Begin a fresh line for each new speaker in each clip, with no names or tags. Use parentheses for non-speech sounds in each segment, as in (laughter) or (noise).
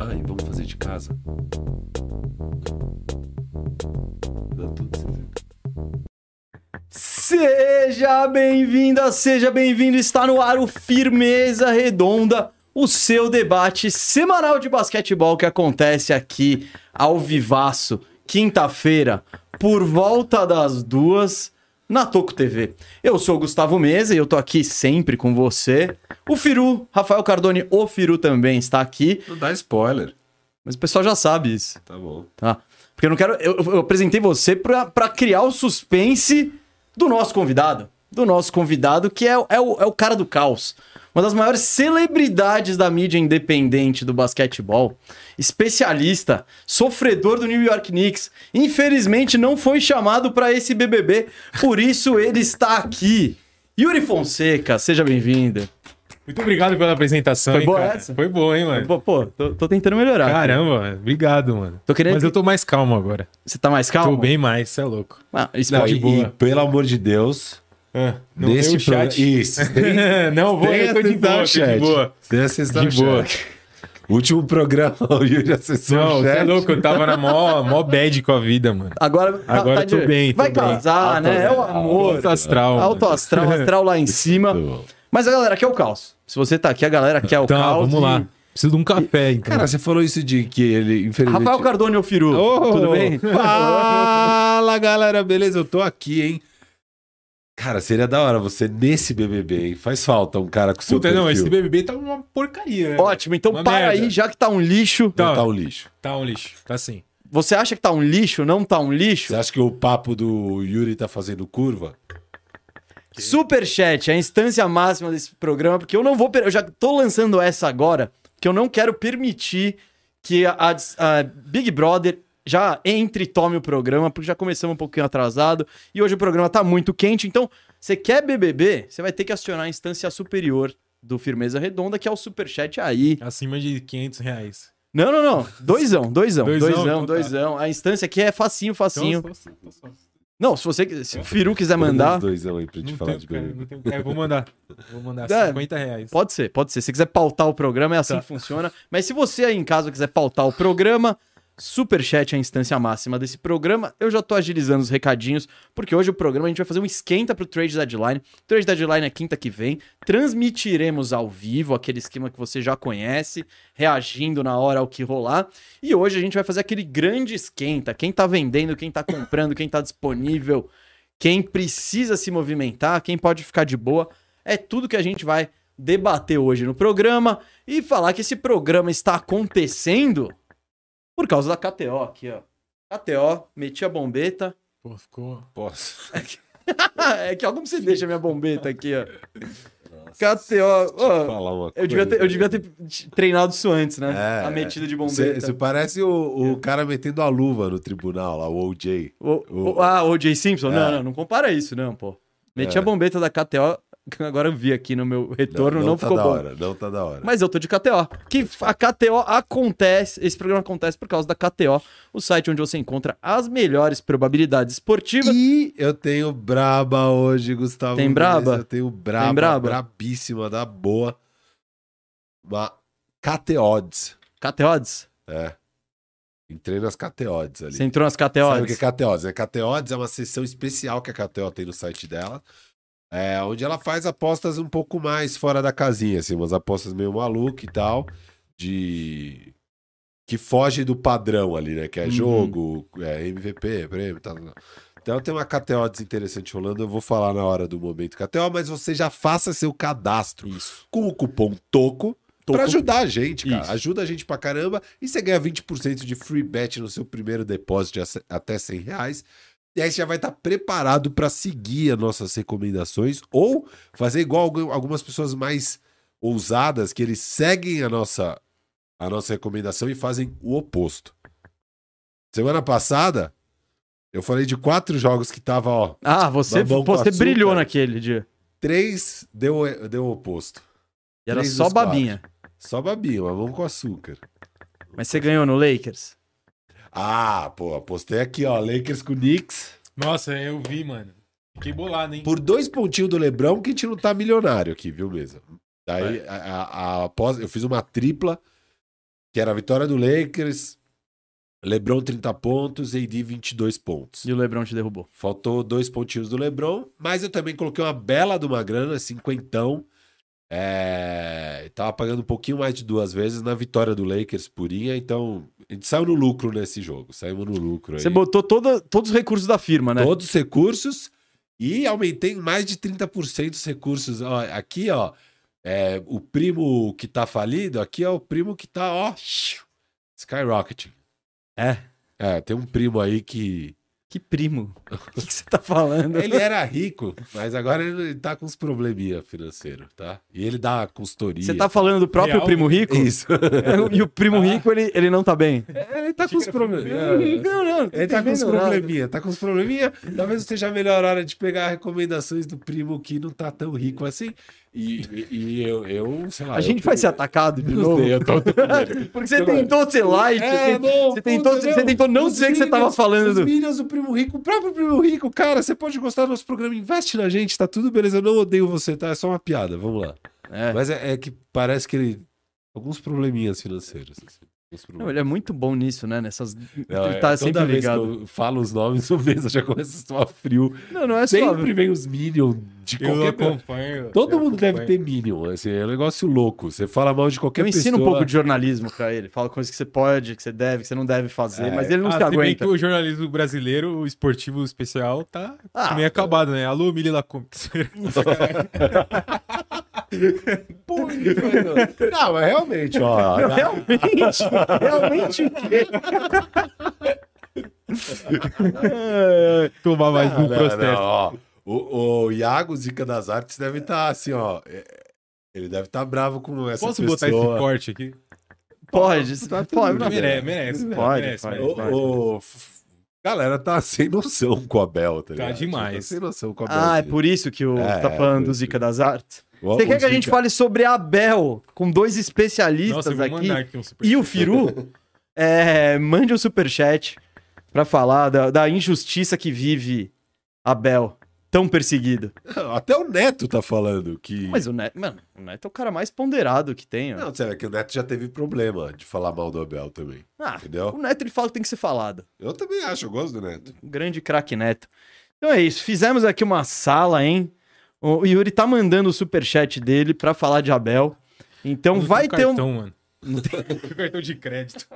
Ai, vamos fazer de casa. Dá tudo certo.
Seja bem-vinda, seja bem-vindo. Está no ar o Firmeza Redonda, o seu debate semanal de basquetebol que acontece aqui ao vivaço, quinta-feira, por volta das duas, na Toco TV. Eu sou o Gustavo Meza e eu tô aqui sempre com você. O Firu, Rafael Cardone, o Firu também está aqui,
Não dá spoiler.
mas o pessoal já sabe isso.
Tá bom.
Tá. Porque eu não quero. Eu, eu apresentei você pra, pra criar o suspense do nosso convidado. Do nosso convidado, que é, o- é, o, é o cara do caos. Uma das maiores celebridades da mídia independente do basquetebol. Especialista, sofredor do New York Knicks. Infelizmente não foi chamado pra esse BBB, por isso ele está aqui. Yuri Fonseca, seja bem-vindo.
Muito obrigado pela apresentação.
Foi
hein,
boa
cara?
essa?
Foi boa, hein, mano?
Pô, pô, tô, tô tentando melhorar.
Caramba, obrigado, mano.
Tô querendo
Mas
que-
eu tô mais calmo agora.
Você tá mais calmo?
Tô bem mais, cê é louco.
Ah, isso
Não,
pode-
e,
boa.
e pelo amor de Deus,
Ah,
neste
deu (laughs)
programa. Isso.
não, vou, eu tô de boa, tô de boa.
Tem acessar
De
o
boa.
chat. Último programa, (laughs) o Yuri acessou
Não,
o
você
chat.
é louco, eu tava na mó, mó bad com a vida, mano.
Agora, tá-
Agora
tá
eu tô
de-
bem, tô
Vai
bem.
casar, né? É o amor.
Alto astral. mano.
Alto astral, astral lá
(laughs)
em cima.
Muito Tá bom.
Mas a galera quer o caos. Se você tá aqui, a galera quer o
Tá,
caos.
vamos
e-
lá. Preciso de um café, então.
Cara, você falou isso de que ele, infelizmente.
Rafael Cardone, é o Firu.
Ô!
Tudo
(laughs)
bem?
Fala, galera, beleza? Eu tô aqui, hein? Cara, seria da hora você nesse BBB, hein? Faz falta um cara com seu
Puta, não, esse
perfil.
BBB tá uma porcaria, né?
Ótimo, então
Uma
para
merda.
aí, já que tá um lixo.
Tá.
Não tá um lixo.
Tá um lixo, tá sim.
Você acha que tá um lixo? Não tá um lixo?
Você acha que o papo do Yuri tá fazendo curva?
Superchat, é a instância máxima desse programa, porque eu não vou. per- Eu já tô lançando essa agora, que eu não quero permitir que a, a- a Big Brother já entre e tome o programa, porque já começamos um pouquinho atrasado e hoje o programa tá muito quente. Então, você quer BBB? Você vai ter que acionar a instância superior do Firmeza Redonda, que é o Superchat aí.
Acima de 500 reais.
Não, não, não. Doisão, doisão, doisão,
Doisão,
doisão.
então tá.
A instância aqui é facinho,
Então,
facinho.
só- só- só-
Não, se você. Se o Firu quiser mandar.
Os dois aí pra gente
Não
falar
tenho,
de
cara,
BBB.
não tenho- É, vou mandar. Vou mandar
É,
50 reais.
Pode ser, pode ser. Se quiser pautar o programa, é assim
Tá.
que funciona. Mas se você aí em casa quiser pautar o programa, superchat é a instância máxima desse programa. Eu já tô agilizando os recadinhos, porque hoje o programa a gente vai fazer um esquenta pro Trade Deadline. Trade Deadline é quinta que vem. Transmitiremos ao vivo aquele esquema que você já conhece, reagindo na hora ao que rolar. E hoje a gente vai fazer aquele grande esquenta. Quem tá vendendo, quem tá comprando, quem tá disponível, quem precisa se movimentar, quem pode ficar de boa. É tudo que a gente vai debater hoje no programa e falar que esse programa está acontecendo por causa da KTO aqui, ó. KTO, meti a bombeta. (laughs)
Pô, ficou...
Posso.
é que ó, como você deixa minha bombeta aqui, ó. KTO.
(laughs)
ó,
falar uma
eu, devia ter, eu devia ter treinado isso antes, né?
É,
a metida de
Você,
bombeta.
você parece o,
É.
o cara metendo a luva no tribunal lá, o OJ.
O, o, ah, o Jay Simpson? Não,
É.
não, não compara isso, não, pô. Meti
É.
a bombeta da KTO, que (laughs) agora eu vi aqui no meu retorno, não,
tá
ficou
da
bom.
hora, não tá da hora.
Mas eu tô de KTO. Que a KTO acontece, esse programa acontece por causa da KTO, o site onde você encontra as melhores probabilidades esportivas.
E eu tenho braba hoje, Gustavo.
Tem
Mendes,
braba?
Eu tenho braba,
Tem braba?
brabíssima, da boa. Uma KTODs.
KTODs?
É. Entrei nas KTODs ali.
Você entrou nas
Sabe o que é
KTODs?
KTODs? É KTODs é uma sessão especial que a KTO tem no site dela. É, onde ela faz apostas um pouco mais fora da casinha, assim, umas apostas meio maluca e tal, de que foge do padrão ali, né? Que é
Uhum.
jogo, é MVP, prêmio, tal, tal. tal. Então tem uma KTO interessante rolando, eu vou falar na hora do momento KTO, mas você já faça seu cadastro
Isso.
com o cupom TOCO
Toco.
pra ajudar a gente, cara.
Isso.
Ajuda a gente pra caramba. E você ganha 20% de free bet no seu primeiro depósito de ace- até 100 reais. E aí você já vai estar preparado pra seguir as nossas recomendações ou fazer igual algu- algumas pessoas mais ousadas que eles seguem a nossa, a nossa recomendação e fazem o oposto. Semana passada, eu falei de quatro jogos que tava, ó,
Ah, você,
Babão com
você
açúcar.
brilhou naquele dia.
três deu, deu o oposto.
E era
Três
só
dos quatro.
babinha.
Só babinha, mamão com açúcar.
Mas você ganhou no Lakers?
Ah, pô, apostei aqui, ó. Lakers com Knicks.
Nossa, eu vi, mano. Fiquei bolado, hein?
Por dois pontinhos do Lebrão, que a gente não tá milionário aqui, viu mesmo? Daí, a, a- a- após, eu fiz uma tripla, que era a vitória do Lakers, Lebron 30 pontos, AD 22 pontos.
E o Lebron te derrubou.
Faltou dois pontinhos do Lebron, mas eu também coloquei uma bela de uma grana, cinquentão. É, tava pagando um pouquinho mais de duas vezes na vitória do Lakers purinha, então a gente saiu no lucro nesse jogo, saímos no lucro aí.
Você botou toda- todos os recursos da firma, né?
Todos os recursos e aumentei em mais de 30% os recursos. Ó, aqui, ó, é, o primo que tá falido, aqui é o primo que tá, ó, skyrocketing.
É.
É, tem um primo aí que (laughs)
Que primo. O que que você tá falando?
Ele era rico, mas agora ele tá com uns probleminha financeiro, tá? E ele dá consultoria.
Você tá falando do próprio
Real?
primo rico?
Isso.
(laughs)
(laughs)
E o primo rico, ele, ele não tá bem.
ele tá com uns probleminha.
Não, não.
Ele tá com uns probleminha, tá com uns probleminha. Talvez seja a melhor hora de pegar recomendações do primo que não tá tão rico assim. E, e- e eu, eu, sei lá.
A gente
eu,
vai ser atacado de
Não
novo.
sei,
(laughs)
eu tô- tô com medo.
Porque você tentou ser light,
É,
você, tentou-
não,
você tentou,
puta,
você tentou não
Os
dizer que você tava
Minions,
falando.
Os Minions, o Primo Rico, o próprio Primo Rico, cara, você pode gostar do nosso programa, investe na gente, tá tudo beleza, eu não odeio você, tá? É só uma piada, vamos lá.
É.
Mas é, é que parece que ele. Alguns probleminhas financeiros. assim. Alguns
Não,
problemas.
ele é muito bom nisso, né? Nessas...
Não,
ele
é,
tá
toda
sempre
vez
ligado.
que eu falo os nomes, (laughs) o mesa já começa a soar frio.
Não, não é só.
Sempre vem os Minions de
é
Eu
qualquer pessoa.
acompanho.
Todo
eu
mundo deve
acompanho.
ter Minion. Assim, é um negócio louco. Você fala mal de qualquer
Eu
pessoa.
ensino um pouco de jornalismo pra ele. Falo coisas que você pode, que você deve, que você não deve fazer,
É.
mas ele não se
Ah, se bem que
aguenta.
o jornalismo brasileiro, o esportivo especial, tá
Ah,
meio acabado, né? Alô, Milila (laughs) Comics.
Pô, (laughs) mano. Não, mas realmente, ó.
Não, realmente, realmente o quê?
Tomar mais
Não,
um
não,
processo.
não, ó. o, o Iago Zica das Artes deve estar assim, ó. é, Ele deve estar bravo com essa
Posso
pessoa.
botar esse corte aqui?
Pode, você
Tá tudo
pode.
bem.
Mere- merece, merece.
Pode,
merece,
pode.
merece.
Ô, ô, f- galera tá sem noção com a Bel, tá
Tá
ligado?
demais.
Tá sem noção com a Bel.
Ah, é por isso que o
É,
tá falando
é,
do Zica das Artes.
O-
Você
o
quer que a gente
Zica-
fale sobre a Abel com dois especialistas
Nossa, eu vou
aqui?
mandar aqui um super.
E o
(laughs)
Firu, é, mande um superchat pra falar da, da injustiça que vive Abel, tão perseguido.
(laughs) Até o Neto tá falando que...
Mas o Neto, mano, o Neto é o cara mais ponderado que tem. ó.
Não, sério, é que o Neto já teve problema de falar mal do Abel também,
Ah,
entendeu?
o Neto ele fala o que tem que ser falado.
Eu também acho, eu gosto do Neto.
Um grande craque Neto. Então é isso, fizemos aqui uma sala, hein? O Yuri tá mandando o superchat dele pra falar de Abel. Então vai ter um.
cartão, um. Mano. cartão de crédito.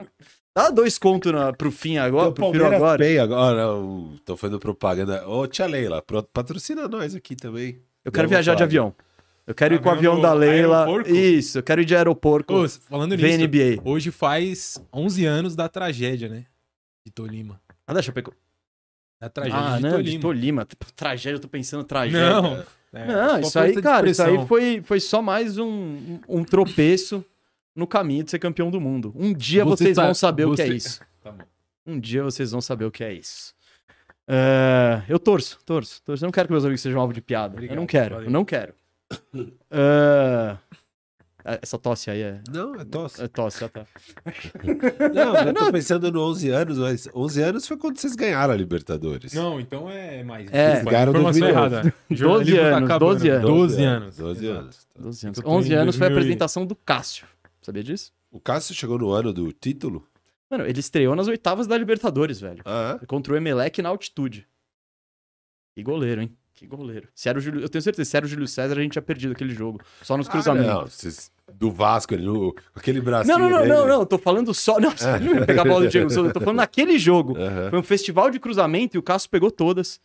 Dá dois contos na, pro fim agora,
o
pro Firu
Então, Palmeiras
agora.
Pay agora, o... tô fazendo propaganda. Ô, tia Leila, pro- patrocina nós aqui também.
Eu quero
Vamos
viajar de
falar.
avião. Eu quero ir com o
Avião
avião da
do
Leila.
aeroporto?
Isso, eu quero ir de aeroporto.
Ô, falando nisso,
VNBA.
hoje faz 11 anos da tragédia, né? De Tolima.
Ah, da Chapeco.
Da tragédia
Ah,
de
não,
Tolima.
de Tolima. T- Tragédia, eu tô pensando tragédia.
Não. é,
Não,
só
isso aí,
força de
cara, isso aí
expressão.
foi, foi só mais um, um tropeço no caminho de ser campeão do mundo. Um dia
Você
vocês
tá-
vão saber o que é
você-
isso.
Tá bom.
Um dia vocês vão saber o que é isso. É, eu torço, torço, torço. Eu não quero que meus amigos sejam alvo de piada.
Obrigado,
eu não quero,
valeu.
eu não quero. É, essa tosse aí é,
Não, é tosse.
é tosse, já tá.
(laughs) Não, eu tô pensando no 11 anos, mas 11 anos foi quando vocês ganharam a Libertadores.
Não, então é mais.
É.
Desculpa,
Ligaram do
informação
milhão.
errada. Jornalismo
anos,
acabando.
12 anos.
12 anos.
12
exato.
anos.
12 anos.
Eu tô
11
em
anos foi a
2000 e-
apresentação do Cássio. Sabia disso?
O Cássio chegou no ano do título?
Mano, ele estreou nas oitavas da Libertadores, velho.
Ah, é?
Contra o Emelec na altitude. Que goleiro, hein? Que goleiro. Se era o Júlio... Eu tenho certeza, se era o Júlio César, a gente tinha perdido aquele jogo. Só nos cruzamentos.
Ah, não, Assim vocês- do Vasco, ele, o- aquele bracinho
não, não, não,
dele.
não, não. eu Tô falando só. Não, você não ia pegar a bola do Diego Souza. Eu tô falando naquele jogo.
Aham.
Foi um festival de cruzamento e o Cássio pegou todas.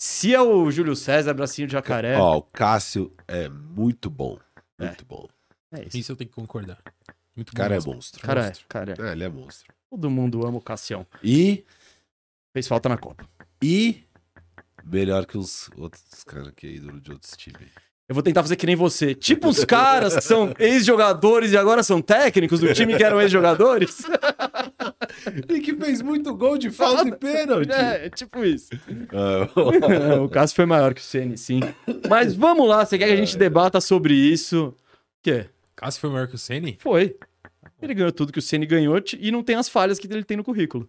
Se é o Júlio César, bracinho de jacaré.
Ó, o Cássio é muito bom. Muito bom.
é isso.
Isso eu tenho que concordar. Muito
O cara é
mesmo.
monstro.
Cara, é,
Monstro.
cara, é.
É, ele é monstro.
Todo mundo ama o Cassião.
E,
Fez falta na Copa.
e melhor que os outros caras que é ídolo de outros times.
Eu vou tentar fazer que nem você. Tipo os caras que são ex-jogadores e agora são técnicos do time que eram ex-jogadores.
E que fez muito gol de falta
(laughs)
e pênalti.
(laughs) é, tipo isso.
Ah, (laughs)
o caso foi maior que o CN, sim. Mas vamos lá, você quer que a gente debata sobre isso? O quê?
Cássio foi maior que o Ceni?
Foi. Ele ganhou tudo que o Ceni ganhou e não tem as falhas que ele tem no currículo.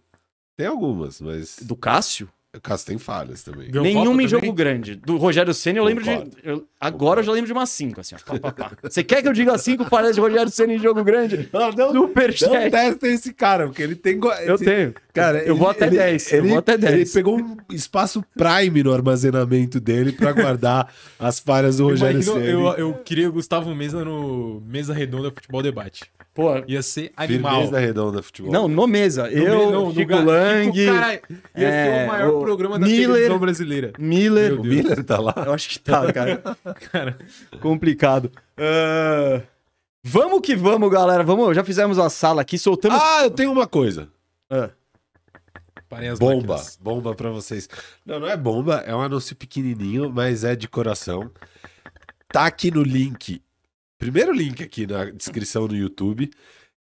Tem algumas, mas.
Do Cássio?
Caso tem falhas também.
Ganhou
Nenhuma
Copa
em jogo
também?
grande. Do Rogério Senna eu lembro
Concordo.
de. eu- agora eu já lembro de umas 5, assim, ó. Pá, pá, pá.
(laughs)
Você quer que eu diga 5 falhas de Rogério Senna em jogo grande?
Não, não, não
Superchat.
testa esse cara, porque ele tem. go-
Eu
esse-
tenho.
Cara,
Eu vou até 10, eu vou até 10.
Ele pegou um espaço prime no armazenamento dele pra guardar as falhas do Rogério
Imagina,
Ceni.
eu, eu queria o Gustavo Mesa no Mesa Redonda Futebol Debate.
Pô,
Ia ser animal.
Firmeza redonda futebol.
não, no mesa. eu,
no- no
Chico
ga-
Lang,
Tipo, cara, ia
é,
ser o maior
o
programa da
Miller.
televisão brasileira.
Miller.
o Miller tá lá.
Eu acho que tá, cara.
Cara,
Complicado. Ah, Vamos que vamos, galera. Vamos, já fizemos a sala aqui, soltamos.
Ah, eu tenho uma coisa.
Ah,
parem as
Bomba,
máquinas.
bomba pra vocês. Não, não é bomba, é um anúncio pequenininho, mas é de coração. Tá aqui no link, primeiro link aqui na descrição no YouTube.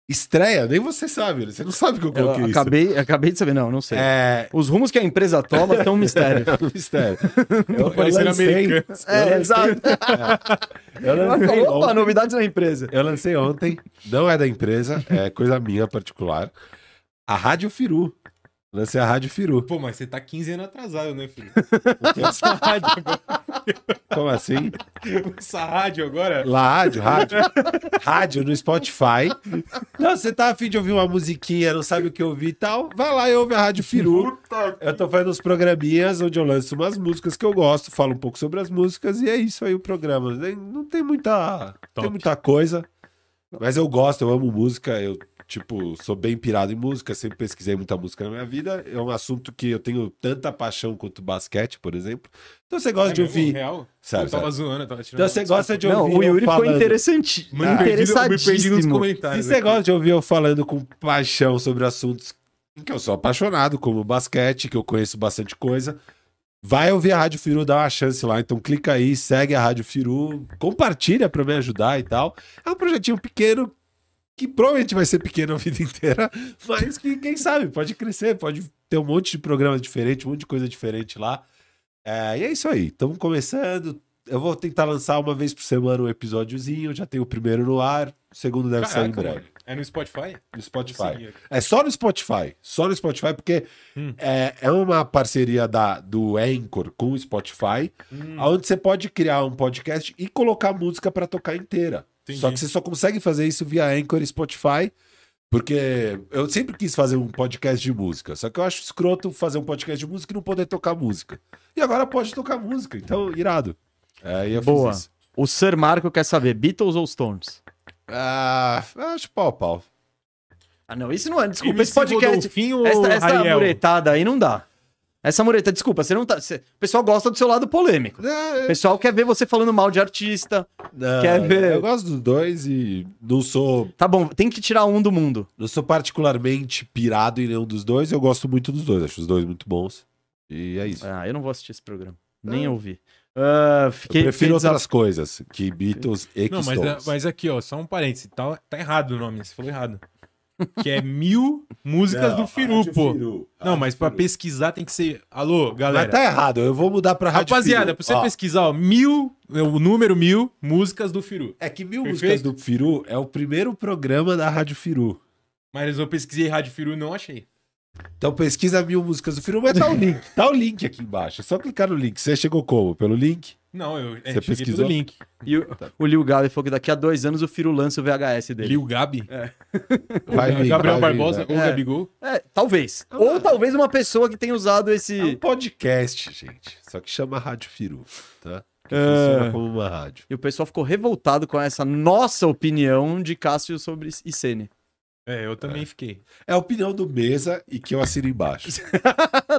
Estreia, nem você sabe, você não sabe que eu
eu
coloquei isso.
acabei, acabei de saber, não, não sei.
É,
Os rumos que a empresa toma são
(laughs)
um mistério.
é um
(laughs)
mistério. Eu, eu
parecendo
lancei,
americano.
é, exato.
eu lancei
Opa,
ontem,
novidades na empresa.
eu lancei ontem, não é da empresa, é coisa minha particular. A Rádio Firu. Lancei a Rádio
(laughs)
Firu.
Pô, mas você tá 15 anos atrasado, né, filho?
Essa rádio. Como assim?
Essa rádio agora.
Lá, rádio, rádio. rádio no Spotify. Não, você tá afim de ouvir uma musiquinha, não sabe o que ouvir e tal? Vai lá e ouve a Rádio Firu. Eu tô fazendo uns programinhas onde eu lanço umas músicas que eu gosto, falo um pouco sobre as músicas e é isso aí o programa. Nem- Não tem muita,
Top.
tem muita coisa, mas eu gosto, eu amo música, eu tipo, sou bem pirado em música, sempre pesquisei muita música na minha vida. É um assunto que eu tenho tanta paixão quanto basquete, por exemplo. Então você gosta de
É mesmo?
ouvir,
Real?
Sabe,
eu tava
sabe.
zoando, eu tava tirando.
Então você gosta de
Não,
ouvir
o
eu
Yuri ficou
falando.
interessante.
Mano, eu me perdi no- eu me perdi nos
interessadíssimo.
Se
comentários.
você
aqui.
gosta de ouvir eu falando com paixão sobre assuntos em que eu sou apaixonado, como basquete, que eu conheço bastante coisa, vai ouvir a Rádio Firu, dá uma chance lá. Então clica aí, segue a Rádio Firu, compartilha pra me ajudar e tal. É um projetinho pequeno que provavelmente vai ser pequeno a vida inteira, (laughs) mas que quem sabe pode crescer, pode ter um monte de programa diferente, um monte de coisa diferente lá. É, e é isso aí. Estamos começando. Eu vou tentar lançar uma vez por semana um episódiozinho. Já tem o primeiro no ar. O segundo deve sair em
Caraca,
breve.
mano. É no Spotify?
No Spotify.
Sim.
É só no Spotify. Só no Spotify, porque
Hum.
é, é uma parceria da, do Anchor com o Spotify,
Hum,
onde você pode criar um podcast e colocar música pra tocar inteira.
Entendi.
Só que você só consegue fazer isso via Anchor e Spotify. Porque eu sempre quis fazer um podcast de música, só que eu acho escroto fazer um podcast de música e não poder tocar música. E agora pode tocar música, então irado. É, e eu fiz
Boa.
isso.
O Sir Marco quer saber, Beatles ou Stones?
Ah, acho pau a pau.
Ah, não, isso não é. Desculpa,
MC
esse podcast.
Rodolfinho ou
Essa, essa
Ariel?
muretada aí não dá. Essa mureta, desculpa, você não tá. você- o pessoal gosta do seu lado polêmico. O
É,
pessoal quer ver você falando mal de artista.
não,
Quer ver?
Eu gosto dos dois e não sou,
Tá bom, tem que tirar um do mundo.
não sou particularmente pirado em nenhum dos dois. Eu gosto muito dos dois, acho os dois muito bons. E é isso.
Ah, eu não vou assistir esse programa. Nem ouvi. Ah, fiquei.
eu prefiro
fiquei
outras coisas que Beatles e que
Não, mas, é,
Stones.
mas aqui, ó, só um parêntese. Tá, tá errado o nome, você falou errado. Que é mil músicas
ah,
do Firu, pô. Não, mas pra pesquisar tem que ser. Alô,
Mas
galera.
tá errado, eu vou mudar pra rádio.
Rapaziada,
Firu.
pra você
Ó,
pesquisar, ó, mil, é o número mil, músicas do Firu.
É que Mil Músicas
Perfeito.
do Firu é o primeiro programa da Rádio Firu.
Mas eu pesquisei Rádio Firu e não achei.
Então pesquisa Mil Músicas do Firu, mas tá o link. Tá o link aqui embaixo. É só clicar no link. Você chegou como? Pelo link?
Não, eu é,
Você
cheguei
pesquisou?
pelo link.
E o, o Lil Gabi falou que daqui a dois anos o Firo lança o VHS dele.
Lil Gabi?
Vai vir,
Gabriel
vai vir,
Barbosa
vai.
ou
É.
Gabigol?
É, talvez. Ou talvez uma pessoa que tenha usado esse.
É um podcast, gente. Só que chama Rádio Firu, tá? Que
É.
funciona como uma rádio.
E o pessoal ficou revoltado com essa nossa opinião de Cássio sobre Isene.
É, eu também fiquei.
É a opinião do Mesa e que eu assino
(laughs)
embaixo.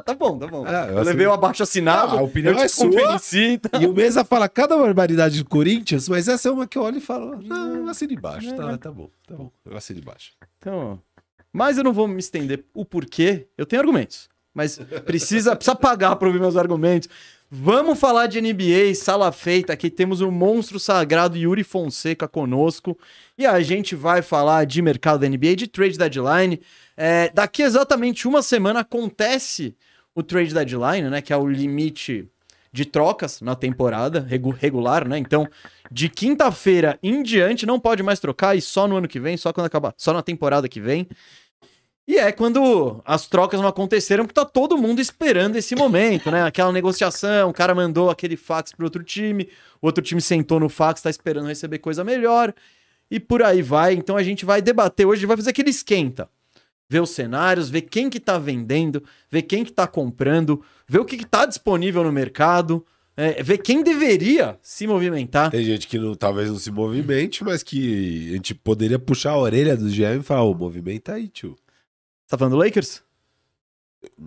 tá bom, tá bom.
É, eu
eu levei
assino-
o abaixo assinado.
Ah, a opinião
eu te
é sua.
convenci, então.
E o Mesa fala cada barbaridade do Corinthians, mas essa é uma que eu olho e falo, não, eu assino embaixo.
É.
Tá, tá bom, tá bom. Eu assino embaixo.
Então, mas eu não vou me estender o porquê. Eu tenho argumentos, mas precisa, precisa pagar para ouvir meus argumentos. Vamos falar de NBA, sala feita. Aqui temos o monstro sagrado Yuri Fonseca conosco. E a gente vai falar de mercado da NBA, de trade deadline. É, daqui exatamente uma semana acontece o trade deadline, né? Que é o limite de trocas na temporada regu- regular, né? Então, de quinta-feira em diante não pode mais trocar e só no ano que vem, só quando acabar, só na temporada que vem. E é quando as trocas não aconteceram, porque tá todo mundo esperando esse momento, né? Aquela negociação, o cara mandou aquele fax pro outro time, o outro time sentou no fax, tá esperando receber coisa melhor, e por aí vai. Então a gente vai debater hoje, vai fazer aquele esquenta. Ver os cenários, ver quem que tá vendendo, ver quem que tá comprando, ver o que, que tá disponível no mercado, é, ver quem deveria se movimentar.
Tem gente que não- talvez não se movimente, mas que a gente poderia puxar a orelha do GM e falar, ô, movimenta aí, tio.
Tá falando do Lakers?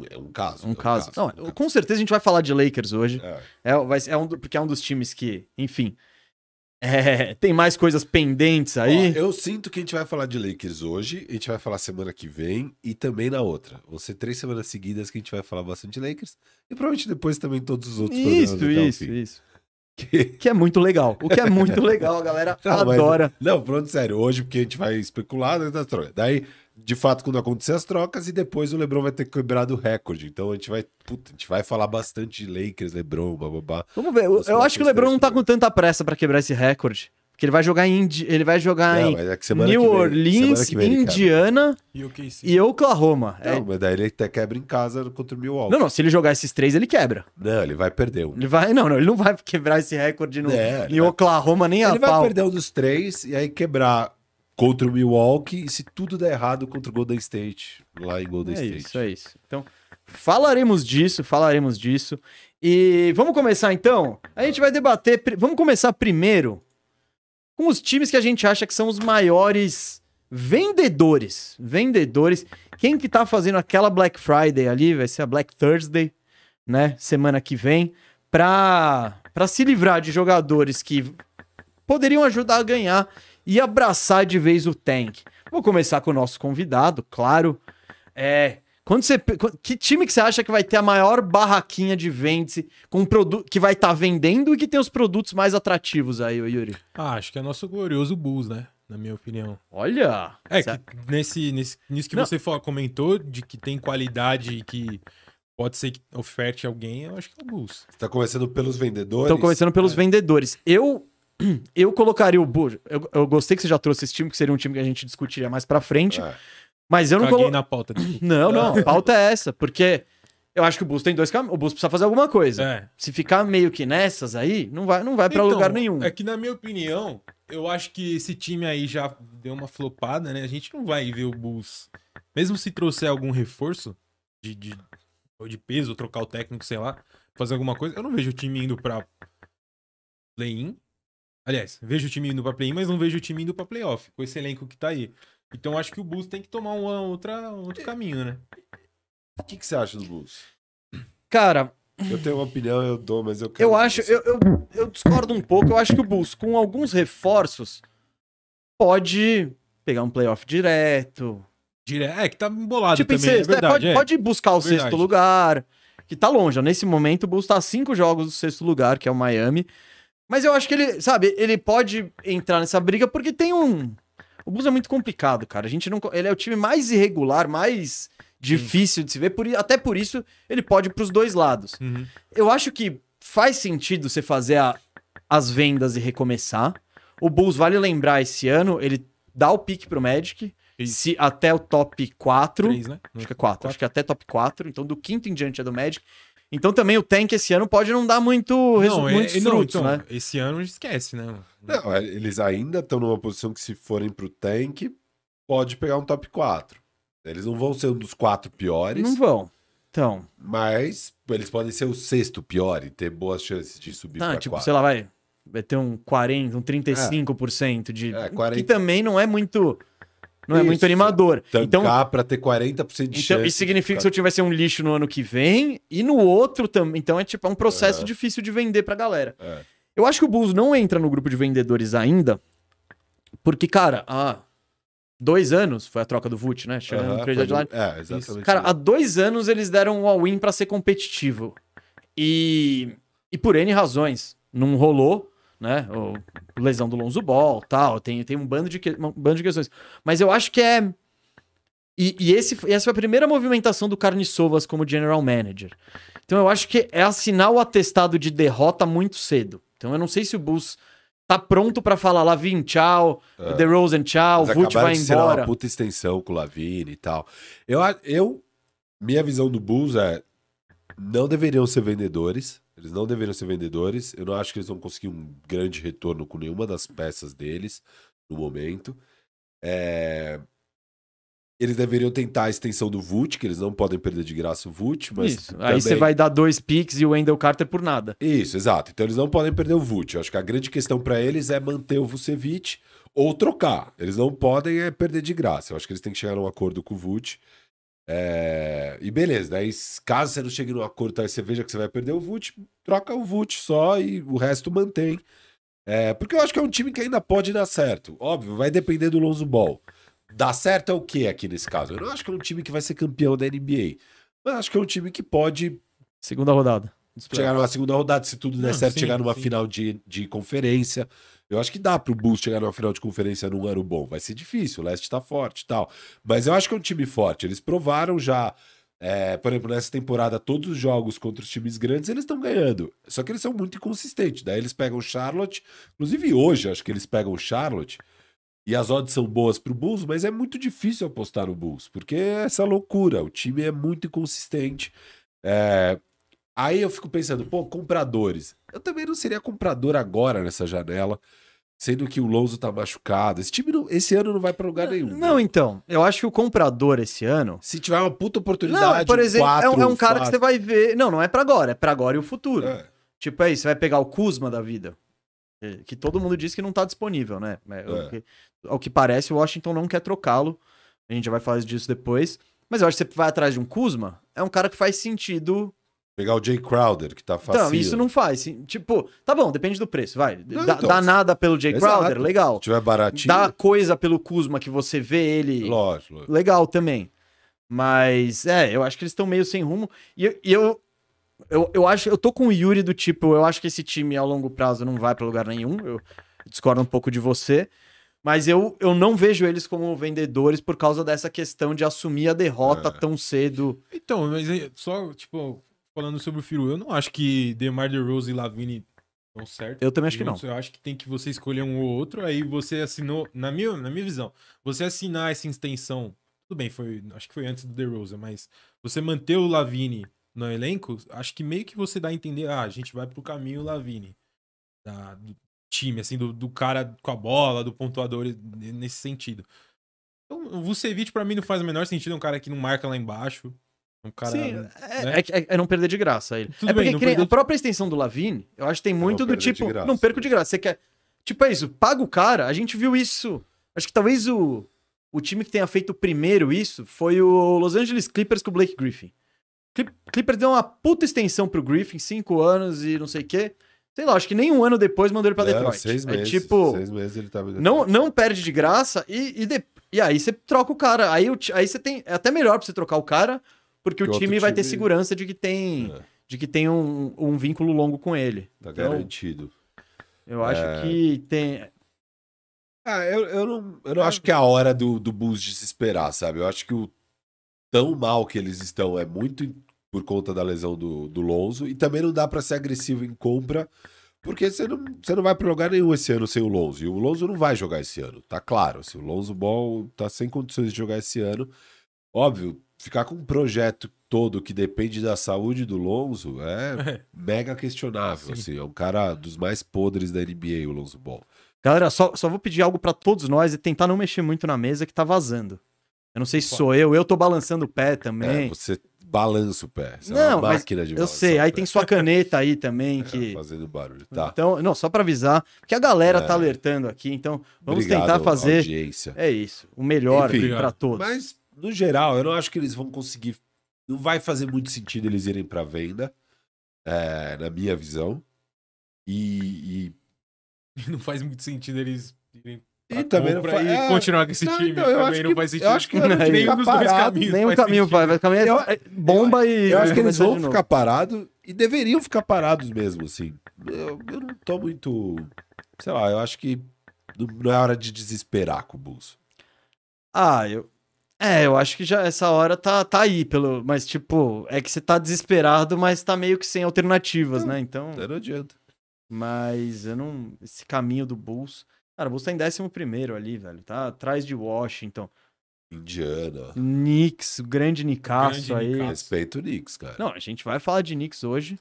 É um caso.
Um
é
caso. Não,
é um
com certeza a gente vai falar de Lakers hoje.
É.
É, vai ser- é um do- porque é um dos times que, enfim, (laughs) é, tem mais coisas pendentes aí.
Ó, eu sinto que a gente vai falar de Lakers hoje, a gente vai falar semana que vem e também na outra. Vão ser três semanas seguidas que a gente vai falar bastante de Lakers e provavelmente depois também todos os outros
isso,
até o
isso,
fim. (laughs)
isso. Que é muito legal. O que é muito legal, a galera
Não, Ah, mas-
adora.
Não, pronto, sério, hoje porque a gente vai especular né, das trocas. Daí, de fato, quando acontecer as trocas e depois o LeBron vai ter quebrado o recorde. Então a gente vai, puta, a gente vai falar bastante de Lakers, LeBron, bababá.
Vamos ver. Eu,
Os
eu acho que o LeBron não tá com
próximos
tanta pressa pra quebrar esse recorde. Porque ele vai jogar em, Indi- ele vai jogar
Não,
em
mas é que
New
que vem-
Orleans,
semana que vem ele quebra.
Indiana
E o que sim.
e Oklahoma. É-
Não, mas daí ele até quebra em casa contra o Milwaukee.
Não, não, se ele jogar esses três, ele quebra.
Não, ele vai perder um.
Ele vai, não, não, ele não vai quebrar esse recorde no,
É, ele
em
vai-
Oklahoma nem a
Ele vai
pau.
perder um dos três e aí quebrar contra o Milwaukee e se tudo der errado contra o Golden State, lá em Golden
É
State.
isso, é isso. Então, falaremos disso, falaremos disso. E vamos começar então? A gente vai debater. pri- Vamos começar primeiro com os times que a gente acha que são os maiores vendedores. Vendedores. Quem que tá fazendo aquela Black Friday ali? Vai ser a Black Thursday, né? Semana que vem. Pra, pra se livrar de jogadores que poderiam ajudar a ganhar e abraçar de vez o tank. Vou começar com o nosso convidado, claro. É. Quando você, pe- qu- que time que você acha que vai ter a maior barraquinha de vende com produto que vai estar vendendo e que tem os produtos mais atrativos aí, ô Yuri?
Ah, acho que é nosso glorioso Bulls, né? Na minha opinião.
Olha!
É,
Sa-
que nesse, nesse, nisso que
Não.
você fa- comentou, de que tem qualidade e que pode ser que oferte alguém, eu acho que é o Bulls.
Você tá começando pelos vendedores?
Então, começando
É.
pelos vendedores. Eu (clears throat) eu colocaria o Bulls. Eu, eu gostei que você já trouxe esse time, que seria um time que a gente discutiria mais pra frente.
É.
Mas eu não
Caguei
colo...
na pauta.
(laughs)
desculpa.
Não, não. A pauta é essa, porque eu acho que o Bulls tem dois caminhos. O Bulls precisa fazer alguma coisa.
é.
Se ficar meio que nessas aí, não vai, não vai pra
Então,
lugar nenhum.
É que, na minha opinião, eu acho que esse time aí já deu uma flopada, né? A gente não vai ver o Bulls. Mesmo se trouxer algum reforço de, de, ou de peso, trocar o técnico, sei lá, fazer alguma coisa, eu não vejo o time indo pra play-in. Aliás, vejo o time indo pra play-in, mas não vejo o time indo pra playoff, com esse elenco que tá aí. Então acho que o Bulls tem que tomar uma outra, um outro caminho, né?
O que, que você acha do Bulls?
Cara,
Eu tenho uma opinião, eu dou, mas eu quero.
Eu acho, eu, eu, eu discordo um pouco. Eu acho que o Bulls, com alguns reforços, pode pegar um playoff direto.
Dire... É, que tá embolado
tipo, em
também,
sexto,
é
é,
verdade.
pode,
é.
pode buscar o
Verdade.
sexto lugar. Que tá longe. ó, Nesse momento, o Bulls tá a cinco jogos do sexto lugar, que é o Miami. Mas eu acho que ele, sabe, ele pode entrar nessa briga porque tem um. O Bulls é muito complicado, cara. A gente não. co- Ele é o time mais irregular, mais difícil de se ver. Por, i- até por isso, ele pode ir pros dois lados.
Uhum.
Eu acho que faz sentido você fazer a- as vendas e recomeçar. O Bulls, vale lembrar, esse ano, ele dá o pique pro Magic.
Isso.
Se, até o top 4.
Três, né?
Acho que é 4. Acho que até top 4. Então, do quinto em diante é do Magic. Então, também o Tank esse ano pode não dar muito, resu-
é-
muitos
é-
frutos,
então,
né?
Esse ano esquece, né? mano?
Não, é, eles ainda estão numa posição que, se forem pro tank, pode pegar um top 4. Eles não vão ser um dos quatro piores,
Não vão. Então,
mas eles podem ser o sexto pior e ter boas chances de subir
tá,
pra é
tipo,
quatro.
sei lá, vai, vai ter um 40, um 35% de...
É, 40.
Que também não é muito... Não é
Isso.
muito animador.
Tancar
então,
pra ter 40% de
Então,
chance.
isso significa que seu time vai ser um lixo no ano que vem e no outro também. Então é tipo é um processo
Aham.
difícil de vender pra galera.
É.
Eu acho que o Bulls não entra no grupo de vendedores ainda, porque, cara, há dois anos foi a troca do Vult, né? Chegando
Aham,
no
foi
trade deadline.
no- É, exatamente.
Cara,
isso.
há dois anos eles deram um all-in pra ser competitivo. E, e por N razões. Não rolou, né? O lesão do Lonzo Ball, tal. Tem, tem um, bando de que- um bando de questões. Mas eu acho que é... E, e esse, e essa foi a primeira movimentação do Carniçovas como general manager. Então eu acho que é assinar o atestado de derrota muito cedo. Então eu não sei se o Bulls tá pronto pra falar Lavin, tchau,
É.
The Rosen, tchau,
Mas
Vult
acabaram
vai
de ser uma
embora.
puta extensão com o Lavine e tal. Eu, a- eu, minha visão do Bulls é, não deveriam ser vendedores. Eles não deveriam ser vendedores. Eu não acho que eles vão conseguir um grande retorno com nenhuma das peças deles no momento. É, Eles deveriam tentar a extensão do Vult, que eles não podem perder de graça o Vult, mas
Isso. Aí você
também-
vai dar dois picks e o Wendell Carter por nada.
isso, exato. Então eles não podem perder o Vult. Eu acho que a grande questão pra eles é manter o Vucevic ou trocar. Eles não podem é, perder de graça. Eu acho que eles têm que chegar num acordo com o Vult. É, E beleza, daí s- caso você não chegue num acordo, tá, aí você veja que você vai perder o Vult, troca o Vult só e o resto mantém. É, porque eu acho que é um time que ainda pode dar certo. Óbvio, vai depender do Lonzo Ball. Dar certo é o que aqui nesse caso? Eu não acho que é um time que vai ser campeão da NBA. Mas acho que é um time que pode
Segunda rodada.
chegar numa segunda rodada, se tudo der
Não,
certo,
sim,
chegar numa
sim.
final de, de conferência. Eu acho que dá pro Bulls chegar numa final de conferência num ano bom. Vai ser difícil, o Leste tá forte e tal. Mas eu acho que é um time forte. Eles provaram já. é, por exemplo, nessa temporada, todos os jogos contra os times grandes eles estão ganhando. Só que eles são muito inconsistentes. Daí eles pegam o Charlotte. Inclusive hoje, acho que eles pegam o Charlotte. E as odds são boas pro Bulls, mas é muito difícil apostar no Bulls, porque é essa loucura. O time é muito inconsistente. É, Aí eu fico pensando, pô, compradores. Eu também não seria comprador agora nessa janela, sendo que o Lonzo tá machucado. Esse time, não- esse ano não vai pra lugar nenhum.
Não,
né?
então. Eu acho que o comprador esse ano.
Se tiver uma puta oportunidade,
Não, por exemplo, é um-
quatro,
é, um cara que
fácil.
você vai ver. Não, não é pra agora, é pra agora e o futuro.
É.
Tipo, aí, você vai pegar o Kuzma da vida. que- Que todo mundo diz que não tá disponível, né? É, o
É.
que- ao que parece, o Washington não quer trocá-lo. A gente já vai falar disso depois. Mas eu acho que você vai atrás de um Kuzma, é um cara que faz sentido.
Pegar o Jay Crowder, que tá fácil.
Então, isso não faz. sim. Tipo, tá bom, depende do preço, vai.
Não,
dá,
então.
dá nada pelo Jay
Exato.
Crowder, legal.
Se tiver baratinho,
Dá coisa pelo Kuzma que você vê ele
lógico. lógico.
legal também. Mas, é, eu acho que eles estão meio sem rumo. E, eu- e eu, eu. Eu acho. Eu tô com o Yuri do tipo, eu acho que esse time a longo prazo não vai pra lugar nenhum. Eu discordo um pouco de você. Mas eu, eu não vejo eles como vendedores por causa dessa questão de assumir a derrota
É.
tão cedo.
Então, mas aí, só, tipo, falando sobre o Firu, eu não acho que DeMar DeRozan e Lavine dão certo.
Eu também acho que não.
juntos. Eu acho que tem que você escolher um ou outro, aí você assinou, na minha, na minha visão, você assinar essa extensão, tudo bem, foi, acho que foi antes do DeRozan, mas você manter o Lavine no elenco, acho que meio que você dá a entender, ah, a gente vai pro caminho Lavine, da- do time, assim, do, do cara com a bola, do pontuador, e- nesse sentido. Então, o Vucevic pra mim não faz o menor sentido, é um cara que não marca lá embaixo, é um cara...
Sim, é,
né?
é que- é- é não perder de graça ele.
Tudo
é porque
bem, não
que nem
perder
a própria extensão do Lavine, eu acho que tem muito do
perder de
tipo,
graça.
não perco de graça. Você quer. Tipo, é isso, paga o cara. A gente viu isso. Acho que talvez o, o time que tenha feito primeiro isso foi o Los Angeles Clippers com o Blake Griffin. Clip- Clippers deu uma puta extensão pro Griffin, cinco anos e não sei o quê. Sei lá, acho que nem um ano depois mandou ele pra
Não,
Detroit.
Seis
é
meses.
tipo.
Seis meses ele tava. É, tá
Não, não perde de graça e, e, de- e aí você troca o cara. Aí, o ti- aí você tem. É até melhor pra você trocar o cara,
Que
porque o
outro
time vai ter
time-
segurança de que tem,
É.
de que tem um, um vínculo longo com ele.
Tá É.
Então-
garantido.
Eu acho que tem.
Ah, eu, eu não, eu não acho que é a hora do, do Bulls desesperar, sabe? Eu acho que o tão mal que eles estão é muito em- por conta da lesão do, do Lonzo. E também não dá pra ser agressivo em compra, porque você não, você não vai pra lugar nenhum esse ano sem o Lonzo. E o Lonzo não vai jogar esse ano, tá claro. Assim, o Lonzo Ball tá sem condições de jogar esse ano. Óbvio, ficar com um projeto todo que depende da saúde do Lonzo (laughs) é mega questionável.
Sim.
Assim, é um cara dos mais podres da NBA, o Lonzo Ball.
Galera, só, só vou pedir algo pra todos nós e tentar não mexer muito na mesa que tá vazando. Eu não sei se
Qual?
sou eu, eu tô balançando o pé
É,
também.
você balança o pé. Você é
Não,
uma
mas
máquina de
eu sei,
balançar
aí
o
tem
pé.
sua caneta aí
(laughs)
também
É,
que.
Fazendo barulho, tá?
Então, não, só pra avisar, porque a galera
É.
tá alertando aqui, então vamos
Obrigado,
tentar fazer
Audiência.
É isso. O melhor
Enfim.
pra todos.
Mas, no geral, eu não acho que eles vão conseguir. Não vai fazer muito sentido eles irem pra venda, é, na minha visão. E, e-
(laughs) Não faz muito sentido eles irem
E também não
compra
faz-
e
é,
continuar com esse
não,
time.
então, eu acho
também não
que-
faz sentido.
eu acho que
não
nenhum
fica
dos dois
parado,
caminhos
Nenhum
faz
caminho
sentido.
vai. Vai caminhar
Eu-
é bomba e.
eu acho que eles
começar
vão
de novo.
ficar parados e deveriam ficar parados mesmo, assim. Eu, eu não tô muito. Sei lá, eu acho que não- não é hora de desesperar com o Bulls.
Ah, eu. É, eu acho que já essa hora tá, tá aí, pelo. Mas, tipo, é que você tá desesperado, mas tá meio que sem alternativas, né? Então.
Não adianta.
Mas eu não. Esse caminho do Bulls. Cara, o Bulls tá em 11 ali, velho. Tá atrás de Washington.
Indiana.
Knicks, o grande Nicaço
Grande
aí.
Nicaço.
Respeito o Knicks, cara.
Não, a gente vai falar de Knicks hoje.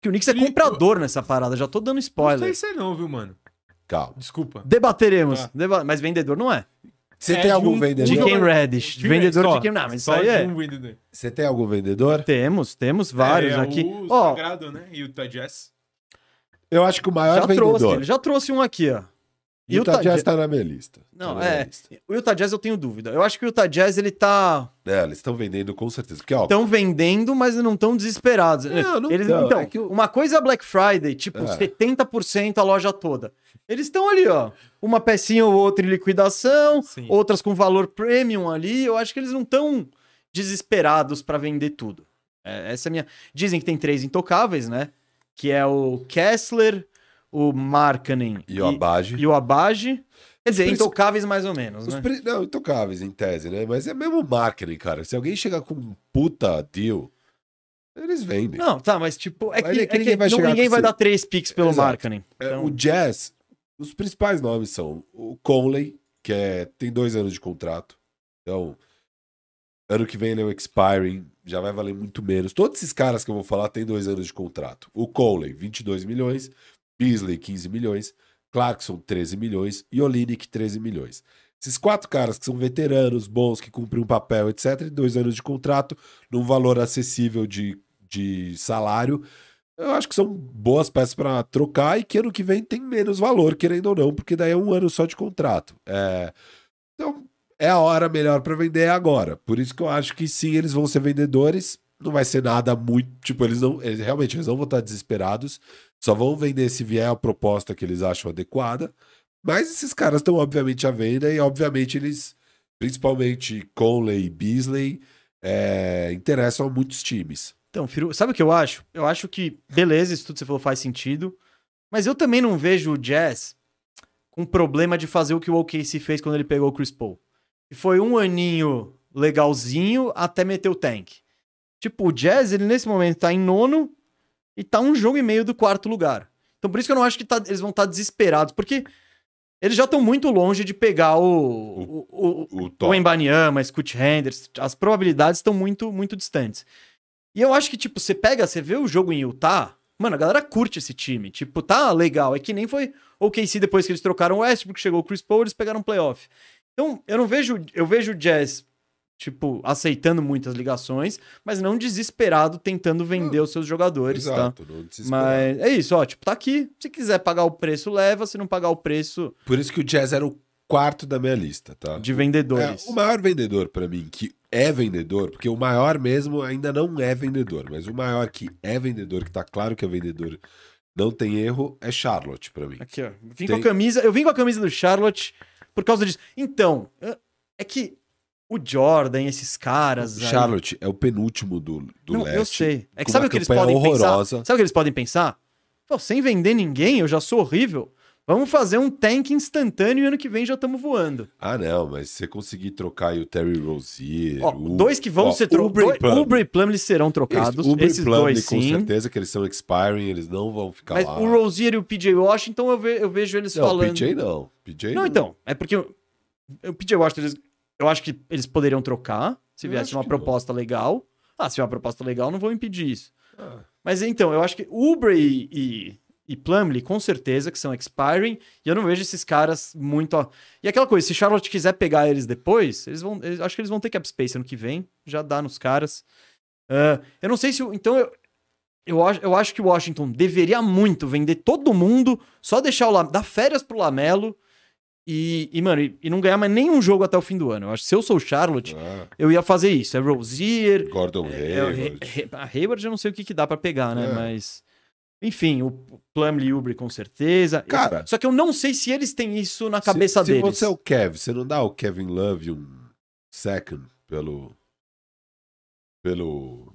Que o Knicks é
Nico.
comprador nessa parada, já tô dando
Não sei
spoiler.
se é não, viu, mano?
Calma.
Desculpa.
Debateremos.
Tá.
Deba- Mas vendedor não é.
Você
É
tem
de
algum
um-
vendedor?
De
Vendedor-
quem Reddish.
Tive-
Vendedor
só-
de quem. Não, mas isso
só
aí
de
é.
um vendedor.
Você tem algum vendedor?
Temos, temos vários
É,
aqui.
O
Ó,
Sagrado, né? E o Tajess.
Eu acho que o maior
já
vendedor.
trouxe, ele já trouxe um aqui, ó.
E o
Utah
Tadias
Jazz-
tá na minha lista. Tá
Não,
na minha
é.
lista.
O Utah Jazz eu tenho dúvida. Eu acho que o Utah Jazz ele tá
É, eles estão vendendo com certeza. Porque, ó,
tão vendendo, mas não tão desesperados.
Não, não
Eles-
tão,
então,
é que o-
uma coisa é Black Friday, tipo
É.
70% a loja toda. Eles estão ali, ó, uma pecinha ou outra em liquidação,
Sim.
outras com valor premium ali. Eu acho que eles não estão desesperados pra vender tudo. É, essa é a minha. Dizem que tem três intocáveis, né? Que é o Kessler, o Markkanen
e o Abage.
e o Abage. Quer dizer,
Princi-
intocáveis mais ou menos,
Os
né?
pri- Não, intocáveis em tese, né? Mas é mesmo marketing, cara. Se alguém chegar com um puta deal, eles vendem.
Não, tá, mas tipo, é que,
Mas
é
é que
que
ninguém vai
não-
chegar
ninguém
com
vai
esse-
dar três picks pelo
Exato.
Markkanen.
É,
Então,
O Jazz, os principais nomes são o Conley, que é, tem dois anos de contrato. Então, ano que vem ele é o expiring, já vai valer muito menos. Todos esses caras que eu vou falar têm dois anos de contrato. O Conley, 22 milhões. Beasley, 15 milhões. Clarkson, 13 milhões. E Olinick, 13 milhões. Esses quatro caras que são veteranos, bons, que cumprem um papel, etc., e dois anos de contrato, num valor acessível de, de salário, eu acho que são boas peças para trocar e que ano que vem tem menos valor, querendo ou não, porque daí é um ano só de contrato. É, Então, é a hora melhor para vender é agora. Por isso que eu acho que sim, eles vão ser vendedores. Não vai ser nada muito. Tipo, eles não. Eles, realmente, eles não vão estar desesperados. Só vão vender se vier a proposta que eles acham adequada. Mas esses caras estão, obviamente, à venda e, obviamente, eles, principalmente Conley e Beasley, é, interessam a muitos times.
então, Firu, sabe o que eu acho? Eu acho que, beleza, isso tudo que você falou faz sentido, mas eu também não vejo o Jazz com problema de fazer o que o OKC fez quando ele pegou o Chris Paul. E foi um aninho legalzinho até meter o tank. Tipo, o Jazz, ele nesse momento tá em nono e tá um jogo e meio do quarto lugar. Então por isso que eu não acho que tá- eles vão estar desesperados, porque eles já estão muito longe de pegar o- o- o,
O
o
top.
Embanyama, Scoot Henderson, as probabilidades estão muito, muito distantes. E eu acho que, tipo, você pega, você vê o jogo em Utah, mano, a galera curte esse time. Tipo, tá legal. É que nem foi o KC depois que eles trocaram o Westbrook, chegou o Chris Paul, eles pegaram o playoff. Então, eu não vejo, eu vejo o Jazz, tipo, aceitando muitas ligações, mas não desesperado tentando vender os seus jogadores, tá?
Exato, não desespera.
Mas é isso, ó, tipo, tá aqui. Se quiser pagar o preço, leva. Se não pagar o preço,
Por isso que o Jazz era o quarto da minha lista, tá?
de
É,
vendedores.
o maior vendedor pra mim, que é vendedor, porque o maior mesmo ainda não é vendedor, mas o maior que é vendedor, que tá claro que é vendedor, não tem erro, é Charlotte pra mim.
Aqui, ó. Vim
Tem-
com a camisa, eu vim com a camisa do Charlotte por causa disso. Então, eu- é que o Jordan, esses caras.
O
aí-
Charlotte é o penúltimo do, do
não,
leste.
eu sei. É que
com
sabe
uma
o que eles
campanha
podem
horrorosa.
pensar? Sabe o que eles podem pensar? Pô, sem vender ninguém, eu já sou horrível. Vamos fazer um tank instantâneo e ano que vem já estamos voando.
Ah, não, mas se você conseguir trocar aí o Terry Rozier,
Ó,
o...
dois que vão
ó,
ser trocados.
Oubre e
Uber e Plumlee serão
Plumlee.
trocados.
Esse- Oubre e
esses
Plumlee,
dois
com
sim.
certeza que eles são expiring, eles não vão ficar
Mas
lá.
o Rozier e o PJ Washington, então eu, ve- eu vejo eles
não,
falando.
PJ não. PJ
Não,
não.
então. É porque eu, eu pedi, eu acho que eles, eu acho que eles poderiam trocar se
Eu
viesse
acho
uma
que não.
proposta legal. Ah, se vier uma proposta legal, não vou impedir isso.
Ah.
Mas então, eu acho que Uber e, e, e Plumlee, com certeza, que são expiring, e eu não vejo esses caras muito. a- E aquela coisa, se Charlotte quiser pegar eles depois, eles vão. eles- acho que eles vão ter cap space ano que vem, já dá nos caras. Ah, eu não sei se. o- Então, eu, eu, acho, eu acho que Washington deveria muito vender todo mundo, só deixar o Lam- dar férias pro Lamelo. E, e, mano, e, e não ganhar mais nenhum jogo até o fim do ano. Eu acho que se eu sou o Charlotte,
Ah,
eu ia fazer isso. É Rozier,
Gordon
é, o He-
Hayward.
He- a Hayward eu não sei o que, que dá pra pegar, né?
É.
Mas. Enfim, o Plumlee e Ubre com certeza.
Cara-
Eu- só que eu não sei se eles têm isso na cabeça
se,
deles.
Se você é o Kevin, você não dá o Kevin Love um second pelo. pelo.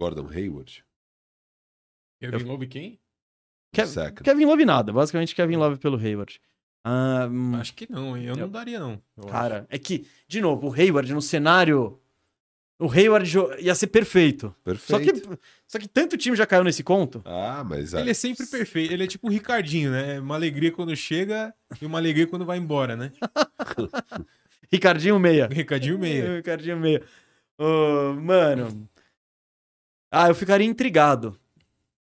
Gordon Hayward?
Kevin Love quem?
um
Kev-
second.
Kevin Love nada. Basicamente, Kevin Love pelo Hayward. Ah, hum,
Acho que não, hein? Eu
Eu-
não daria, não. eu acho.
cara, é que, de novo, o Hayward no cenário O Hayward jo- ia ser perfeito. Só que,
Perfeito.
só que tanto time já caiu nesse conto.
Ah, mas.
Ele é sempre perfeito. Ele é tipo o Ricardinho, né? É Uma alegria quando chega e uma alegria quando vai embora, né?
Ricardinho meia.
O Ricardinho
(laughs)
meia.
Ricardinho meia. Ô, mano. Ah, eu ficaria intrigado.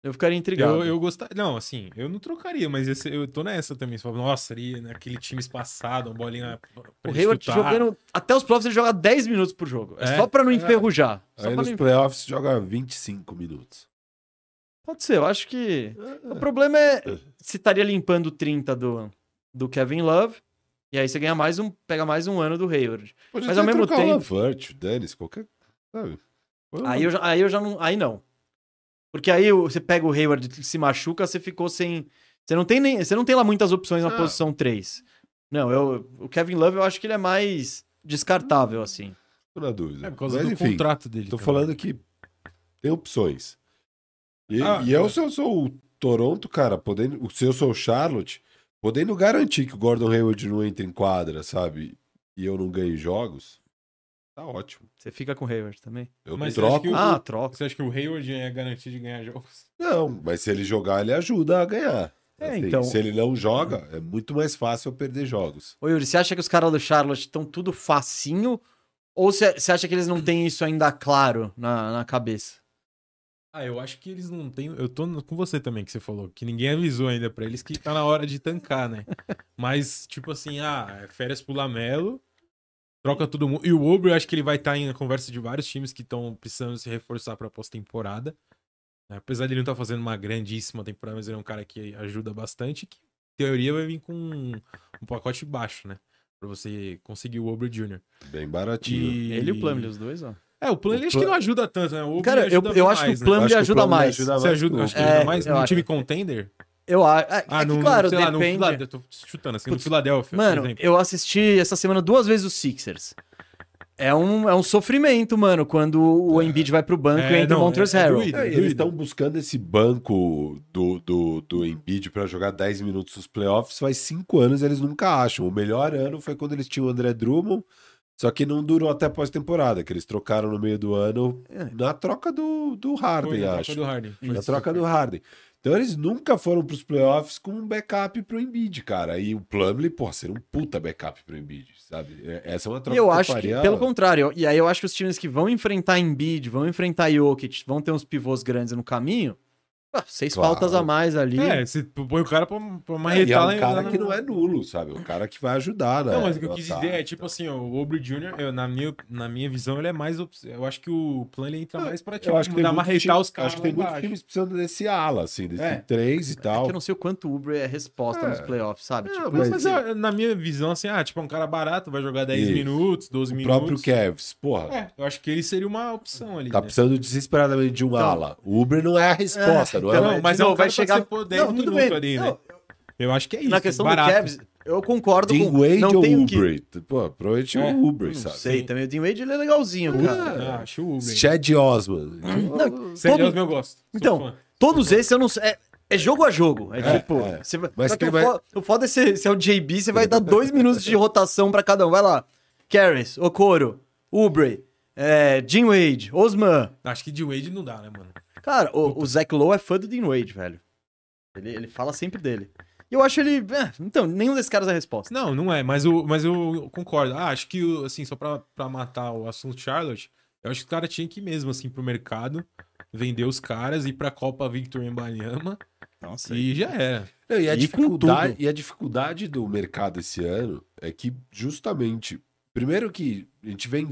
Eu ficaria intrigado.
Eu, eu gostaria. Não, assim, eu não trocaria, mas esse- eu tô nessa também. Você fala, nossa, ali naquele time espaçado, uma bolinha. pra- pra
O Hayward
disputar.
jogando. Até os playoffs ele joga 10 minutos por jogo. É,
É,
só pra não
é.
enferrujar. Só
Aí
pra
nos
não...
playoffs joga 25 minutos.
Pode ser, eu acho que. O problema é se estaria limpando 30 do, do Kevin Love. E aí você ganha mais um. Pega mais um ano do Hayward.
Pode
Mas
até
ao mesmo
trocar o
tempo-
Lavert, o Dennis, qualquer. Sabe? Põe o
Aí eu, já- aí eu já não. Aí não. Porque aí o- você pega o Hayward e se machuca, você ficou sem. Você não tem nem. Você não tem lá muitas opções na
Ah.
posição 3. Não, eu, o Kevin Love eu acho que ele é mais descartável, assim.
Tô na dúvida.
É por causa
Mas,
do
enfim,
contrato dele. tá
tô
também.
falando que tem opções. E,
Ah,
e eu,
é.
se eu sou o Toronto, cara, podendo, se eu sou o Charlotte, podendo garantir que o Gordon Hayward não entra em quadra, sabe? E eu não ganhe jogos, tá ótimo.
Você fica com o Hayward também.
Eu
Mas
não
acho
troco.
que o-
Ah, troca.
Você acha que o Hayward é garantia de ganhar jogos?
Não, mas se ele jogar, ele ajuda a ganhar. Assim,
É, então.
Se ele não joga, é muito mais fácil eu perder jogos.
Ô Yuri, você acha que os caras do Charlotte estão tudo facinho? Ou você você acha que eles não têm isso ainda claro na, na cabeça?
Ah, eu acho que eles não têm. Eu tô no- com você também, que você falou, que ninguém avisou ainda pra eles que tá na hora de tancar, né? Mas, tipo assim, ah, é férias pro Lamelo, troca todo mundo. E o Obre, eu acho que ele vai estar em conversa de vários times que estão precisando se reforçar pra pós-temporada. né? Apesar dele não estar fazendo uma grandíssima temporada, mas ele é um cara que ajuda bastante, que em teoria vai vir com um, um pacote baixo, né? Pra você conseguir o Obre Jr.
Bem baratinho.
E...
Ele e o Plumlee, os dois, ó.
É, o Plumlee
O
acho que
Plum-
não ajuda tanto, né? O Obre
Cara, eu,
ajuda
eu acho que
mais,
o
né?
Eu
Plumlee
acho que o
ajuda
Plumlee
mais.
ajuda
Você ajuda, eu
mais
acho que
que-
ajuda
É,
mais
eu
num
acho.
time contender?
Eu acho. É, é que,
no-
claro,
Ah, sei lá, no
depende.
Filade- eu tô chutando assim,
Putz.
no Filadélfia,
Mano,
por exemplo.
eu assisti essa semana duas vezes o Sixers. É um, é um sofrimento, mano, quando o Embiid vai pro banco e
É,
entra o
não,
Montrezl
é- é
Harrell.
doído.
É, e eles estão buscando esse banco do, do, do Embiid para jogar 10 minutos nos playoffs faz 5 anos e eles nunca acham. O melhor ano foi quando eles tinham o André Drummond, só que não durou até a pós-temporada, que eles trocaram no meio do ano na troca do, do Harden,
É. Foi, né,
acho.
troca do Harden.
é,
Foi
Na
isso.
troca do Harden. Então eles nunca foram pros playoffs com um backup pro Embiid, cara. E o Plumlee, pô, seria um puta backup pro Embiid, sabe? É- Essa é uma troca
E eu
eu
acho que,
faria-
pelo contrário, e aí eu acho que os times que vão enfrentar Embiid, vão enfrentar Jokic, vão ter uns pivôs grandes no caminho, ah, seis
Claro.
faltas a mais ali.
É, você põe o cara pra, pra
É, e é
marretar tá lá
um
em-
cara
lá
que
na-
não é nulo, sabe? É um cara que vai ajudar, né?
Não, mas o que eu
no
quis
ataque.
dizer é, tipo assim, ó, o Obre Jr., eu, na, minha, na minha visão, ele é mais... op- Eu acho que o plano ele entra mais pra, tipo,
Ah, Eu acho que tem
dar
muito
marretar
time-
os caras
Acho que tem
lá
muitos
embaixo.
times precisando desse ala, assim, desse
É.
três e
É
tal.
que eu não sei o quanto o Uber é resposta
É.
nos playoffs, sabe?
É,
Tipo,
Mas,
Mas-
eu- na minha visão, assim, ah, tipo, é um cara barato, vai jogar 10
Isso.
minutos, 12
O
minutos.
próprio Kevs, porra,
É, eu acho que ele seria uma opção ali,
tá
né?
precisando desesperadamente de um ala. O Uber não é a resposta, não é?
então,
mais-
mas
de
é um
novo, vai
cara pra
chegar-
você pôr 10
Não, tudo
minutos
bem.
ali, né?
Não,
Eu acho que é isso.
na questão
barato.
do Cavs, eu concordo
Dean
com...
Wade
não
ou
tem o que...
um Uber? Pô, provavelmente é
É,
o Uber,
Não
sabe? é.
sei, também o Dean Wade ele é legalzinho, cara.
Ah, acho o Uber.
Chad Osman.
Não, todo-
Sério, Deus, meu gosto. Sou
Então,
fã.
todos esses eu não sei. É, é jogo a jogo. É, tipo.
é.
você vai-
Mas
só que
quem
o,
vai-
fo- o foda é se, se é o JB, você vai dar dois minutos de rotação pra cada um. Vai lá. Karras, Okoro, Ubre, é, Jim Wade, Osman.
Acho que de Wade não dá, né, mano?
Cara, o, o Zach Lowe é fã do Dean Wade, velho. Ele, ele fala sempre dele. E eu acho ele. é, então, nenhum desses caras é a resposta.
Não, não é, mas eu, mas eu concordo. Ah, acho que, o- assim, só pra, pra matar o assunto Charlotte, eu acho que o cara tinha que ir mesmo, assim, pro mercado, vender os caras, ir pra Copa Victor em Banyama
Nossa.
e já era.
Não, e, a
E com
dificuldade,
tudo.
e a dificuldade do mercado esse ano é que, justamente, primeiro que a gente vem,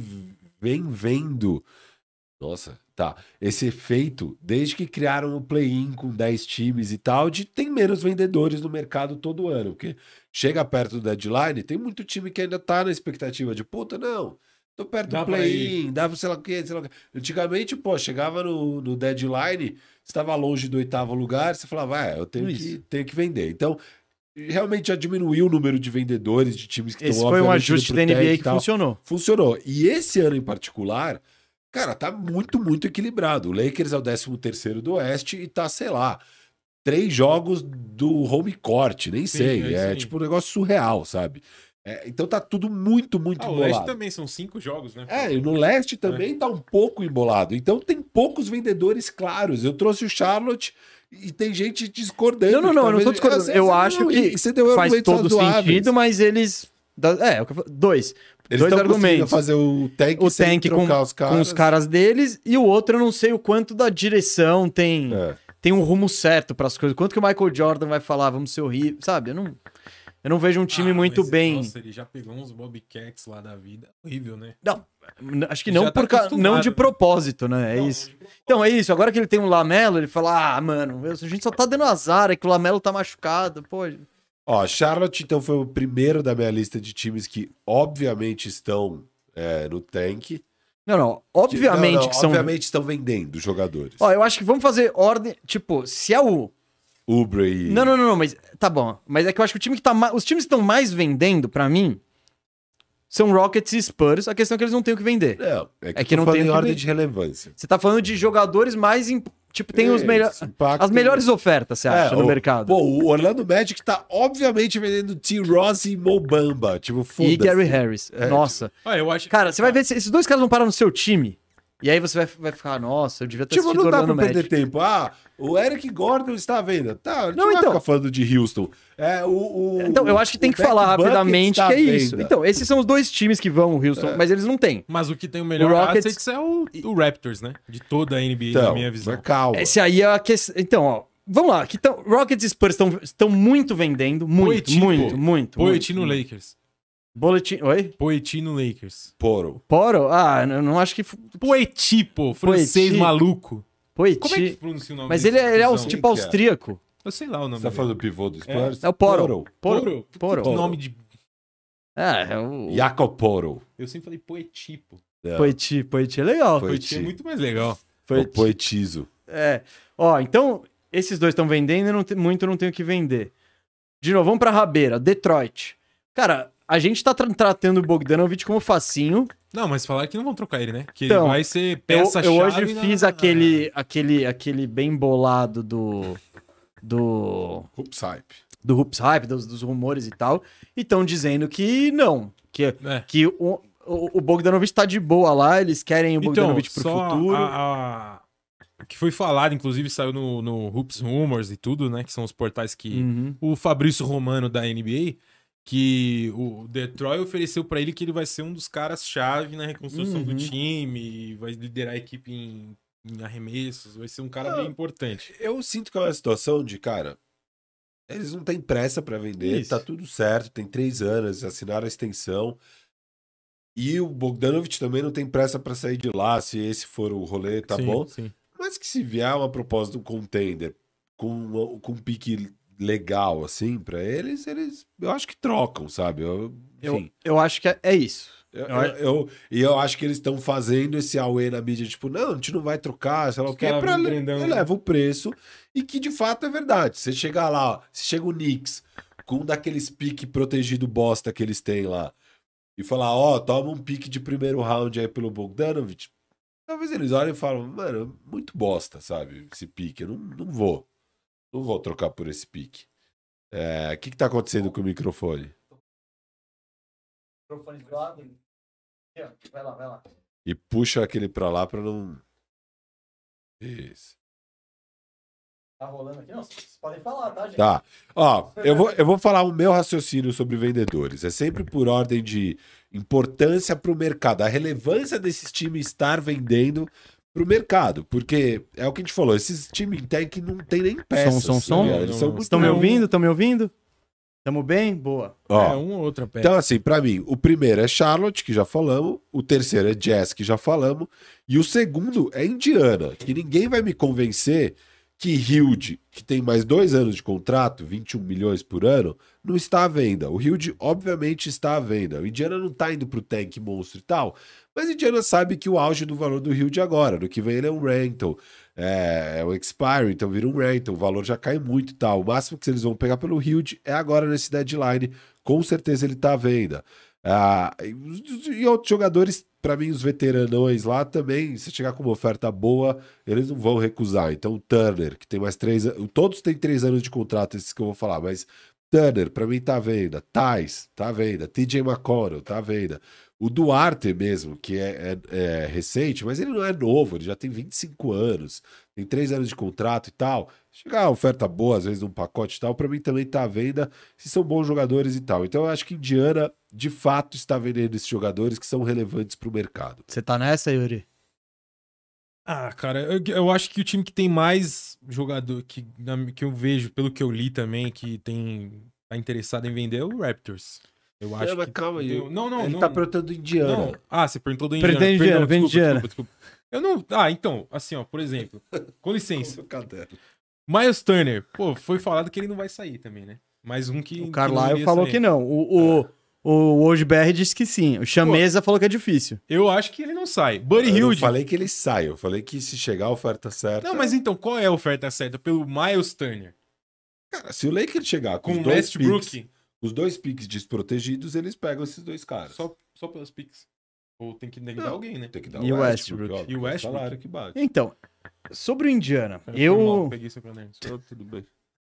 vem vendo. Nossa, tá. Esse efeito, desde que criaram o play-in com 10 times e tal, de tem menos vendedores no mercado todo ano. Porque chega perto do deadline, tem muito time que ainda tá na expectativa de puta, não. Tô perto
Dá
do
pra
play-in, dá pra sei lá o quê, sei lá o quê. Antigamente, pô, chegava no, no deadline, estava longe do oitavo lugar, você falava, ah, eu tenho que,
Isso.
tenho que vender. Então, realmente já diminuiu o número de vendedores, de times que
Esse
estão
foi um
obviamente, indo
ajuste
pro
da
tag e
NBA que
tal.
funcionou.
Funcionou. E esse ano em particular, cara, tá muito, muito equilibrado. O Lakers é o 13 terceiro do Oeste e tá, sei lá, três jogos do home court, nem
Sim,
sei.
é isso
É,
aí.
tipo um negócio surreal, sabe? É, então tá tudo muito, muito
Ah, o Leste
embolado.
também são cinco jogos, né?
É, e no leste também tá um pouco embolado. Então tem poucos vendedores claros. Eu trouxe o Charlotte e tem gente discordando.
Não, não, não, eu não tô
Talvez- é
discordando.
sei,
Eu
sei,
acho
não, e
que
você deu
Faz
argumentos
todo
razoáveis.
sentido, mas eles. da- É, o que eu falo- dois.
Eles tão
dois
conseguindo
argumentos.
fazer o tank,
O
sem
tank com-
trocar os caras.
Com os caras deles, e o outro eu não sei o quanto da direção tem,
É.
tem um rumo certo pras coisas. Quanto que o Michael Jordan vai falar, vamos ser horrível, sabe? Eu não, eu não vejo um time
Ah,
muito
mas,
bem.
Nossa, ele já pegou uns Bobcats lá da vida. Horrível, né?
Não, n- acho que
Ele
não
já tá
por ca... não
acostumado,
de
né?
propósito, né? É isso. Então é isso, agora que ele tem um Lamelo, ele fala: "Ah, mano, eu- a gente só tá dando azar, é que o Lamelo tá machucado". Pô,
Ó, Charlotte, então, foi o primeiro da minha lista de times que, obviamente, estão é, no tank.
não, não, obviamente
Não, não,
que são
Obviamente estão vendendo jogadores.
Ó, eu acho que vamos fazer ordem, tipo, se é o
Ubre e...
Não, não, não, não, mas tá bom. Mas é que eu acho que o time que tá mais. Os times que estão mais vendendo, pra mim, são Rockets e Spurs. A questão é que eles não têm o que vender.
Não, é que,
É que
não
não
tem
tem
em
o que
ordem
vender.
de relevância.
Você tá falando de jogadores mais. imp- Tipo, tem os
É, Esse
melhores.
impacto-
As melhores ofertas, você acha,
É,
no
o-
mercado.
Pô, o Orlando Magic tá obviamente vendendo T. Ross e Mobamba. Tipo, foda
e Gary Harris.
É.
Nossa.
Ah, eu acho.
Cara, você vai ver se esses dois caras não param no seu time. E aí você vai, vai ficar, nossa, eu devia ter
Tipo,
assistido
não dá
tá Orlando
pra perder
Magic.
tempo. Ah, o Eric Gordon está à venda. Tá, a gente
Não,
não,
então.
vai ficar falando de Houston. É, o, o-
Então, eu acho que
o tá
tem que
Beck
falar
Bucket
rapidamente
está
que
à
é isso.
venda.
Então, esses são os dois times que vão, o
É.
Houston, mas eles não têm.
Mas o que tem o melhor
O Rockets-
assets é o, o Raptors, né? De toda a NBA,
Então,
na minha visão.
mas calma.
Esse aí é a questão. Então, ó. Vamos lá, que tão, Rockets e Spurs estão muito vendendo, muito,
Poetino.
muito, muito.
Poeti no
muito.
Lakers.
Boletim. Oi?
Poeti no Lakers.
Poro.
Poro? Ah, eu não acho que. f-
Poeti, pô. Francês
Poeti.
maluco.
Poeti.
Como é que pronuncia o nome
Mas
desse
ele é, ele é os,
cuzão?
tipo
Quem que é?
austríaco.
Eu sei lá o nome
Você tá falando do pivô do Spurs?
É o Poro.
Poro.
Poro.
Que nome de...
É, é o.
Jacob Poro.
Eu sempre falei Poeti, pô.
Poeti. Poeti é legal.
Poeti.
Poeti é muito mais legal.
O
Poeti.
poetizo.
É. Ó, então, esses dois estão vendendo e não tem- muito não tem o que vender. De novo, vamos pra Rabeira, Detroit. Cara, a gente tá tra- tratando o Bogdanovich como facinho.
Não, mas falaram que não vão trocar ele, né? Que
Então,
ele vai ser
Eu,
peça-chave.
eu hoje
na-
fiz
É.
aquele, aquele, aquele bem bolado do. do.
Hoops hype.
do Hoops Hype, dos, dos rumores e tal. E estão dizendo que não. Que,
É.
que o, o, o Bogdanovich tá de boa lá, eles querem o
Então,
Bogdanovich pro
só
futuro.
a- a- o que foi falado, inclusive, saiu no, no Hoops Rumors e tudo, né? Que são os portais que...
Uhum.
o Fabrício Romano da NBA, que o Detroit ofereceu pra ele que ele vai ser um dos caras-chave na reconstrução
Uhum.
do time, vai liderar a equipe em, em arremessos, vai ser um cara
Ah,
bem importante.
Eu sinto que é uma situação de, cara, eles não têm pressa pra vender,
Isso.
tá tudo certo, tem três anos, assinaram a extensão. E o Bogdanovich também não tem pressa pra sair de lá, se esse for o rolê, tá
Sim,
bom.
sim.
Mas que se vier uma proposta de um contender com, com um pique legal, assim, pra eles, eles. Eu acho que trocam, sabe? Eu,
eu,
enfim.
eu acho que é, é isso.
Eu, eu- eu- e eu acho que eles estão fazendo esse Aue na mídia, tipo, não, a gente não vai trocar, sei lá o
Os
que,
caras
É pra
vêm
le-
grandão, né?
eleva o preço, e que de fato é verdade. Você chega lá, ó, você chega o Knicks com um daqueles pique protegido bosta que eles têm lá, e falar, ó, toma um pique de primeiro round aí pelo Bogdanovich, talvez eles olhem e falam, mano, muito bosta, sabe, esse pique, eu não, não vou. Não vou trocar por esse pique. É, O que, que tá acontecendo com o microfone?
Vai lá, vai lá.
E puxa aquele pra lá pra não. Isso.
Tá rolando aqui? Não, vocês podem falar, tá, gente?
Tá. Ó, eu vou, eu vou falar o meu raciocínio sobre vendedores. É sempre por ordem de importância para o mercado. A relevância desses times estar vendendo para o mercado. Porque é o que a gente falou, esses times em tech não tem nem peças.
som,
tá
som.
ligado? Eles são
Não,
muito-
Estão me
Não.
ouvindo? Estão me ouvindo? Tamo bem? Boa.
Ó,
É, uma ou outra peça.
Então, assim, pra mim, o primeiro é Charlotte, que já falamos, o terceiro é Jazz, que já falamos, e o segundo é Indiana, que ninguém vai me convencer que Hilde, que tem mais dois anos de contrato, 21 milhões por ano, não está à venda. O Hilde, obviamente, está à venda. O Indiana não tá indo pro tank monstro e tal, mas Indiana sabe que o auge do valor do Hilde é agora, no que vem ele é um rental, é, é um expire, então vira um rental, o valor já cai muito e tal. O máximo que eles vão pegar pelo Hilde é agora nesse deadline, com certeza ele tá à venda. Ah, e, os- e outros jogadores, pra mim, os veteranões lá também, se chegar com uma oferta boa, eles não vão recusar. Então, o Turner, que tem mais três anos, todos têm três anos de contrato, esses que eu vou falar, mas Turner, pra mim tá à venda. Tais, tá à venda. TJ McConnell, tá à venda. O Duarte mesmo, que é, é- é recente, mas ele não é novo, ele já tem 25 anos, tem 3 anos de contrato e tal. Chegar uma oferta boa, às vezes, num pacote e tal, pra mim também tá à venda, se são bons jogadores e tal. Então eu acho que Indiana, de fato, está vendendo esses jogadores que são relevantes pro mercado.
Você tá nessa, Yuri?
Ah, cara, eu, eu acho que o time que tem mais jogador que, na- que eu vejo, pelo que eu li também, que tem tá interessado em vender é o Raptors. Eu acho
mas
que
calma aí.
deu- Não, não,
ele
não.
tá perguntando Indiana.
Não. Ah, você perguntou do
Perguntou
Indiana.
do Indiana,
Perdão,
vem
desculpa, desculpa, desculpa. Eu não. Ah, então, assim, ó, por exemplo, com licença. Miles Turner, pô, foi falado que ele não vai sair também, né? Mais um que.
O
que
Carlyle
iria
falou
sair.
que não. O,
É.
o, o OGBR disse que sim. O Chameza falou que é difícil.
Eu acho que ele não sai. Buddy
Eu não
Hilde.
falei que ele sai, eu falei que se chegar a oferta certa.
Não, mas então, qual é a oferta certa pelo Miles Turner?
Cara, se o Lakers chegar com,
Com
os
o
dois
Westbrook?
picks, os dois picks desprotegidos, eles pegam esses dois caras.
Só, só pelas picks. Ou tem que negar
Não.
alguém, né?
Tem que dar
E
o
o
Westbrook.
Westbrook?
óbvio,
E o
que é
Westbrook?
salário que bate.
Então, sobre o Indiana,
Cara, foi mal,
eu.
Peguei seu caderno.
Então, tudo bem.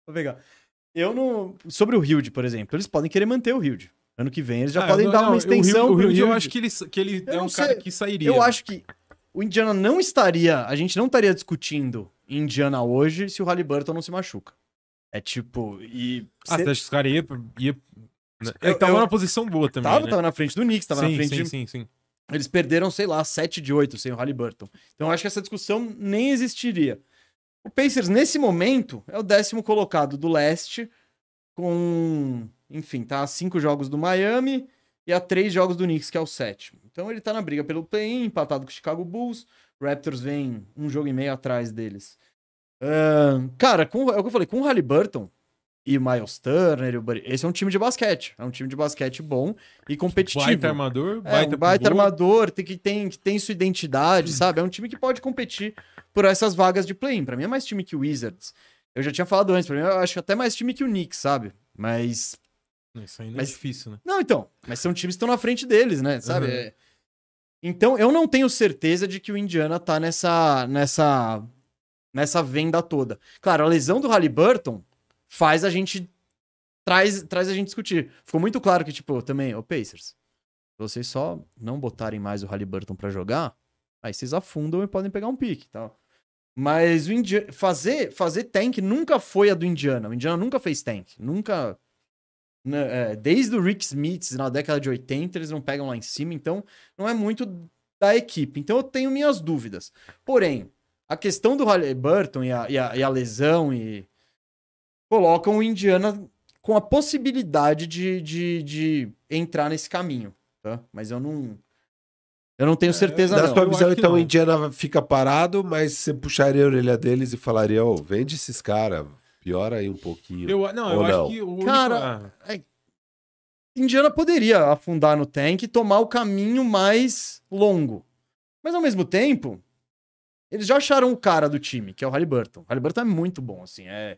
Vou pegar. Eu não. Sobre o Hilde, por exemplo, eles podem querer manter o Hilde. Ano que vem eles já
Ah,
podem
não,
dar
não,
uma extensão.
O
pro
Rio, o Rio, eu
Hilde.
acho que ele, que ele
Eu
é
não
um
sei.
cara que sairia.
Eu acho que o Indiana não estaria. A gente não estaria discutindo Indiana hoje se o Halliburton não se machuca. É tipo. E.
Ah,
cê-
você acha que os caras iam. Ia...
Eu-
É que tava
eu-
numa posição boa também.
tava,
né?
tava na frente do Knicks, tava
sim,
na frente
sim,
de
sim, sim.
Eles perderam, sei lá, 7 de 8 sem o Halliburton. Então eu acho que essa discussão nem existiria. O Pacers, nesse momento, é o décimo colocado do leste, com. Enfim, tá a 5 jogos do Miami e a 3 jogos do Knicks, que é o sétimo. Então ele tá na briga pelo play-in, empatado com o Chicago Bulls. Raptors vem um jogo e meio atrás deles. Ahn, cara, com, é o que eu falei, com o Halliburton e o Miles Turner, e o Buddy- esse é um time de basquete. É um time de basquete bom e competitivo.
Baita armador,
É,
baita,
um baita
pivô.
armador, tem que, tem, que tem sua identidade, sabe? É um time que pode competir por essas vagas de play-in. Pra mim é mais time que o Wizards. Eu já tinha falado antes, pra mim eu acho até mais time que o Knicks, sabe? Mas.
Isso ainda
Mas-
é difícil, né?
Não, então. Mas são times que estão na frente deles, né? Sabe?
Uhum.
É. Então eu não tenho certeza de que o Indiana tá nessa. nessa. nessa venda toda. Claro, a lesão do Halliburton faz a gente. Traz, traz a gente discutir. Ficou muito claro que, tipo, também, ô Pacers, se vocês só não botarem mais o Halliburton pra jogar, aí vocês afundam e podem pegar um pique e tal. Mas o Indi fazer, fazer tank nunca foi a do Indiana. O Indiana nunca fez tank. Nunca. né, é, desde o Rick Smith na década de 80, eles não pegam lá em cima, então não é muito da equipe. Então eu tenho minhas dúvidas. Porém, a questão do Halliburton e a, e a, e a lesão e. colocam o Indiana com a possibilidade de, de, de entrar nesse caminho. Tá? Mas eu não. Eu não tenho
É,
certeza,
Na
não.
sua
eu
visão,
acho que
então,
não.
o Indiana fica parado, mas você puxaria a orelha deles e falaria, ô, vende esses caras, piora aí um pouquinho.
Eu, não, eu
Ou
acho
não?
que o único-
Cara,
ah,
É, Indiana poderia afundar no tank e tomar o caminho mais longo. Mas ao mesmo tempo, eles já acharam o cara do time, que é o Halliburton. O Halliburton é muito bom, assim, é.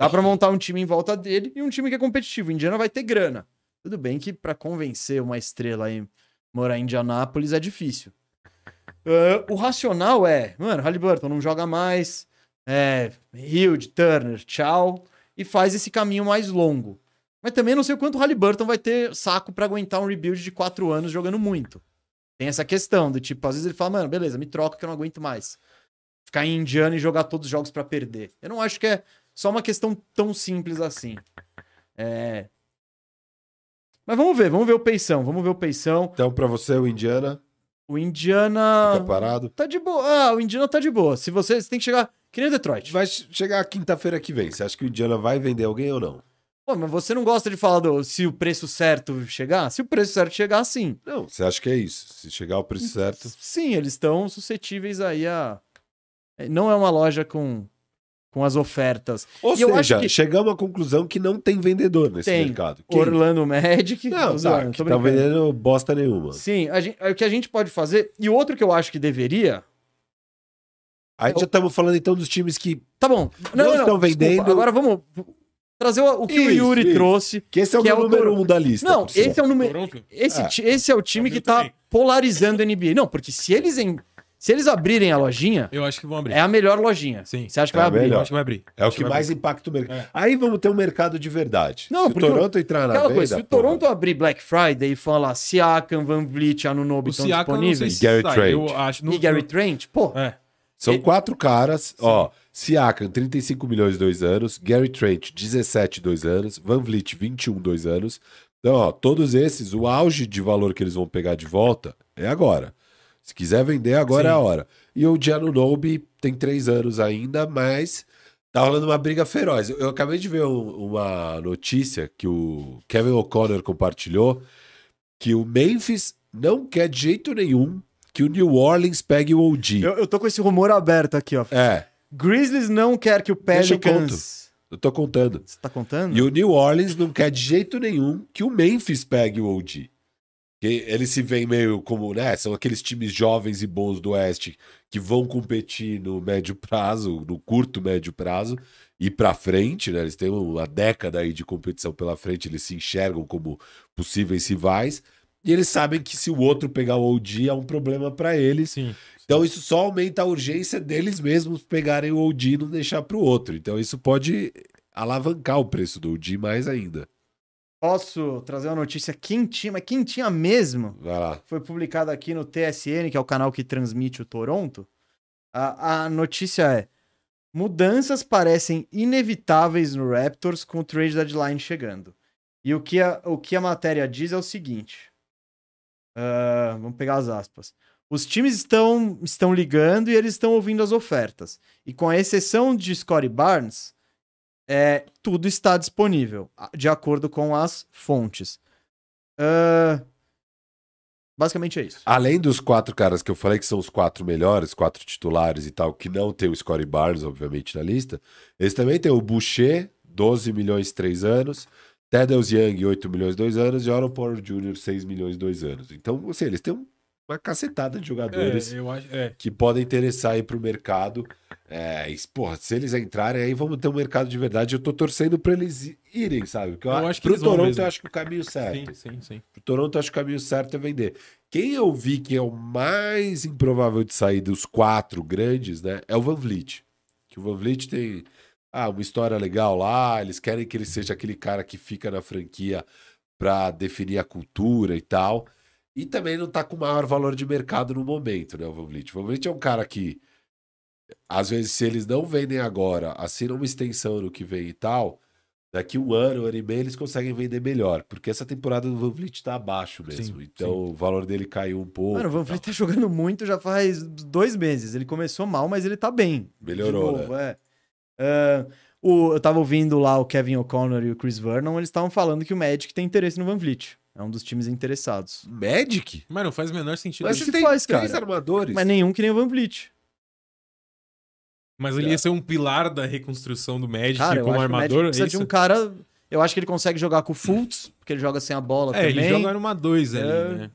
Dá pra montar um time em volta dele e um time que é competitivo. O Indiana vai ter grana. Tudo bem que pra convencer uma estrela e morar em Indianápolis é difícil. (laughs) Ah, o racional é, mano, Halliburton não joga mais, é, Hilde, Turner, tchau, e faz esse caminho mais longo. Mas também não sei o quanto o Halliburton vai ter saco pra aguentar um rebuild de quatro anos jogando muito. Tem essa questão do tipo, às vezes ele fala, mano, beleza, me troca que eu não aguento mais. Ficar em Indiana e jogar todos os jogos pra perder. Eu não acho que é só uma questão tão simples assim. É. Mas vamos ver, vamos ver o Peição, vamos ver o Peição.
Então, pra você, o Indiana
O Indiana.
fica parado.
Tá de boa. Ah, o Indiana tá de boa. Se você, você tem que chegar. Que nem o Detroit.
Vai chegar quinta-feira que vem, você acha que o Indiana vai vender alguém ou não?
Pô, mas você não gosta de falar do se o preço certo chegar? Se o preço certo chegar, sim.
Não, você acha que é isso. Se chegar ao
Hum,
preço certo...
Sim, eles estão suscetíveis aí a. É, Não é uma loja com, com as ofertas.
Ou
E eu acho
seja,
que-
chegamos à conclusão que não tem vendedor nesse
Tem.
mercado.
Orlando Magic.
Não,
tô
tá,
zoando,
que é-
tô
tá
brincando.
vendendo bosta nenhuma.
Sim, a gen- o que a gente pode fazer. E outro que eu acho que deveria.
Aí já estamos falando então dos times que.
Tá bom.
Não
Não, não, não,
estão
desculpa,
vendendo.
Agora vamos trazer o, o que o
Isso,
Yuri
isso.
trouxe.
Que esse é o
Que
meu
é o
número
Toronto.
um da lista.
Não,
por sinal.
esse é o número.
Toronto?
Esse,
É.
ti- esse é o time
Pra
que
mim
tá
também.
polarizando a NBA. Não, porque se eles, en- Se eles abrirem a lojinha,
Eu acho que vão abrir.
é a melhor lojinha.
Sim.
Você acha que
É
vai
a
abrir?
melhor.
Eu acho que vai abrir.
É o
Acho
que
vai
mais impacta o mercado.
É.
Aí vamos ter um mercado de verdade.
Não,
se o
porque
Toronto entrar na
Aquela
venda,
coisa, se o
porra,
Toronto abrir Black Friday e falar Siakam, Van Vliet, Anunobi
O
estão
Siakam, eu não sei
disponíveis,
E
se
Gary
sai,
Trent.
Eu acho. no-
e Gary Trent, pô,
É.
são
e-
quatro caras, ó. Siakam, 35 milhões, dois anos. Gary Trent, 17, dois anos. Van Vliet, 21, dois anos. Então, ó, todos esses, o auge de valor que eles vão pegar de volta é agora. Se quiser vender, agora é a hora. E o Giannunobi tem três anos ainda, mas tá rolando uma briga feroz. Eu, eu acabei de ver um- uma notícia que o Kevin O'Connor compartilhou que o Memphis não quer de jeito nenhum que o New Orleans pegue o OG.
eu, eu tô com esse rumor aberto aqui, ó.
É,
Grizzlies não quer que o
Deixa eu
Pelicans...
eu tô contando.
Você tá contando?
E o New Orleans não quer de jeito nenhum que o Memphis pegue o OG. Que eles se veem meio como, né? São aqueles times jovens e bons do Oeste que vão competir no médio prazo, no curto médio prazo e pra frente, né? Eles têm uma década aí de competição pela frente, eles se enxergam como possíveis rivais e eles sabem que se o outro pegar o OG é um problema pra eles.
Sim.
Então isso só aumenta a urgência deles mesmos pegarem o OG e não deixar pro outro. Então isso pode alavancar o preço do OG mais ainda.
Posso trazer uma notícia quentinha, mas quentinha mesmo?
Vai lá.
Foi publicada aqui no TSN, que é o canal que transmite o Toronto. A, a notícia é: mudanças parecem inevitáveis no Raptors com o trade deadline chegando. E o que a, o que a matéria diz é o seguinte: Ah, vamos pegar as aspas. Os times estão, estão ligando e eles estão ouvindo as ofertas. E com a exceção de Scottie Barnes, é, tudo está disponível, a- de acordo com as fontes. Ah, basicamente é isso.
Além dos quatro caras que eu falei que são os quatro melhores, quatro titulares e tal, que não tem o Scottie Barnes, obviamente, na lista, eles também têm o Boucher, 12 milhões 3 anos, Tedels Young, 8 milhões 2 anos e Oral Porter Jr., 6 milhões 2 anos. Então, assim, eles têm uma cacetada de jogadores.
É, eu acho. É.
que podem interessar aí pro mercado. É, e, porra, se eles entrarem aí, vamos ter um mercado de verdade. Eu tô torcendo pra eles i- irem, sabe? Porque eu,
Eu acho que
pro
eles vão
Toronto
mesmo.
eu acho que o caminho certo.
Sim, sim, sim.
Pro Toronto eu acho que o caminho certo é vender. Quem eu vi que é o mais improvável de sair dos quatro grandes, né? É o Van Vliet. Que o Van Vliet tem ah, uma história legal lá, eles querem que ele seja aquele cara que fica na franquia pra definir a cultura e tal. E também não tá com maior valor de mercado no momento, né, o Van Vliet. O Van Vliet é um cara que, às vezes, se eles não vendem agora, assinam uma extensão no que vem e tal, daqui um ano, um ano e meio, eles conseguem vender melhor. Porque essa temporada do Van Vliet tá abaixo mesmo.
Sim,
então o valor dele caiu um pouco.
Mano, o Van
e tal.
Vliet tá jogando muito já faz dois meses. Ele começou mal, mas ele tá bem.
Melhorou, né?
De novo,
né?
é. Ah, o, eu tava ouvindo lá o Kevin O'Connor e o Chris Vernon, eles estavam falando que o Magic tem interesse no Van Vliet. É um dos times interessados.
Magic?
Mas não faz o menor sentido.
Mas
Mas,
que
você tem
faz,
três
cara?
armadores.
Mas nenhum que nem o Van Vliet.
ele ia ser um pilar da reconstrução do Magic
Cara, eu
como
acho que o Magic
armador.
precisa
é
de
isso?
um cara... Eu acho que ele consegue jogar com o Fultz, porque ele joga sem a bola
É,
também.
ele joga numa 2 ali,
É.
né?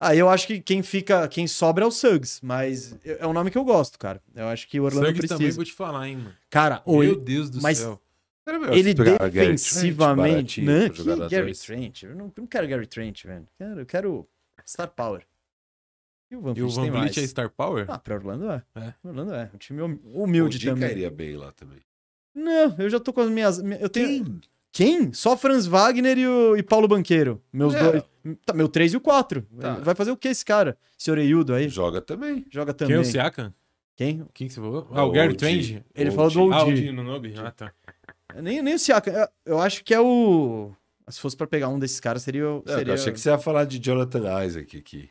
Aí eu acho que quem fica, quem sobra é o Suggs, mas eu- é um nome que eu gosto, cara. Eu acho que o Orlando
Suggs também
precisa.
vou te falar, hein, mano.
Cara, oi,
Meu Deus do
mas-
céu.
Era
É,
melhor
Ele
você pegar Gary Trent,
defensivamente.
baratinho,
Não,
pra jogar na
que Gary
dois.
Trent? Eu não, eu não quero Gary Trent, velho. Quero- Eu quero Star Power. E o Van
E o
Vliet
Van
tem mais.
Vliet é Star Power?
Ah, pra Orlando é.
É.
Orlando é. Um time hum-
O
humilde
Di
também.
cairia bem lá também.
Não, eu já tô com as minhas. minha- Eu tenho. Quem? Só Franz Wagner e, o- e Paulo Banqueiro. Meus
É.
dois. Tá, meu 3 e o 4.
Tá.
Vai fazer o que esse cara? Esse oreiudo aí?
Joga também.
Joga
Quem
também.
é o Siakam?
Quem?
Quem que você falou? Ah,
O
o Gary
OG.
Trend?
Ele
O
falou
Di-
do
Ah, o
OG.
Dino Nobi. Ah, tá.
nem, nem o Siakam. Eu, eu acho que é o. Se fosse pra pegar um desses caras, seria. o-
Ah, Não, É,
seria...
Eu achei que você ia falar de Jonathan Isaac aqui.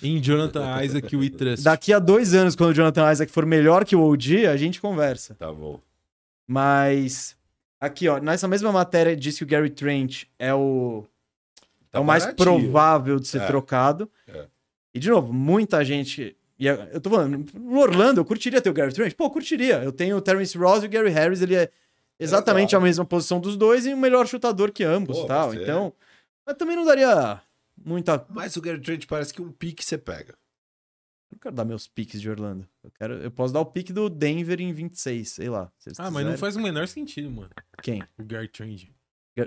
Em Jonathan Isaac, o Itrust.
Daqui a dois anos, quando o Jonathan Isaac for melhor que o OG, a gente conversa.
Tá bom.
Mas. Aqui, ó, nessa mesma matéria diz que o Gary Trent é o,
Tá
é o mais
baratinho.
provável de ser
É.
trocado.
É.
E, de novo, muita gente. e é, eu eu tô falando, no Orlando, eu curtiria ter o Gary Trent. Pô, eu curtiria. Eu tenho o Terence Ross e o Gary Harris, ele é exatamente
Exato.
a mesma posição dos dois e o melhor chutador que ambos
Pô,
tal.
mas é.
Então. Mas também não daria muita.
Mas o Gary Trent parece que um pique você pega.
Eu não quero dar meus piques de Orlando. Eu, quero, eu posso dar o pique do Denver em 26, sei lá. se eles
Ah, mas não
quiserem.
faz o menor sentido, mano.
Quem?
O Gary Trend.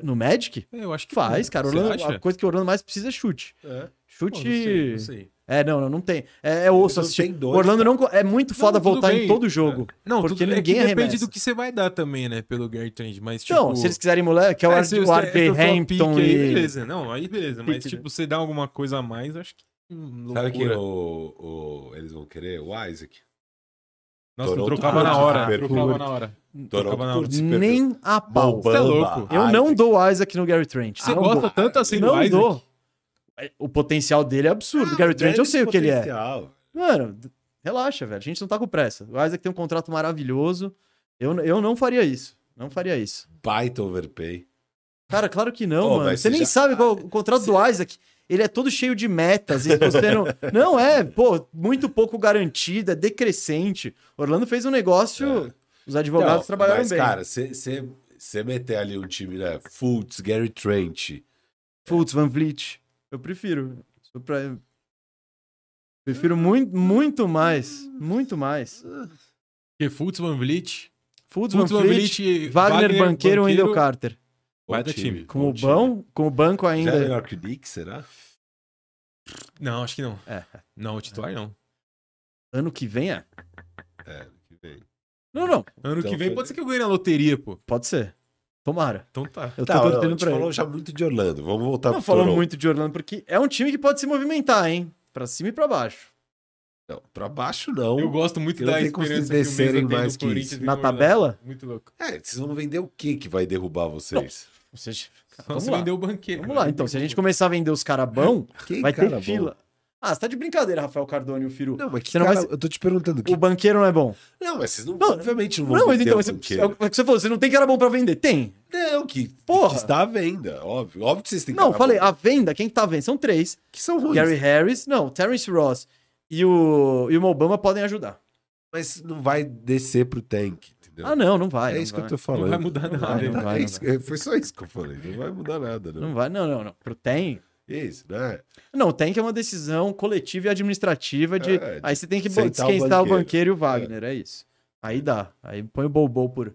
No Magic?
É, eu acho que
Faz, cara.
Você
Orlando,
acha?
a coisa que o Orlando mais precisa é chute.
É.
Pô, não sei,
Chute.
não sei.
É, não, não, não tem. É, é osso
Não
assistir.
tem dois,
Orlando não. co- É muito foda
tudo
voltar em
bem.
todo jogo.
Não,
porque
tudo,
ninguém
é que depende
arremessa.
do que você vai dar também, né? Pelo Gertrand, mas tipo...
Não, se eles quiserem moleque, que é o
É,
Ar-
se
o
você- se
Arthur
eu for
Hampton
pique aí,
e.
beleza. Não, aí beleza. Mas,
Pique, né?
tipo, você dá alguma coisa a mais, eu acho que. hum,
Sabe que
loucura.
o, o- eles vão querer? O Isaac.
Nossa, eu
Toronto
trocava
Curtis,
na hora.
Harper
Trocava
Curtis.
na hora.
Toronto
Acaba na-
Curtis, perfeito.
Nem a pau.
Bobamba,
Você é louco.
Eu não
Isaac.
dou Isaac no Gary Trent.
Você
não
gosta
dou.
tanto assim do
Não
Isaac?
dou. É, O potencial dele é absurdo.
Ah,
o Gary Trent, eu sei o que ele é.
Potencial.
Mano, d- relaxa, velho. A gente não tá com pressa. O Isaac tem um contrato maravilhoso. Eu, n- eu não faria isso. Não faria isso.
Baita overpay.
Cara, claro que não,
Ô,
mano.
mas você
Você nem
já-
sabe qual o contrato do Isaac. Ele é todo cheio de metas. E você não... não é, pô, muito pouco garantido, é decrescente. Orlando fez um negócio. Os advogados
Não,
trabalharam
mas,
bem.
cara, você meter ali um time, né? Fultz, Gary Trent. um
Fultz, Van Vliet. Eu prefiro. Sou pra- Prefiro muito, muito mais. Muito mais.
Porque Fultz, Van Vliet...
Fultz, Van
Fultz, Van
Vliet,
Vliet...
Wagner, Banqueiro e Wendell Carter.
bom
Baita time.
Com o,
time.
bão, com o banco
Já é
ainda.
melhor que o Knicks, será?
Não, acho que não.
É.
Não, o titular não.
Ano que vem é?
É, ano que vem.
Não, não.
Ano
Então
que vem
foi-
pode ser que eu ganhe na loteria, pô.
Pode ser. Tomara.
Então tá.
Eu tô
Tá, não, a
torcendo
gente
pra
falou
ele.
já muito de Orlando. Vamos voltar
Não
pro
falamos
Toronto.
muito de Orlando, porque é um time que pode se movimentar, hein? Pra cima e pra baixo.
Não, pra baixo não.
Eu gosto muito
Eu não
da
tenho como
esperança que o
vocês
Mesa tem
descerem
no
mais que
Corinthians
isso.
e
Na
no Orlando.
tabela?
Muito louco.
É, vocês vão vender o que que vai derrubar vocês?
Ou seja, cara,
Só
Então vamos
se
lá.
vender o banqueiro.
Vamos lá, então. Se a gente começar a vender os
(laughs)
cara bom,
Quem,
vai
cara,
ter
bom?
fila. Ah, você tá de brincadeira, Rafael Cardone e o Firu.
Não, mas que
Você não
cara,
vai
eu tô te perguntando. Que...
O banqueiro não é bom.
Não, mas vocês não,
Não,
obviamente não vão
Não, mas
vender
então,
o
você,
banqueiro.
é o que você falou, você não tem cara bom pra vender. Tem.
Não, que,
Porra.
que está à venda, óbvio. Óbvio que vocês têm
Não,
cara
falei,
bom,
a venda, quem que tá vendo? São três.
que são ruins.
Gary Harris, não, Terence Ross e o, e o Obama podem ajudar.
Mas não vai descer pro tank, entendeu?
Ah, não, não vai.
é
não
isso que
vai.
eu tô falando.
Não vai mudar
Não
nada.
vai,
Ah, não
tá,
vai, Hum.
é
não
isso que- Foi só isso que eu falei. Não vai mudar nada, não.
Não vai, não, não, não. Pro Tank.
Isso, né?
Não, o Tank é uma decisão coletiva e administrativa de.
É,
aí você tem que
sentar o
esquentar o
banqueiro.
banqueiro e o Wagner, é, isso. Aí dá. Aí põe o Bobo por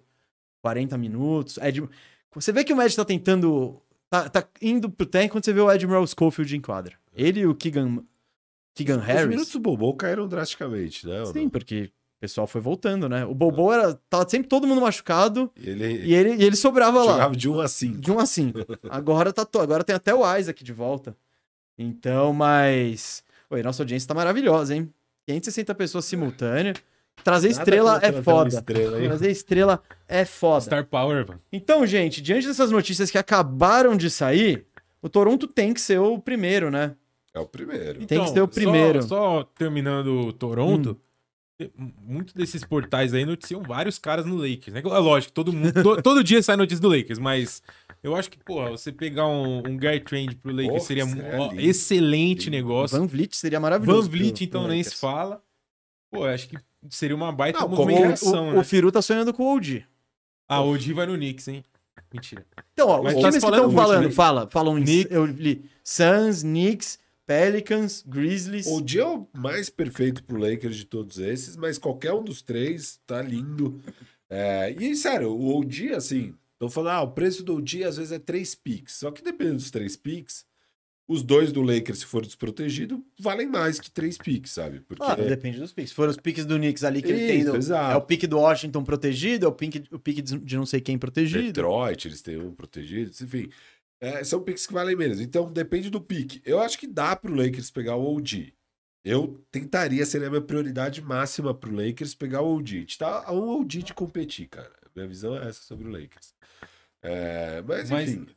40 minutos. Ed- Você vê que o Ed tá tentando. Tá, tá indo pro Tank quando você vê o Admiral Schofield em quadra. Ele e o Keegan, Keegan
Os
Harris.
minutos do Bobô caíram drasticamente, né? É. ou não?
Sim, porque o pessoal foi voltando, né? O Bobo era. Tava sempre todo mundo machucado
E Ele
e ele, e ele sobrava lá.
jogava de 1 a 5.
De 1 a 5. Agora tá to... agora tem até o Isaac de volta. Então, mas. Oi, nossa audiência tá maravilhosa, hein? 560 pessoas simultâneas. Trazer estrela é foda. Trazer estrela é foda.
Star Power, mano.
Então, gente, diante dessas notícias que acabaram de sair, o Toronto tem que ser o primeiro, né?
É o primeiro.
Tem que ser o primeiro.
Então,
Hum.
Só, só terminando o Toronto, te- muito desses portais aí noticiam vários caras no Lakers. Né? É lógico, todo, mundo, to- (laughs) todo dia sai notícia do Lakers, mas eu acho que, porra, você pegar um, um Guy Trend pro Lakers
Porra,
seria um
é
seria
ó,
lindo.
excelente
Lindo.
negócio.
Van Vliet seria
Van
maravilhoso.
Vliet,
pro-
então,
pro
nem
Lakers.
se fala. Pô, eu acho que seria uma baita
Não, como
movimentação,
O,
né?
o Firu tá sonhando com o OG.
Ah, o Di vai no Knicks, hein? Mentira.
Então, ó, os
Mas tá
times
se
que
falando
estão
muito,
falando,
né?
fala, falam em-
Knicks.
Eu li Suns, Knicks, Pelicans, Grizzlies.
O dia é o mais perfeito pro Lakers de todos esses, mas qualquer um dos três tá lindo. É, e, sério, o OG, assim, estão falando, ah, o preço do OG às vezes é três picks. Só que dependendo dos três picks, os dois do Lakers, se for desprotegido, valem mais que três picks, sabe? Porque
Ah, depende dos picks. Foram os picks do Knicks ali que ele tem.
Isso,
do-
exato.
É o pique do Washington protegido, é o pique, o pique de de não sei quem protegido.
Detroit, eles têm um protegido, enfim. É, são picks que valem menos. Então depende do pique. Eu acho que dá pro Lakers pegar o OG. Eu tentaria, seria a minha prioridade máxima pro Lakers pegar o OG. A gente tá a um OG de competir, cara. Minha visão é essa sobre o Lakers. É, mas,
Mas-
enfim.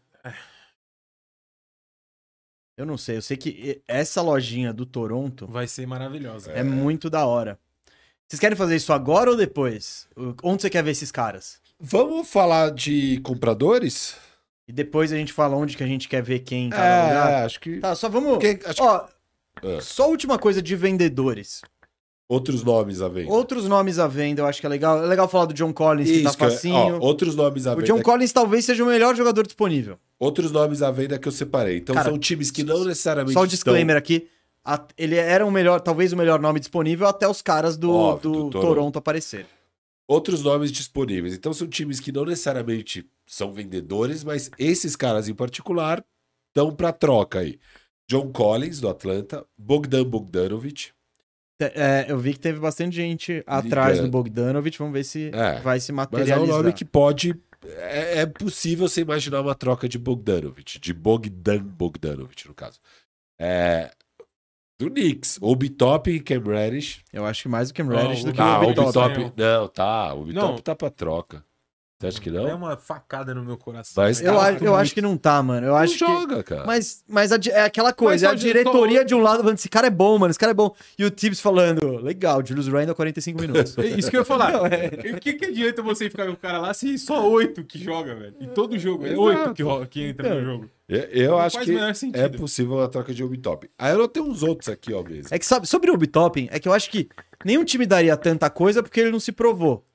Eu não sei, eu sei que e- essa lojinha do Toronto
Vai ser maravilhosa.
é, muito da hora. Vocês querem fazer isso agora ou depois? O- Onde você quer ver esses caras?
Vamos falar de compradores?
E depois a gente fala onde que a gente quer ver quem em cada lugar.
É, acho que.
Tá, só vamos.
Porque acho que
Ó,
É.
só última coisa de vendedores.
outros nomes à venda.
Outros nomes à venda, eu acho que é legal. É legal falar do John Collins, que tá
Isso que eu-
facinho. um
ó, é outros nomes à
o
venda.
John Collins talvez seja o melhor jogador disponível.
Outros nomes à venda que eu separei. Então
Cara,
são times que não necessariamente.
Só o
estão-
disclaimer aqui. a- ele era o melhor, talvez o melhor nome disponível até os caras do,
Óbvio,
do
do
Toronto.
Toronto.
aparecerem.
outros nomes disponíveis. Então são times que não necessariamente são vendedores, mas esses caras em particular estão para troca aí. John Collins, do Atlanta, Bogdan Bogdanovic.
Te- é, eu vi que teve bastante gente atrás do Bogdanovic. Vamos ver se
É,
vai se
Mas é um
materializar.
nome que pode. É, é possível você imaginar uma troca de Bogdanovic, de Bogdan Bogdanovic, no caso. É, do Knicks. Ou Bitop e Cam Reddish.
Eu acho que mais o Cam
Não,
Reddish do que
Ah,
o
o
Obi Top.
Bitop.
Não.
Não, tá. O Bitop
Não.
tá pra troca. Você acha que não?
É uma facada no meu coração. É
Mas
Eu,
tá.
acho- eu acho que não tá, mano. Eu
não
acho que.
joga, cara.
Mas, mas a di- é aquela coisa, é a
só de-
diretoria de um lado falando, esse cara é bom, mano, esse cara é bom. E o Tibbs falando, legal, Julius Randle 45
(laughs)
minutos.
É Isso que eu ia falar.
é.
O que, que adianta você ficar com o cara lá se só oito que joga, velho? Em todo jogo, é
Exato.
oito que, ro- que entra no jogo.
Eu, eu
Não
acho
faz
que
o menor sentido.
é possível a troca de Obitop. Aí eu tenho uns outros aqui, ó, mesmo.
É que sabe, sobre o Obi-Topping, é que eu acho que nenhum time daria tanta coisa porque ele não se provou.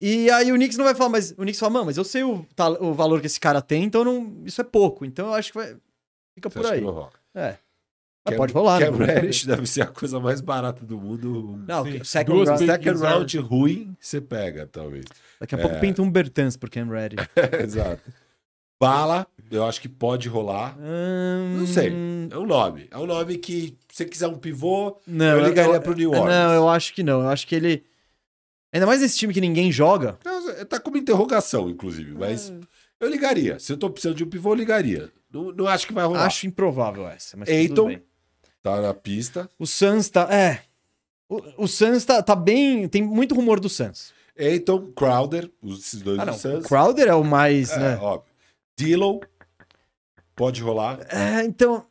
E aí o Knicks não vai falar, mas o Knicks fala, mano, mas eu sei o, tal- o valor que esse cara tem, então não, isso é pouco. Então eu acho que vai, fica
Você
por
acha
aí.
que não rola?
É. Mas
Cam-
pode rolar,
Cam
né?
Reddish é (laughs) deve ser a coisa mais barata do mundo.
Não,
Sim.
second
Duas
round.
vezes.
Second round ruim, você pega, talvez. (laughs)
Daqui a pouco
É.
pinta um Bertans pro Cam Reddish.
Exato. Bala, eu acho que pode rolar.
Hum,
sei. É um nome. É um nome que, se você quiser um pivô,
Não,
eu ligaria pro New Orleans.
Não, eu acho que não. Eu acho que ele. Ainda mais nesse time que ninguém joga.
Não, Tá como interrogação, inclusive, mas
Hum.
eu ligaria. Se eu tô precisando de um pivô, eu ligaria. Não, não acho que vai rolar.
Acho improvável essa. Mas tudo
Eiton.
bem.
Tá na pista.
O Suns tá. É. O, o Suns tá, tá bem. Tem muito rumor do Suns.
Eiton, Crowder, os- esses dois
Ah,
do
não.
Suns.
O Crowder é o mais,
É,
né?
óbvio. Dillon, pode rolar.
É, então,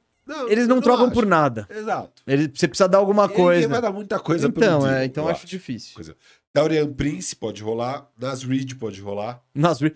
eles não, trocam
acho.
por nada.
Exato.
Ele, você precisa dar alguma
Ninguém vai
coisa.
dar muita coisa pelo
Então,
Dillon,
é, então
eu
eu acho difícil.
Taurian Prince pode rolar. Nas Reed pode rolar.
Nas Reed-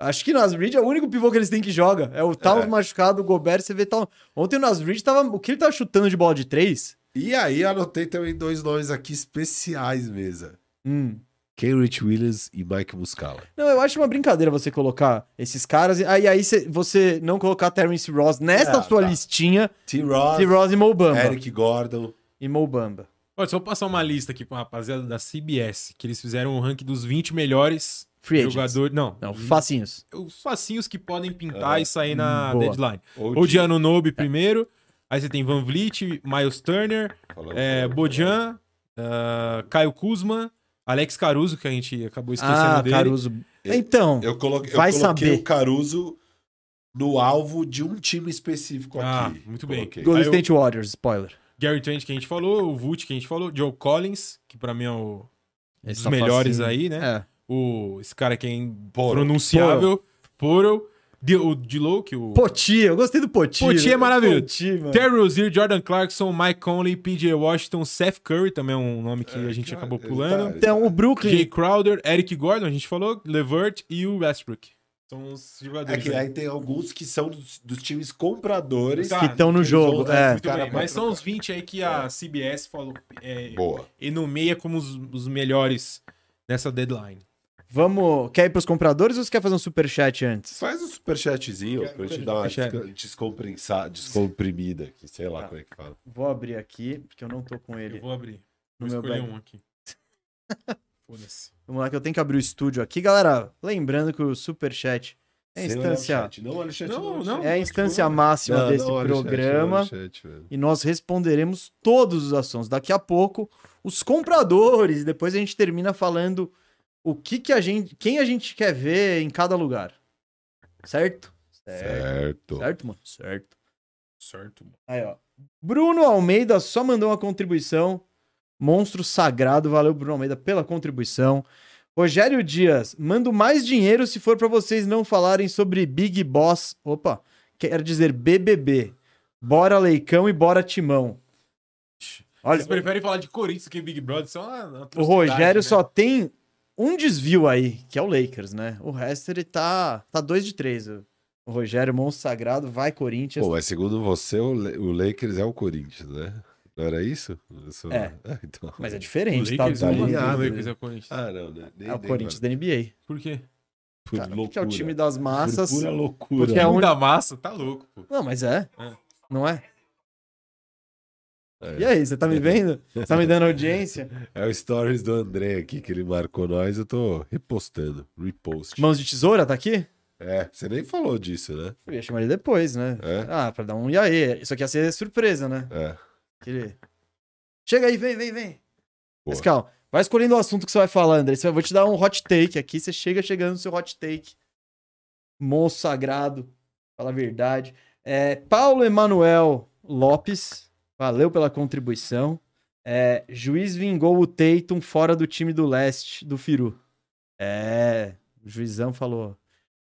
Acho que Nas Reed é o único pivô que eles têm que joga. É o tal
É.
machucado, o Gobert, você vê tal. Ontem o Nas Reed tava. O que ele tava chutando de bola de três?
E aí anotei também dois nomes aqui especiais, mesa.
Hum.
Kenrich Williams e Mike Muscala.
Não, eu acho uma brincadeira você colocar esses caras. e- Aí, aí cê- você não colocar Terence Ross nessa
É,
Ah,
sua
tá.
listinha
T-Ross,
de Ross e Mobamba.
Eric Gordon.
E Mobamba.
Olha, só vou passar uma lista aqui pra rapaziada da CBS, que eles fizeram o ranking dos 20 melhores
Free agents.
jogadores. Não,
Não, facinhos.
os facinhos que podem pintar
É.
e sair na
Boa.
deadline.
Ou
O Diano Nobe primeiro, aí você tem Van Vliet, Miles Turner, é, Bojan, ah, Caio Kuzma, Alex Caruso, que a gente acabou esquecendo
Ah,
dele.
Caruso. Então,
Eu coloquei, eu
Vai
coloquei
saber.
o Caruso no alvo de um time específico
Ah,
aqui.
muito bem.
Coloquei.
Golden
aí eu-
State Warriors, spoiler.
Gary Trent, que a gente falou, o Vult, que a gente falou, Joe Collins, que pra mim é o, um
Esse
dos
tá
melhores
facinho.
aí, né?
É.
O, esse cara que é
Poro.
impronunciável, Poro, De- o Dilow, que o...
Poti, eu gostei do Poti.
Poti é maravilhoso.
Poti, mano.
Terry Rozier, Jordan Clarkson, Mike Conley, PJ Washington, Seth Curry, também é um nome que
É,
a gente
cara,
acabou
ele
pulando.
tá-
Então, o Brooklyn.
Jay Crowder, Eric Gordon, a gente falou, Levert e o Westbrook. São os
É
jogadores.
que
né?
aí tem alguns que são dos, dos times compradores.
Tá.
que estão no
eles vão
jogo.
usar
É.
esse
Muito
cara
bem,
pra
mas são
trocar.
os 20 aí que a CBS falou, é,
Boa.
enumeia como os, os melhores nessa deadline.
Vamos. Quer ir pros compradores ou você quer fazer um superchat antes?
Faz um superchatzinho pra gente dar uma
um Superchat.
descompensar, descomprimida aqui, sei lá
Tá.
como é que fala.
Vou abrir aqui, porque eu não tô com ele.
Eu vou abrir.
No
Vou
meu
escolher
back.
(laughs)
um aqui. Foda-se.
Vamos lá, que eu tenho que abrir o estúdio aqui. Galera, lembrando que o superchat é
Sem olhar o
instância.
chat. um Não, olha o chat,
Não,
olha o
não.
chat.
É a instância máxima
Não,
desse
não olha o chat,
programa.
não olha o chat, velho.
e nós responderemos todos os assuntos. Daqui a pouco, os compradores. Depois a gente termina falando o que, que a gente. Quem a gente quer ver em cada lugar. Certo?
Certo.
Certo, mano? Certo.
Certo. mano.
Aí, ó. Bruno Almeida só mandou uma contribuição. Monstro sagrado. Valeu, Bruno Almeida, pela contribuição. Rogério Dias, mando mais dinheiro se for pra vocês não falarem sobre Big Boss. Opa, quer dizer BBB. Bora Leicão e bora Timão. Olha,
Vocês preferem falar de Corinthians que Big Brother? Só uma- uma
o
atrocidade,
Rogério
né?
só tem um desvio aí, que é o Lakers, né? O resto ele tá, tá dois de três. O o Rogério, monstro sagrado, vai Corinthians.
Pô, mas segundo você, o, Le- o Lakers é o Corinthians, né? Não era isso? Eu sou-
É.
(laughs) Ah, então.
Mas é
O
diferente, tá?
Lakers,
tá
não
Tá
manda,
ligado,
o
né?
Lakers é o Corinthians.
Ah, não, né? Nem-
É o
nem,
Corinthians da NBA.
Por quê?
mano. Por
Cara,
loucura.
Porque é o time das massas.
Por pura loucura.
Porque é um-
O da massa tá louco, pô.
Não, mas é.
É.
Não é?
É.
E aí, você tá me vendo? Você tá me
(laughs)
dando audiência?
É o stories do André aqui, que ele marcou nós, eu tô repostando. Repost.
Mãos de tesoura, tá aqui?
É, você nem falou disso, né?
Eu ia chamar ele depois, né?
É.
Ah, pra dar um e aí. Isso aqui ia ser surpresa, né?
É.
Aquele... Chega aí, vem, vem, vem.
Boa.
Mas calma, vai escolhendo o assunto que você vai falar, André. Você- Eu vou te dar um hot take aqui. Você chega chegando no seu hot take. Moço sagrado, fala a verdade. É, Paulo Emanuel Lopes, valeu pela contribuição. É, juiz vingou o Tatum fora do time do leste do Firu. É, o juizão falou.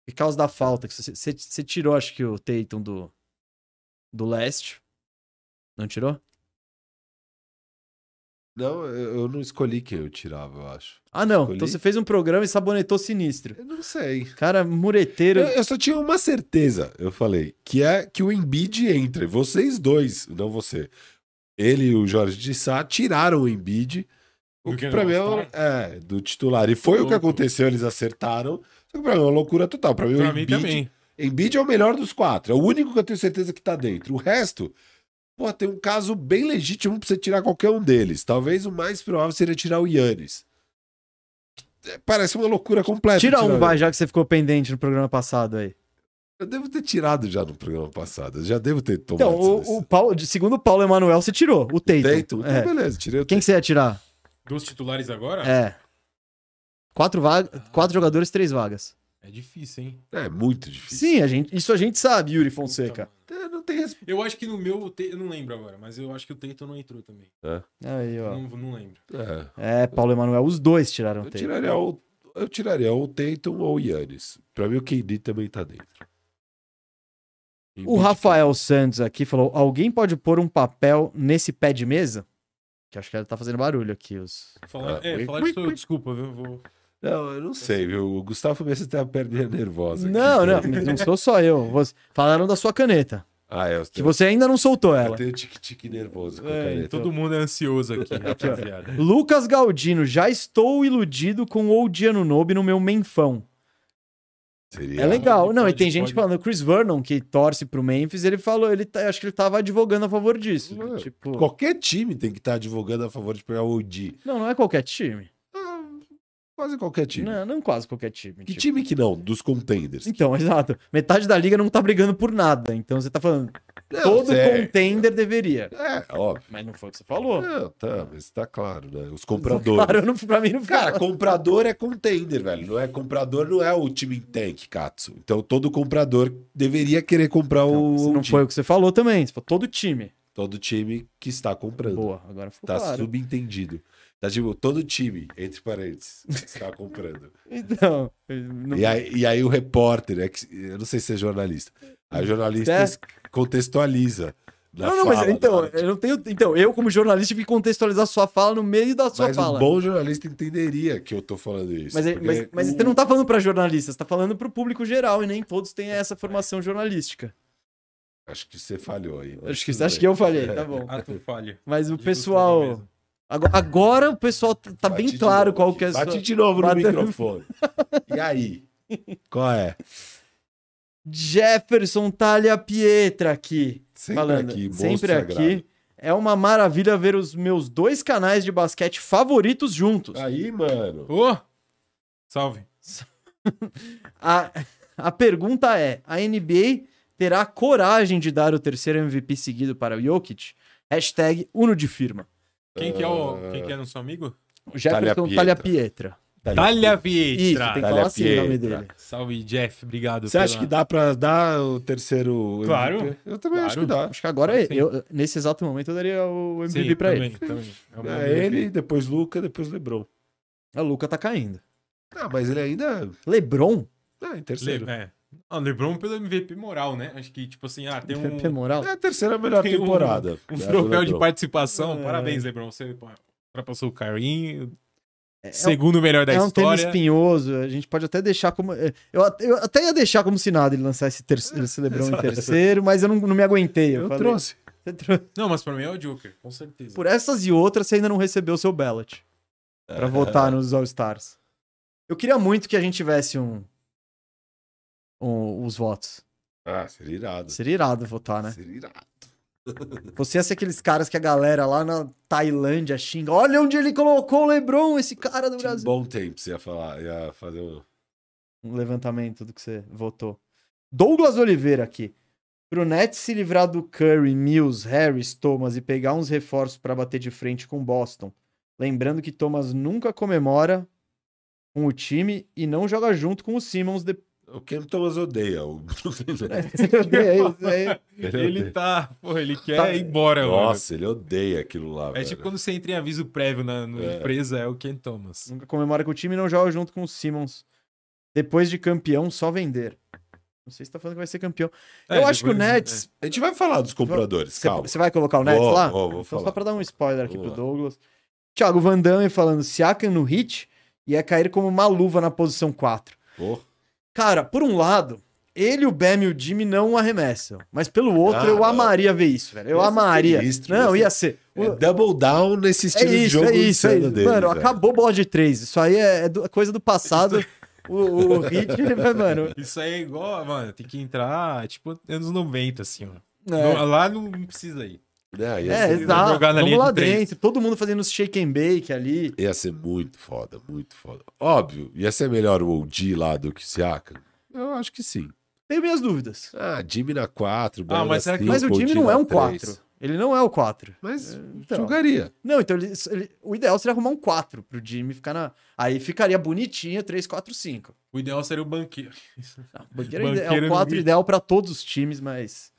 Por causa da falta, que você- você você tirou, acho que o Tatum do, do leste. Não tirou?
Não, eu eu não escolhi quem eu tirava, eu acho.
Ah, não.
Escolhi.
Então você fez um programa e sabonetou sinistro.
Eu não sei.
Cara, mureteiro.
Eu, eu só tinha uma certeza, eu falei, que é que o Embiid entre. Vocês dois, não você. Ele e o Jorge de Sá tiraram o Embiid. O
Do
que
que
pra
não
mim é, um- é, do titular. E foi o que
Louco.
aconteceu, eles acertaram. Só que pra mim é uma loucura total. Pra mim,
Pra
o
mim
Embiid,
também.
Embiid é o melhor dos quatro. É o único que eu tenho certeza que tá dentro. O resto, pô, tem um caso bem legítimo pra você tirar qualquer um deles. Talvez o mais provável seria tirar o Yannis. É, Parece uma loucura completa.
Tira
tirar
um,
o-
vai, já que você ficou pendente no programa passado aí.
Eu devo ter tirado já no programa passado. Eu já devo ter tomado
Então,
essa
o,
decisão.
o Paulo, de- segundo o Paulo Emanuel, você tirou o Tatum.
Tatum. Então,
É.
beleza, Ah. tirei o
Quem que você ia tirar?
Dos titulares agora?
É. Quatro, vaga... Quatro jogadores, três vagas.
É, difícil, hein?
Tatum. É muito difícil.
Sim, a gente... isso a gente sabe, Yuri Fonseca.
É, Não tem resposta.
Eu acho que no meu. o Te- Eu não lembro agora, mas eu acho que o Teito não entrou também.
Então.
Aí,
Ah.
ó.
Não, não lembro.
É.
É, Paulo Emanuel, os dois tiraram o
Hum. Eu
Tatum.
tiraria o. Eu tiraria ou o Tatum ou o Yannis. Pra mim, o KD também tá dentro.
O Rafael Santos aqui falou: alguém pode pôr um papel nesse pé de mesa? Que acho que ela tá fazendo barulho aqui, os,
Falar,
Ah,
é,
ui,
falar
ui,
disso, eu-
ui.
desculpa, viu? Vou...
Não, eu não sei, viu? O Gustavo começa a ter a perninha nervosa. aqui.
Não, não, mas não sou só eu. Você- Falaram da sua caneta,
Ah, é, eu
que
tenho,
você ainda não soltou
eu
ela.
tenho tique-tique nervoso com a
É,
caneta.
então-
Todo mundo é ansioso aqui, rapaziada.
Lucas Galdino, já estou iludido com o Odiano Nobe no meu menfão.
Seria...
É legal.
Pode,
Não, e
pode,
tem gente
pode.
falando, o Chris Vernon, que torce pro Memphis, ele falou, ele tá- acho que ele tava advogando a favor disso. que,
Ué,
tipo,
Qualquer time tem que estar advogando a favor de pegar o OD.
não, não é qualquer time.
Ah, quase qualquer time.
Não, não quase qualquer time.
Que
tipo.
time que não? Dos contenders.
Então, exato. Metade da liga não tá brigando por nada. Então você tá falando,
Não,
todo
sério.
contender deveria.
É, óbvio.
Mas não foi o que você falou.
Não, tá, mas tá claro, né? Os compradores.
Claro, não, pra mim não foi.
Cara, comprador é contender, velho. Não é comprador, não é o time em tank, Katsu. Então todo comprador deveria querer comprar
Não,
o.
isso não
o time.
foi o que você falou também. Você falou todo time.
Todo time que está comprando.
Boa, agora ficou
Tá
Tipo, claro.
subentendido. Tá tipo, todo time, entre parênteses, (laughs) está comprando.
Então, não-
E, aí, e aí o repórter, é que- eu não sei se é jornalista. Aí o jornalista es- contextualiza. Na
é? não, não, mas
fala,
então,
na-
eu não tenho, então, eu como jornalista tive que contextualizar sua fala no meio da sua
Mas
fala.
um bom jornalista entenderia que eu tô falando isso.
mas, é,
porque
mas, mas
o-
você não tá falando pra jornalista, você tá falando pro público geral e nem todos têm essa formação jornalística.
Acho que você falhou aí. mas
Acho que
tudo
acho
bem. É.
que eu falhei, tá bom.
Ato falha.
Mas o
De
pessoal
Gustavo
agora, agora o pessoal tá tá
Bate
bem
de
claro
novo
qual
aqui.
que é a sua...
Bate de novo no
Bate-
microfone. E
(laughs)
aí? Qual é?
Jefferson Talha Pietra aqui.
Sempre
falando,
aqui, monstro
sempre
sagrado.
aqui. É uma maravilha ver os meus dois canais de basquete favoritos juntos.
Aí, mano.
Ô! Salve.
A, a pergunta é: a NBA terá coragem de dar o terceiro MVP seguido para o Jokic? Hashtag Uno de firma.
Quem que é
Ah.
o. Quem que é nosso amigo?
O Jefferson
Pietra.
Talha Pietra.
Talha
Isso, tem que
Vieira.
Talha
falar assim o nome
Pietra.
dele.
Salve, Jeff. Obrigado.
Você acha que dá pra dar o terceiro?
Claro.
MVP? Eu também acho que dá.
Acho que agora,
Sim.
eu, nesse exato momento, eu daria o
um
MVP pra ele.
ele. Também. É, um bom
É ele, depois Luca, depois Lebron.
A Luca tá caindo.
Ah, mas ele ainda
Lebron?
é em
MVP.
terceiro.
Le... É. Ah, LeBron pelo MVP moral, né? Acho que, tipo assim, ah, tem um,
MVP moral.
É a terceira
(laughs)
melhor
Tem um-
temporada.
(laughs)
né,
um
do
troféu de
Lebron.
participação.
É.
Parabéns, LeBron. Você pô, ultrapassou o Carinho.
É, é um-
Segundo melhor da
é um tema
história.
espinhoso, a gente pode até deixar como. é, Eu, at- eu até ia deixar como se nada ele lançar esse, terceiro, esse Lebron em terceiro, mas eu não, não me aguentei. Eu,
Eu
falei,
trouxe.
"Você trouxe."
Não, mas pra mim é o Joker, com certeza.
Por essas e outras, você ainda não recebeu seu ballot pra votar nos All-Stars. Eu queria muito que a gente tivesse um, um- os votos.
Ah, seria irado.
Seria irado votar, né?
Seria irado.
Você ia ser aqueles caras que a galera lá na Tailândia xinga. Olha onde ele colocou o Lebron, esse cara do
Tinha um
Brasil.
bom tempo, você ia falar, ia fazer um.
um levantamento do que você votou. Douglas Oliveira aqui. Pro Nets se livrar do Curry, Mills, Harris, Thomas e pegar uns reforços pra bater de frente com Boston. Lembrando que Thomas nunca comemora com o time e não joga junto com o Simmons
(laughs)
né? depois.
O Cam Thomas odeia. o-
é
Ele
Ele
odeia.
tá, pô, ele quer
Tá-
ir embora, mano.
Nossa, ele odeia aquilo lá,
É
velho.
tipo quando você entra em aviso prévio na, na
É.
empresa, é o Ken Thomas.
Nunca comemora com o time e não joga junto com o Simmons. Depois de campeão, só vender. Não sei se tá falando que vai ser campeão.
É,
Eu acho que o
depois-
Nets.
A gente vai falar dos compradores,
Você
calma.
você vai colocar o Nets
Vou,
lá?
vou, vou
Então, só
falar.
pra dar um spoiler aqui
Vamos
pro Douglas. Thiago Van Damme falando Siakam no hit ia cair como uma luva na posição 4.
Pô,
Cara, por um lado, ele, o Bam e o Jimmy não arremessam. Mas pelo outro,
Ah,
eu
não.
amaria ver isso, velho. Eu
Ia ser
amaria.
sinistro, ia
não,
ser-
ia ser.
é double down nesse
É
estilo de
isso,
jogo
é isso, é
insano
isso.
deles,
mano,
velho.
acabou bola de três. Isso aí é, é do- coisa
(laughs)
do passado. o, o hit, (laughs) ele vai, mano.
Isso aí é igual, mano, tem que entrar, tipo, anos 90, assim, ó.
É,
Não- lá não precisa ir.
É, ia,
é
ser,
exato.
jogar na
Vamos
linha
lá
de três.
dentro, todo mundo fazendo os shake and bake ali.
ia ser muito foda, muito foda. Óbvio, ia ser melhor o OG lá do que o Siakam? Eu acho que sim.
Tenho minhas dúvidas.
Ah, Jimmy na 4,
Ah, mas será que-
Mas o time não é um 4. Ele não é o 4.
Mas
então.
jogaria.
Não, então ele- ele- o ideal seria arrumar um 4 pro Jimmy ficar na. Aí ficaria bonitinha 3, 4, 5.
O ideal seria o banqueiro.
Não, banqueiro é ide- é
Banqueiro
o
no
4
mid.
ideal pra todos os times, mas.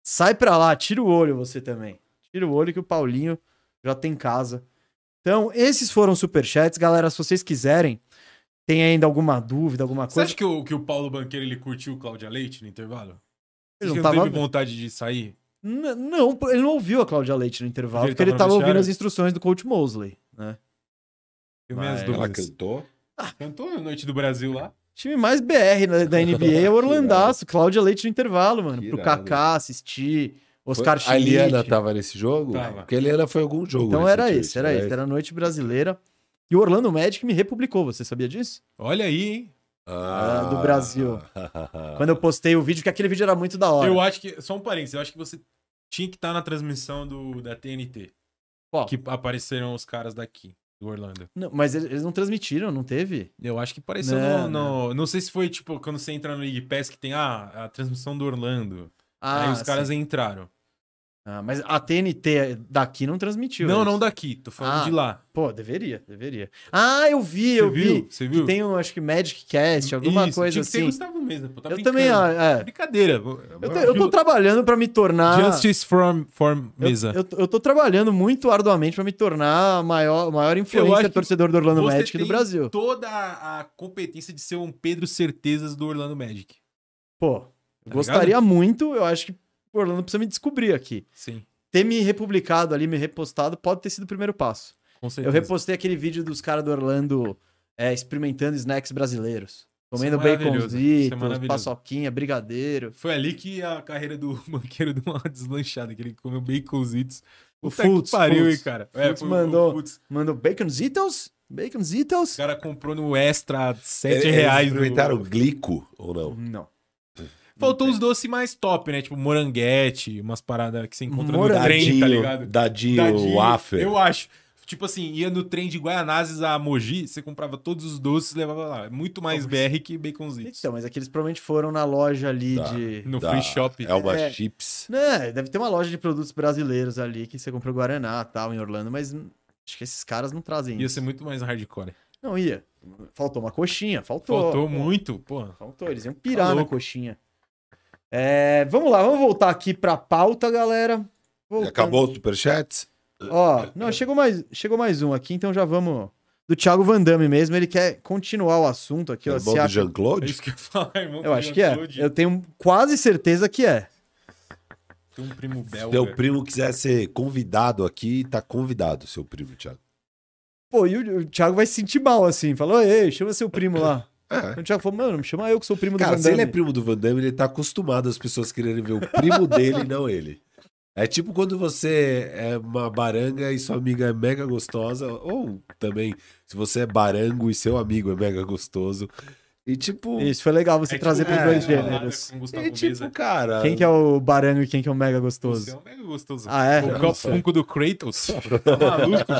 Sai pra lá, tira o olho você também. Tira o olho que o Paulinho já tem casa. Então, esses foram os superchats. Galera, se vocês quiserem, tem ainda alguma dúvida, alguma
Você
coisa.
acha que o, que o Paulo Banqueiro ele curtiu o Cláudia Leite no intervalo?
Ele
Ele
não tá
não
tava-
teve vontade de sair?
N- Não, pô, ele não ouviu a Cláudia Leite no intervalo,
Ele
porque ele
tava no
tava ouvindo
vestiário?
as instruções do coach Mosley, né?
Eu
Mas-
minhas
Ela
dúvidas.
cantou.
Cantou na Noite do Brasil lá?
time mais BR na- da NBA
(laughs)
é o Orlandaço. Cláudia Leite no intervalo, mano.
Que
Pro
irado.
Kaká assistir, Oscar
Foi- A
Schmidt.
Eliana tava nesse jogo?
Tava.
Porque a Eliana foi em algum jogo.
Então era
recentemente,
esse, era
né?
esse. Era a noite brasileira. E o Orlando Magic me republicou, você sabia disso?
Olha aí, hein?
Ah.
Ah, do
(laughs)
Brasil. Quando eu postei o vídeo, que aquele vídeo era muito da hora.
Eu acho que. Só um parênteses, eu acho que você tinha que estar na transmissão do, da TNT.
Qual?
Que apareceram os caras daqui, do Orlando.
Não, mas eles- eles não transmitiram, não teve?
Eu acho que apareceu
Não,
não, no, no- Não sei se foi tipo quando você entra no League Pass que tem ah, a transmissão do Orlando. aí
Ah,
os
sim.
caras entraram.
Ah, mas a TNT daqui não transmitiu.
Não,
isso.
não daqui, tô falando
Ah,
de lá.
Pô, deveria, deveria. Ah, eu vi, eu
viu?
vi.
Você
Que
viu?
tem um, acho que Magic Cast, alguma
Isso,
coisa
tinha que ser
assim.
Gustavo mesmo, pô, tá
Eu
brincando.
também, ah, é.
Brincadeira.
Eu, tô- eu tô trabalhando pra me tornar.
Justice from, from
Ah. Eu-
Mesa.
Eu, eu tô trabalhando muito arduamente pra me tornar a maior, o maior
acho
influencer
que
torcedor do Orlando
você
Magic do
tem
Brasil.
Toda a a competência de ser um Pedro Certezas do Orlando Magic.
Pô, eu
Tá
gostaria muito, eu acho que o Orlando precisa me descobrir aqui.
Sim,
Ter me republicado ali, me repostado, pode ter sido o primeiro passo.
com
Eu
certeza.
repostei aquele vídeo dos caras do Orlando é, experimentando snacks brasileiros.
Isso é
Comendo
maravilhoso, isso é
baconzitos,
maravilhoso.
paçoquinha, brigadeiro.
Foi ali que a carreira do (laughs) banqueiro deu uma deslanchada, que ele comeu baconzitos.
O
Puta que
Fultz,
pariu,
Fultz.
hein, cara. É,
Fultz
foi o-
mandou.
o Fultz.
Mandou baconzitos, baconzitos.
O cara comprou no extra
Eles-
7 reais.
Eles
no-
inventaram glico ou não?
Não.
Faltou uns doces mais top, né? Tipo moranguete, umas paradas que você encontra no trem,
Dadinho,
tá ligado?
dadinho,
Dadinho,
wafer.
Eu acho. Tipo assim, ia no trem de Guaianazes a Mogi, você comprava todos os doces e levava lá. É muito mais
Nossa.
BR que baconzitos.
Então, mas aqueles provavelmente foram na loja ali
Tá.
de.
No
Da
free shop.
Elma
É.
Chips.
Né, deve ter uma loja de produtos brasileiros ali que você comprou Guaraná tal, em Orlando, mas hum, acho que esses caras não trazem
Ia
isso.
ser muito mais hardcore.
Não ia. Faltou uma coxinha, faltou.
Faltou
Pô, é.
muito, pô. É
Faltou, eles iam pirar
Tá
na
louco.
coxinha. É, vamos lá, vamos voltar aqui pra pauta, galera. Voltando.
Acabou o superchat?
Ó, não, chegou mais, chegou mais um aqui, então já vamos. Do Thiago Van Damme mesmo, ele quer continuar o assunto aqui, ó.
Irmão
se
do
a-
É
Jean-Claude?
isso que eu ia falar, irmão.
Eu
do
acho que é.
Jean-Claude.
Eu tenho quase certeza que é.
Tem um primo belga.
Seu primo quiser ser convidado aqui, tá convidado, seu primo, Thiago.
Pô, e o, o Thiago vai se sentir mal assim. Falou, ei, chama seu primo lá.
É.
O Thiago falou, mano, me chama eu que sou o primo
Cara,
do
se
Van
ele é
Damme.
primo do Van Damme, ele tá acostumado às pessoas quererem ver o primo dele e não ele. É tipo quando você é uma baranga e sua amiga é mega gostosa, ou também se você é barango e seu amigo é mega gostoso. E tipo.
Isso, foi legal você
É
trazer
tipo,
pros
é,
dois
uma
gêneros.
gêneros.
balada Com Gustavo
E tipo,
Meza.
cara.
Quem que é o barango e quem que é o mega
Você é
gostoso?
um mega gostoso.
Ah, é?
O
Eu
copo
não sei.
funko
(laughs)
do Kratos. Tá maluco?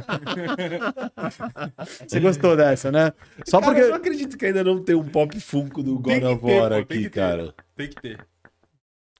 pô.
Você gostou dessa, né? Só
Cara, eu não
porque.
acredito que ainda não tem um pop funko do
Tem
God
que
of
ter,
War
pô, tem
aqui,
que ter.
cara.
Tem que ter.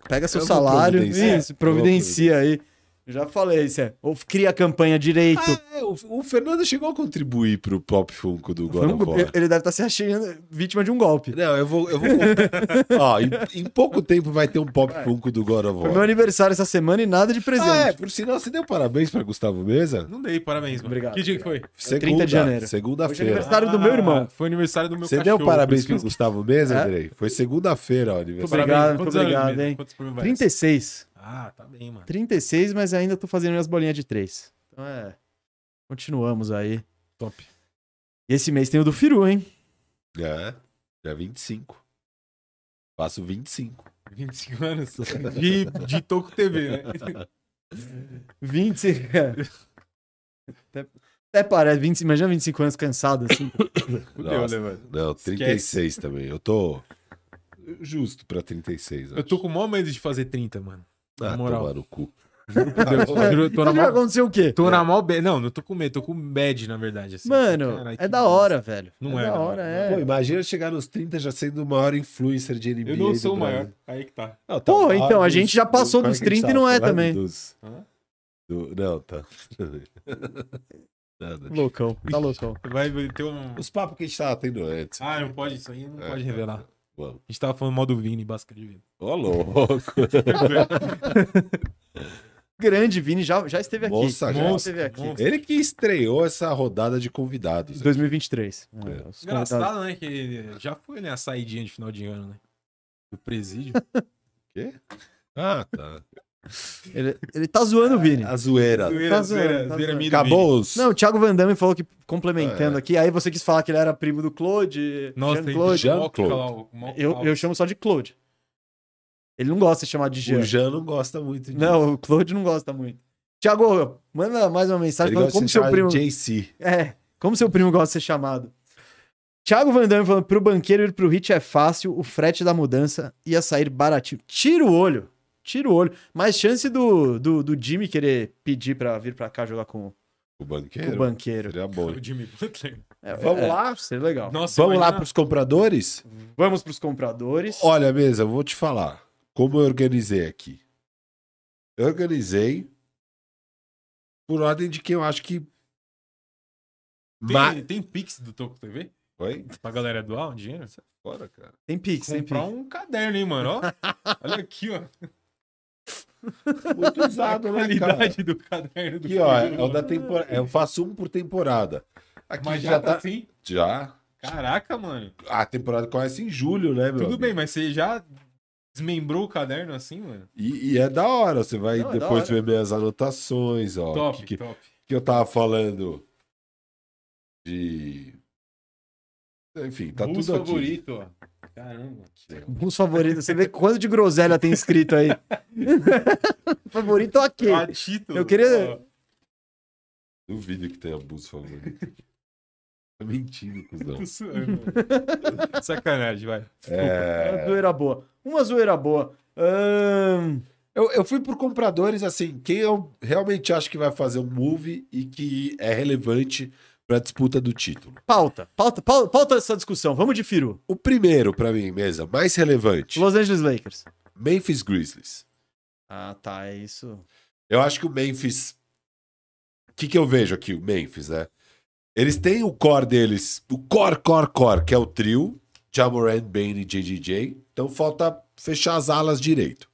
Pega seu
Eu vou
salário.
providenciar.
Isso, providencia aí. Já falei, isso é. Ou cria a campanha direito.
Ah, é, o, o Fernando chegou a contribuir pro pop funko do
Foi
God
um
of
go-
é
War.
ele deve estar se achando vítima de um golpe.
Não, eu vou. Eu vou comprar. Ó, em, em pouco tempo vai ter um pop funko do God of
Foi meu
War.
aniversário essa semana e nada de presente.
Ah, é, por sinal, você deu parabéns pra Gustavo Mesa?
Não dei, parabéns, mano.
Obrigado,
Que dia que foi? Ah,
Segunda,
30 de janeiro. Hoje é
Segunda-feira.
aniversário do meu irmão.
Foi aniversário do meu
Você
cachorro.
deu parabéns
por
pro
isso que eu-
Gustavo Mesa,
É?
Andrei? Foi segunda-feira o aniversário.
Obrigado, muito
Parabéns. Quantos anos,
obrigado,
Mesa?
hein?
Quantos por mim vai?
36.
Ah, tá bem, mano.
36, mas ainda tô fazendo minhas bolinhas de 3. Então é. Continuamos aí.
Top.
E esse mês tem o do Firu, hein?
É, dia 25. Faço 25.
25 anos de, de Toco TV, né?
(laughs) 20. é. até, até parece, 20, imagina 25 anos cansado assim.
Fudeu,
Nossa.
né, mano?
Não, 36 também. Eu tô justo pra 36.
Eu tô com o maior medo de fazer 30, mano.
na ah,
moral.
tomar no cu.
Eu tô na
Vai
maior...
acontecer o quê?
Tô na maior... be- Não, não tô com medo, tô com bad, na verdade. assim.
É. Mano,
Caralho,
é
que
da hora, velho.
Não
é,
é
da
da
hora,
hora.
(laughs) Pô,
é.
imagina chegar nos 30 já sendo o maior influencer de NBA.
Eu não
do
sou o
Brasil.
maior. Aí que tá.
Não, tá
Pô,
o maior
então, a
dos-
gente já passou
qual
dos
que a gente tá
30 e não é
falando?
também.
Dos-
Hã?
do- não, tá. (laughs) Nada.
Loucão, tá loucão.
Vai ter um...
Os papos que a gente tava tendo antes.
Ah, não pode, isso aí não
É.
pode revelar. A
Vamos.
gente tava falando mal do Vini, basicamente. de Vini.
Ô, louco.
Grande Vini já, já esteve aqui.
Monstro,
já
monstro,
esteve aqui.
monstro.
Ele que estreou essa rodada de convidados.
2023.
É.
os tá- convidados-
Engraçado, né? Que já foi, né, a saidinha de final de ano, né? Do (laughs) presídio.
Ah, (laughs) tá.
Ele, ele tá zoando o
É.
Vini.
A zoeira.
Tá zoando, tá zoando.
minha e do Vini.
Acabou os.
Não, o Thiago Van Damme falou que, complementando aqui, aí você quis falar que ele era primo do Claude,
É. Nossa, tem
Jean-Claude.
Jean-
Jean-Claude. lá, o Malcolm
Eu, eu chamo só de Claude. Ele não gosta de chamar de Jean.
O Jean não gosta muito disso.
Não, o Claude não gosta muito. Thiago, manda mais uma mensagem
Ele
tá
gosta
falando como
de
seu
chamar
primo...
de JC.
É, como seu primo gosta de ser chamado. Thiago Van Damme falando, pro banqueiro ir pro hit é fácil, o frete da mudança ia sair baratinho. Tira o olho, tira o olho. Mais chance do, do, do Jimmy querer pedir pra vir pra cá jogar com,
O
com o
banqueiro.
banqueiro.
Seria bom.
O Jimmy Butler.
É,
Vamos
é,
lá?
Seria legal.
Nossa,
Vamos lá
imagina-
pros compradores?
Vamos pros compradores.
Olha, mesa, eu vou te falar como eu organizei aqui. Eu organizei por ordem de quem eu acho que.
Tem,
Ma...
tem Pix do Toco TV?
Oi?
Pra galera doar um dinheiro?
Fora, cara.
Tem Pix, tem
Comprar
Pix.
um caderno, hein, mano?
(laughs)
Ó. Olha aqui, ó.
Muito
A
usado, né, cara?
qualidade do caderno do
Aqui, ó, é
Pedro,
o da
mano.
temporada. Eu faço um por temporada. Aqui
Mas
já,
já
tá.
tá assim?
Já.
Caraca, mano.
A temporada começa em julho, né, meu?
Tudo
amigo?
bem, mas você já desmembrou o caderno assim, mano?
E, e é da hora, você vai
Não, é da
depois
hora.
ver minhas anotações, ó.
top,
que, que-
top.
que eu tava falando de. Enfim, tá
Bus
tudo aqui.
favorito, ó. Caramba.
um.
Os favoritos. Você vê quanto de groselha tem
(laughs)
escrito aí. (laughs) Favorito ok.
Ah, título.
Eu queria-
Ó,
Duvido que tenha bus favorito.
(laughs)
Tá mentindo, cuzão.
tô
(laughs)
suando, mano. Sacanagem, vai.
Uma
É,
zoeira boa. Uma zoeira boa. Ahn,
eu, eu fui por compradores, assim, quem eu realmente acho que vai fazer um move e que é relevante pra disputa do título.
pauta, pauta, pauta. Pauta essa discussão. Vamos de Firu.
O primeiro, pra mim, mesa, mais relevante,
Los Angeles Lakers.
Memphis Grizzlies.
Ah, tá. É isso.
Eu acho que o Memphis. O que, que eu vejo aqui? O Memphis, né? Eles têm o core deles, o core, core, core, que é o trio, Jamoran, Bane e JJJ. Então falta fechar as alas direito.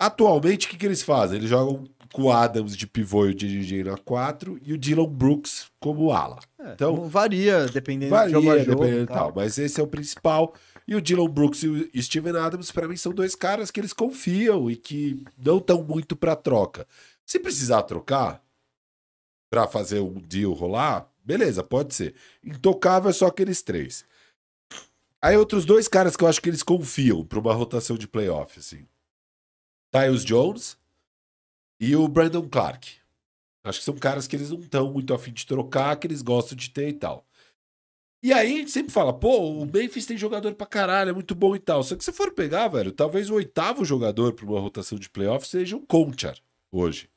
Atualmente, o que, que eles fazem? Eles jogam com o Adams de pivô e o JJJ na 4 e o Dylan Brooks como ala. Então-
então, varia dependendo
Varia,
do jogo a jogo. tá?
dependendo e
e
tal. Mas esse é o principal. E o Dylan Brooks e o Steven Adams, pra mim, são dois caras que eles confiam e que não estão muito pra troca. Se precisar trocar pra fazer um deal rolar, beleza, pode ser. Intocável é só aqueles três. Aí outros dois caras que eu acho que eles confiam pra uma rotação de playoff, assim. Tyus Jones e o Brandon Clark. Acho que são caras que eles não estão muito afim de trocar, que eles gostam de ter e tal. E aí a gente sempre fala, pô, o Memphis tem jogador pra caralho, é muito bom e tal. Só que se for pegar, velho, talvez o oitavo jogador pra uma rotação de playoff seja o Conchar hoje.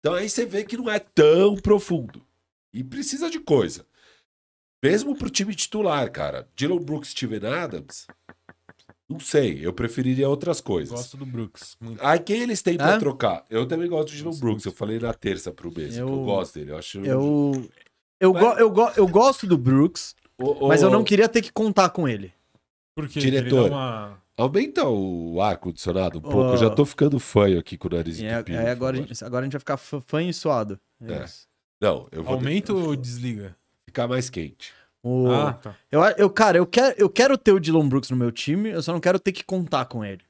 Então aí você vê que não é tão profundo. E precisa de coisa. Mesmo pro time titular, cara. Dylan Brooks, Steven Adams, não sei. Eu preferiria outras coisas.
Gosto do Brooks. Muito.
Aí quem eles têm pra
É?
trocar? Eu também gosto de Dylan
Nossa,
Brooks. Eu falei na terça pro Bessa,
Eu-
que eu gosto dele. Eu acho.
Eu. Eu, go- eu, go- eu gosto do Brooks,
O- o-
mas eu não queria ter que contar com ele.
Porque
Diretor.
uma...
Aumenta o ar-condicionado um pouco.
Ó.
Eu já tô ficando fanho aqui com o nariz
E é-
entupido.
é,
por
agora, a
favor.
gente, agora a gente vai ficar fã fã e suado. É
É.
isso.
Não, eu vou
Aumenta ou desliga?
ficar mais quente.
O-
Ah, tá.
eu, eu, cara, eu quero, eu quero ter o Dylan Brooks no meu time, eu só não quero ter que contar com ele.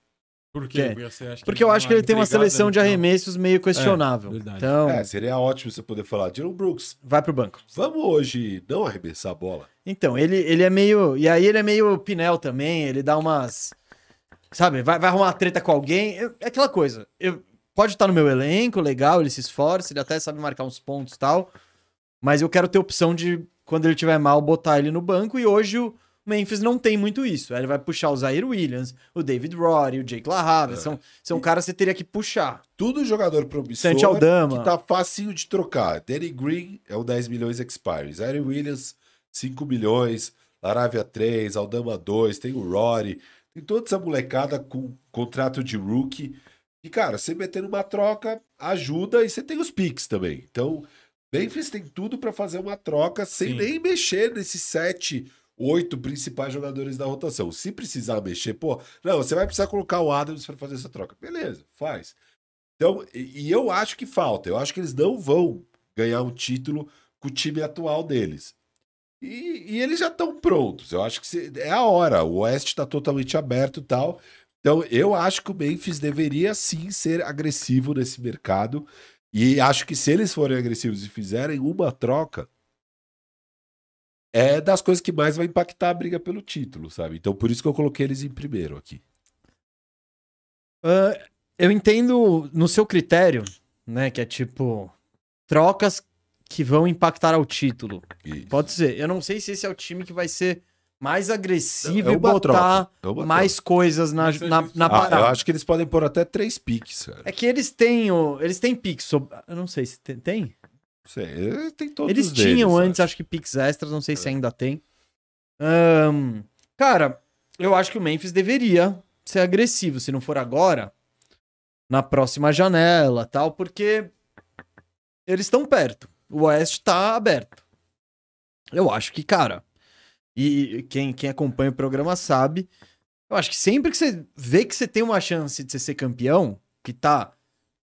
Por
É,
quê? Porque, você acha que
Porque eu
dá
acho que ele tem uma
entregada
seleção
no
de
final.
arremessos meio questionável.
verdade.
então,
É, seria ótimo você poder falar, Dylan Brooks,
vai pro banco.
vamos hoje não arremessar a bola.
Então, ele, ele é meio. E aí ele é meio Pinel também, ele dá umas. Sabe, vai, vai arrumar uma treta com alguém. eu- é aquela coisa. Eu, pode estar no meu elenco, legal, ele se esforça, ele até sabe marcar uns pontos e tal. Mas eu quero ter opção de, quando ele tiver mal, botar ele no banco. E hoje o Memphis não tem muito isso. Aí ele vai puxar o Zaire Williams, o David Rory, o Jake LaHave. São, são caras que você teria que puxar.
Tudo jogador promissor
Santi Aldama.
que tá facinho de trocar. Danny Green é um 10 milhões expires. Aaron Williams, 5 milhões. Laravia 3, Aldama 2, tem o Rory. Tem toda essa molecada com contrato de rookie. E, cara, você metendo uma troca ajuda e você tem os picks também. Então, Memphis tem tudo pra fazer uma troca sem
Sim.
nem mexer nesses sete, oito principais jogadores da rotação. Se precisar mexer, pô, não, você vai precisar colocar o Adams pra fazer essa troca. Beleza, faz. Então, e e eu acho que falta. Eu acho que eles não vão ganhar um título com o time atual deles. E, e eles já estão prontos. Eu acho que se- é a hora. O Oeste está totalmente aberto e tal. Então, eu acho que o Memphis deveria sim ser agressivo nesse mercado. E acho que se eles forem agressivos e fizerem uma troca, é das coisas que mais vai impactar a briga pelo título, sabe? Então, por isso que eu coloquei eles em primeiro aqui.
Ah, eu entendo no seu critério, né? Que é tipo trocas que vão impactar ao título.
E-
Pode ser. Eu não sei se esse é o time que vai ser mais agressivo
É
e
uma
botar
troca, é uma
mais coisas na,
Mas é
na,
justo.
na
Ah,
Ah, eu
parada.
acho que eles podem pôr até três piques. cara.
É que eles têm o, eles têm picks. sob- Eu não sei se tem. tem?
Não sei, eh, tem todos
Eles
deles,
tinham
acho. É.
antes, acho. que picks extras. Não sei se ainda tem. Ahn, cara, eu acho que o Memphis deveria ser agressivo. Se não for agora, na próxima janela, tal, porque eles estão perto. O Oeste tá aberto. Eu acho que, cara, e quem, quem acompanha o programa sabe, eu acho que sempre que você vê que você tem uma chance de você ser campeão, que tá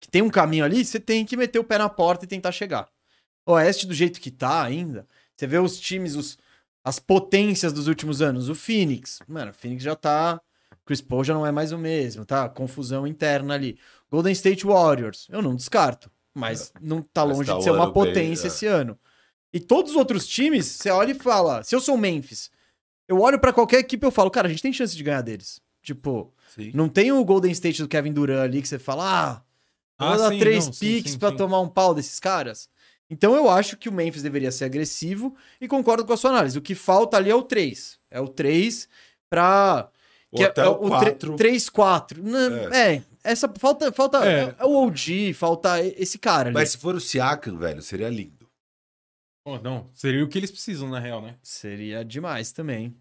que tem um caminho ali, você tem que meter o pé na porta e tentar chegar. O Oeste do jeito que tá ainda, você vê os times, os, as potências dos últimos anos, o Phoenix, mano, o Phoenix já tá Chris Paul já não é mais o mesmo, tá? Confusão interna ali. Golden State Warriors, eu não descarto, mas não tá
Mas
longe
tá
de
um
ser uma
ano bem,
potência
é.
esse ano. E todos os outros times, você olha e fala, se eu sou o Memphis, eu olho pra qualquer equipe e eu falo, cara, a gente tem chance de ganhar deles. Tipo,
Sim.
não tem o Golden State do Kevin Durant ali que você fala, ah, vou
Ah,
dar
sim,
três
não, sim,
picks
sim,
pra
sim.
tomar um pau desses caras. Então eu acho que o Memphis deveria ser agressivo e concordo com a sua análise. O que falta ali é o 3. É o 3 pra.
Ou
Que
até
é
o quatro.
3, 4. É. essa falta. falta é.
É.
o OG, falta e- esse cara ali.
Mas se for o Siakam, velho, seria lindo.
Pô, não, seria o que eles precisam, na real, né?
Seria demais também.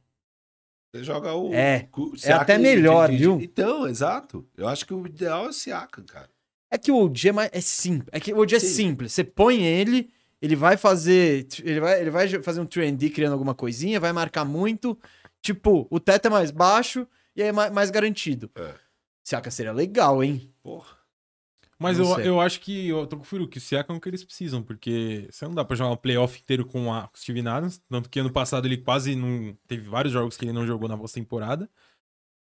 Você joga o.
É.
o
até
e-
melhor, viu?
Então, exato. Eu acho que o ideal é o Siakam, cara.
É que o OG é, mais, é simples. É que o OG é
Sim.
simples. Você põe ele, ele vai fazer. Ele vai, ele vai fazer um trendy criando alguma coisinha, vai marcar muito. Tipo, o teto é mais baixo e é mais, mais garantido.
É.
Siaka seria legal, hein?
Porra.
Mas
Não
eu,
sei.
eu acho que eu tô com o Firu, o Siakam é o que eles precisam, porque você não dá pra jogar um playoff inteiro com a com o Steven Adams, tanto que ano passado ele quase não. Teve vários jogos que ele não jogou na pós-temporada.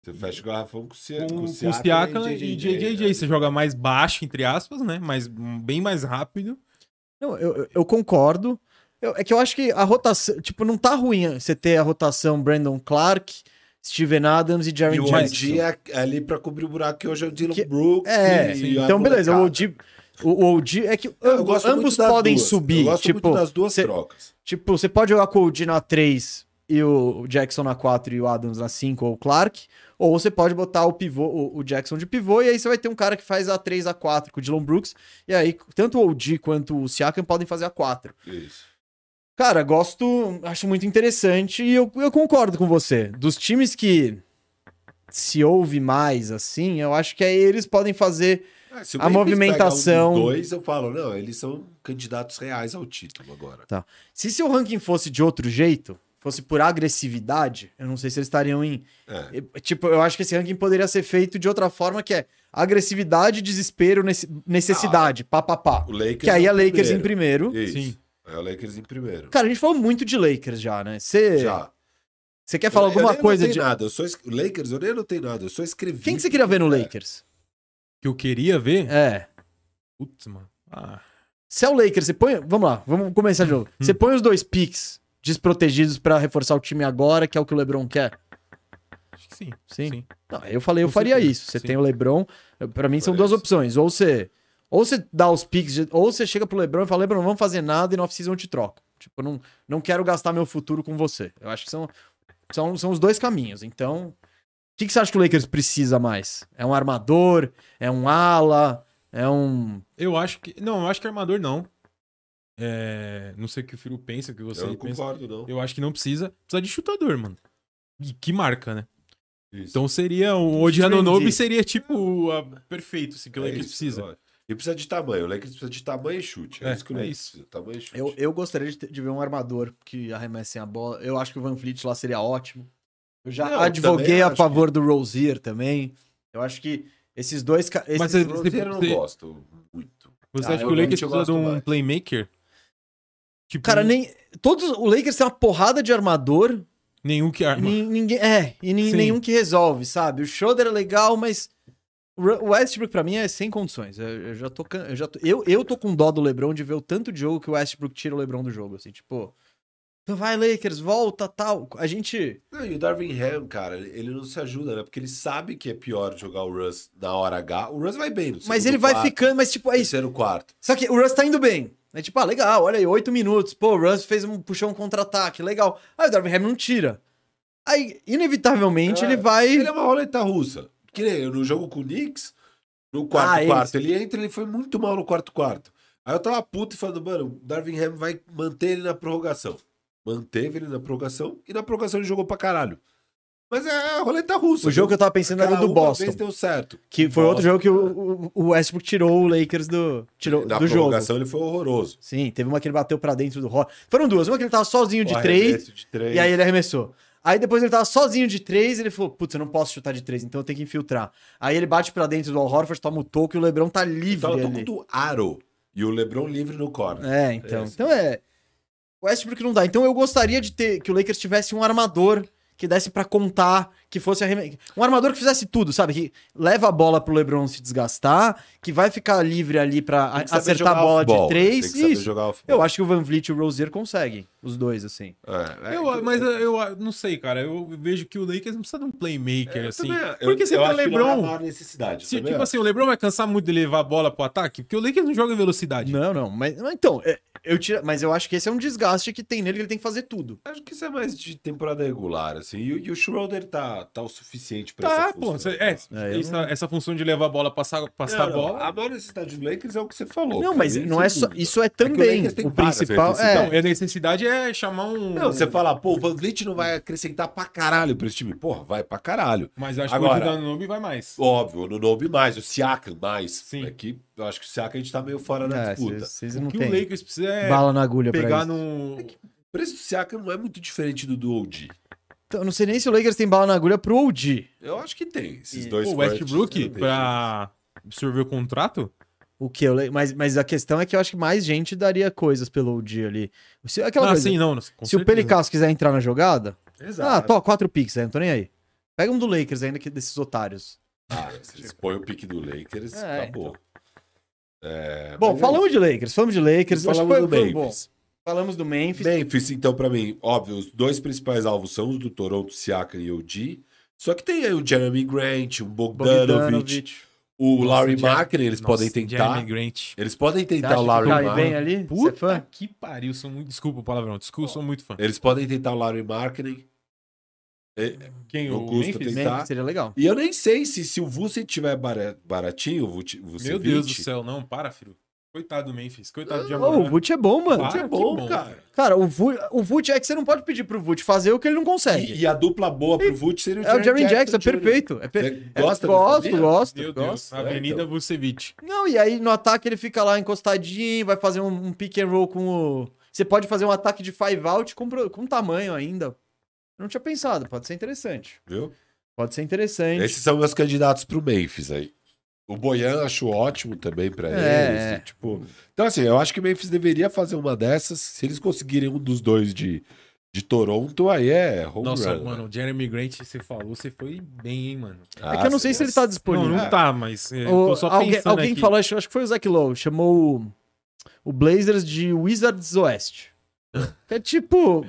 Você fecha o garrafão com o Sia-
Com,
É, com
com
o
o
Siakam.
Siakam e
né?
JJJ. Você joga mais baixo, entre aspas, né? Mas hum, bem mais rápido.
Não, eu, eu- eu concordo. Eu- é que eu acho que a rotação. Tipo, não tá ruim você ter a rotação Brandon Clark, Steven Adams e
E
Jaren
o
Jackson.
OG é ali pra cobrir o buraco que hoje é o Dylan
Que-
Brooks.
É,
e a
então beleza. O
molecada.
OG, o, o OG é que
Eu
ambos,
gosto muito
ambos
das
podem
duas.
subir.
Eu gosto
tipo,
muito das duas
cê-
trocas.
Tipo, você pode jogar com o Dino 3 e o Jackson na 4 e o Adams na 5 ou o Clark. Ou você pode botar o pivô, o, o Jackson de pivô, e aí você vai ter um cara que faz a 3, a 4 com o Dylan Brooks. E aí, tanto o OG quanto o Siakam podem fazer a 4.
Isso.
Cara, gosto, acho muito interessante e eu, eu concordo com você. Dos times que se ouve mais assim, eu acho que aí eles podem fazer.
Ah, se o
A
Memphis
movimentação-
pegar Um dos dois, eu falo, não, eles são candidatos reais ao título agora.
Se seu ranking fosse de outro jeito, fosse por agressividade, eu não sei se eles estariam em.
É.
eh, Tipo, eu acho que esse ranking poderia ser feito de outra forma, que é agressividade, desespero, nece- necessidade, pá, pá, pá.
O Ah. Lakers.
Que aí
é
é
o
Lakers em
primeiro.
primeiro.
Isso.
Sim.
É o Lakers em primeiro.
Cara, a gente falou muito de Lakers já, né? Você
Já.
quer falar
Eu- eu
É, alguma
nem
coisa
anotei
de.
nada. Eu só es... o Lakers, eu nem anotei nada. Eu só escrevi.
Quem que você queria ver no
É.
Lakers?
Que eu queria ver.
É.
Putz, mano. Ah,
Se é o Lakers, você põe. Vamos lá, vamos começar de novo. Você põe os dois picks desprotegidos pra reforçar o time agora, que é o que o LeBron quer.
acho que sim.
Sim.
Sim.
Não, eu falei, eu
Com
faria
certeza,
isso. Você
sim.
tem o LeBron. Pra mim são
Faria
duas
isso.
opções. Ou você, ou você dá os picks, de- ou você chega pro LeBron e fala: "LeBron, não vamos fazer nada e no off-season eu te troco". Tipo, eu não não quero gastar meu futuro com você. Eu acho que são são, são os dois caminhos. Então, o que, que você acha que o Lakers precisa mais? É um armador? É um ala? É um.
Eu acho que. Não, eu acho que armador não. É, Não sei o que o Firo pensa, o que você
Eu não
pensa.
concordo, não.
Eu acho que não precisa. Precisa de chutador, mano. E que marca, né?
Isso.
Então seria. O
Um
Odianonobi
Strandy.
seria tipo. a- Perfeito, assim, que o
É
Lakers
isso,
precisa.
ó. E precisa de tamanho. O Lakers precisa de tamanho e chute. É,
É,
isso que o
é
Lakers
isso.
precisa. Tamanho e chute.
Eu, eu gostaria de, ter- de ver um armador que arremesse a bola. Eu acho que o Van Fleet lá seria ótimo. Eu já
Não, eu também
advoguei a
acho
favor do Rozier também. Eu acho que esses dois. ca- esses-
Mas você-
O Rozier eu não
você-
gosto muito.
Você
Ah,
acha
eu
que o Lakers
realmente
precisa de
gosto
um
mais.
playmaker? Tipo,
Cara, nem. Todos. O Lakers tem uma porrada de armador.
nenhum que
e
arma.
nin- ninguém, é, e nin-
Sim.
nenhum que resolve, sabe? O Schroeder é legal, mas. O Ru- o Westbrook, pra mim, é sem condições. Eu, eu já tô. can- Eu, já tô eu, eu tô com dó do Lebron de ver o tanto de jogo que o Westbrook tira o Lebron do jogo. Assim, tipo. Então vai, Lakers, volta, tal. A gente.
Não, e o Darvin Ham, cara, ele ele não se ajuda, né? Porque ele sabe que é pior jogar o Russ na hora H. O Russ vai bem no
Mas
segundo
ele vai
quarto,
ficando, mas tipo, é isso.
terceiro quarto.
Só que o Russ tá indo bem. É tipo, ah, legal, olha aí, oito minutos. Pô, o Russ fez um, puxou um contra-ataque, legal. Aí o Darvin Ham não tira. Aí, inevitavelmente,
É,
ele vai.
Ele é uma roleta russa. Que nem eu, no jogo com o Knicks, no quarto
Ah,
quarto. Ele entra, ele foi muito mal no quarto quarto. Aí eu tava puto e falando, mano, o Darvin Ham vai manter ele na prorrogação. Manteve ele na prorrogação e na prorrogação ele jogou pra caralho. Mas é a roleta russa.
O jogo que eu tava pensando era
Cara,
o do
uma
Boston.
vez deu certo.
Que foi outro
Boston,
jogo que o, o- o Westbrook tirou o Lakers do, tirou,
Na
do jogo.
prorrogação ele foi horroroso.
Sim, teve uma que ele bateu pra dentro do Rock. Foram duas. Uma que ele tava sozinho Um de
O
três,
arremesso de três.
e aí é ele arremessou. Aí depois ele tava sozinho de três e ele falou: Putz, eu não posso chutar de três, então eu tenho que infiltrar. Aí ele bate pra dentro do Al Horford, toma o toco e o Lebron tá livre.
Tava
ali.
tocando do aro e o LeBron livre no corner.
É, então.
É, sim.
então é. O Westbrook não dá. Então eu gostaria de ter que o Lakers tivesse um armador que desse pra contar, que fosse arreme... um armador que fizesse tudo, sabe? Que leva a bola pro LeBron se desgastar, que vai ficar livre ali pra a-
Tem que saber
acertar a
jogar
bola de
off-ball, né?
três.
Tem que saber
Isso.
jogar off-ball.
Eu acho que o Van Vliet e o Rozier conseguem, os dois assim.
É, é,
Eu, mas eu, eu não sei, cara. Eu vejo que o Lakers não precisa de um playmaker, assim.
também- É, eu-
Porque você
eu
tem o
acho que não é a
LeBron.
maior necessidade.
Se,
também é.
tipo
acho.
assim, o LeBron vai cansar muito de levar a bola pro ataque, porque o Lakers não joga em velocidade.
Não, não. Mas mas então, é, eu tira... mas eu acho que esse é um desgaste que tem nele que ele tem que fazer tudo.
Acho que isso é mais de temporada regular, assim. E, o- e o Schroeder tá, tá o suficiente pra
Tá,
essa
pô.
função.
Você, é,
É, eu
essa, essa função de levar a bola, passar,
Não, não,
passar a bola.
A maior necessidade do Lakers é o que você falou.
não,
pra
mas
mim,
não
sem
é só.
dúvida.
Isso é
o
também
Lakers tem
o
várias
principal.
necessidades.
É,
Não, e a necessidade é chamar um.
né?
Não, você fala, pô, o Van Vliet não vai acrescentar pra caralho pra esse time. Porra, vai pra caralho.
Mas eu acho
Agora-
que o Odianonobi vai mais.
Óbvio, no nome mais, o Siakam mais.
Sim.
É que eu acho que o Siakam a gente tá meio fora da
é,
disputa.
vocês vocês não
O que
têm
o Lakers precisa é
bala na agulha pra
pegar
isso.
no.
É O preço do Siakam não é muito diferente do do OG.
Então, eu não sei nem se o Lakers tem bala na agulha pro OG.
Eu acho que tem. Esses
E-
dois
O
cortes,
Westbrook,
não tem
pra absorver o contrato?
O que eu le- mas, mas a questão é que eu acho que mais gente daria coisas pelo OG ali. Se, aquela
Ah,
coisa,
sim, não. não, com
se o
certeza.
Pelicasso quiser entrar na jogada,
jeito. Exato.
ah, tô, quatro picks, aí, não tô nem aí. Pega um do Lakers ainda, que desses otários.
Ah, vocês põem o pique do Lakers,
É,
acabou. É,
bom,
mas é
falamos de Lakers, falamos de Lakers.
isso. falamos
acho que
do
foi- foi bom.
Memphis.
Falamos do Memphis.
Memphis, então, pra mim, óbvio, os dois principais alvos são os do Toronto, Siakam e OG. Só que tem aí o Jeremy Grant, um Bogdanovich,
Bogdanovic.
O
Nossa,
Larry
Jeremy-
Markkinen, eles
Nossa,
podem tentar.
Jeremy Grant.
Eles podem
Você
tentar
acha
o
que
Larry
cai bem
Markkinen.
ali? Você é
Puta
fã?
que pariu, sou muito. Desculpa o palavrão, desculpa, sou muito fã.
Eles podem tentar o Larry Markkinen.
Quem?
Não custa
Memphis?
tentar.
Bem, seria legal.
E eu nem sei se, se o Vuce tiver bara- baratinho, o Vuce
Meu Deus do céu, não, para, filho. Coitado do Memphis, coitado de
Ô, o
Amor.
Vult é bom, mano.
Claro.
é
que
bom,
bom,
cara.
Cara, o Vult, o Vult é que você não pode pedir pro Vult fazer o que ele não consegue.
E, e a dupla boa pro Vuce seria o
é o Jeremy Jackson, é
Jr.
perfeito. É per...
Você gosta
é,
dessa
gosto,
linha?
gosto,
Meu Deus,
gosto.
Avenida
então.
Vucevic.
Não, e aí no ataque ele fica lá encostadinho, vai fazer um, um pick and roll com o. Você pode fazer um ataque de five out com, pro- com tamanho ainda. Eu não tinha pensado, pode ser interessante.
Viu?
Pode ser interessante.
Esses são meus candidatos pro Memphis aí. O Boyan acho ótimo também pra
É,
eles.
é.
e, tipo... Então, assim, eu acho que o Memphis deveria fazer uma dessas. Se eles conseguirem um dos dois de, de Toronto, aí é home
Nossa,
run,
mano, o Jeremy Grant, você falou, você foi bem, hein, mano.
né?
É que eu não
Ah,
sei se ele
nossa.
tá disponível.
Não,
É.
não tá, mas é,
O-
tô só
alguém
pensando
alguém
aqui.
falou, acho, acho que foi o Zach Lowe, chamou o- o Blazers de Wizards
(laughs)
Oeste. é tipo.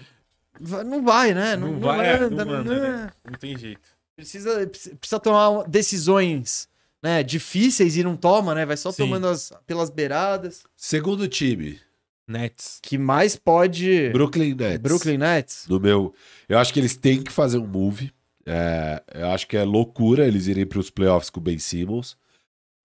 va- Não vai, né?
Não vai, é, não
anda,
manda,
né?
Não tem jeito.
Precisa, precisa tomar decisões né, difíceis e não toma, né? Vai só
Sim.
tomando as, pelas beiradas.
Segundo time,
Nets.
Que mais pode.
Brooklyn Nets.
É. Brooklyn Nets?
No meu, eu acho que eles têm que fazer um move. É, eu acho que é loucura eles irem para os playoffs com o Ben Simmons.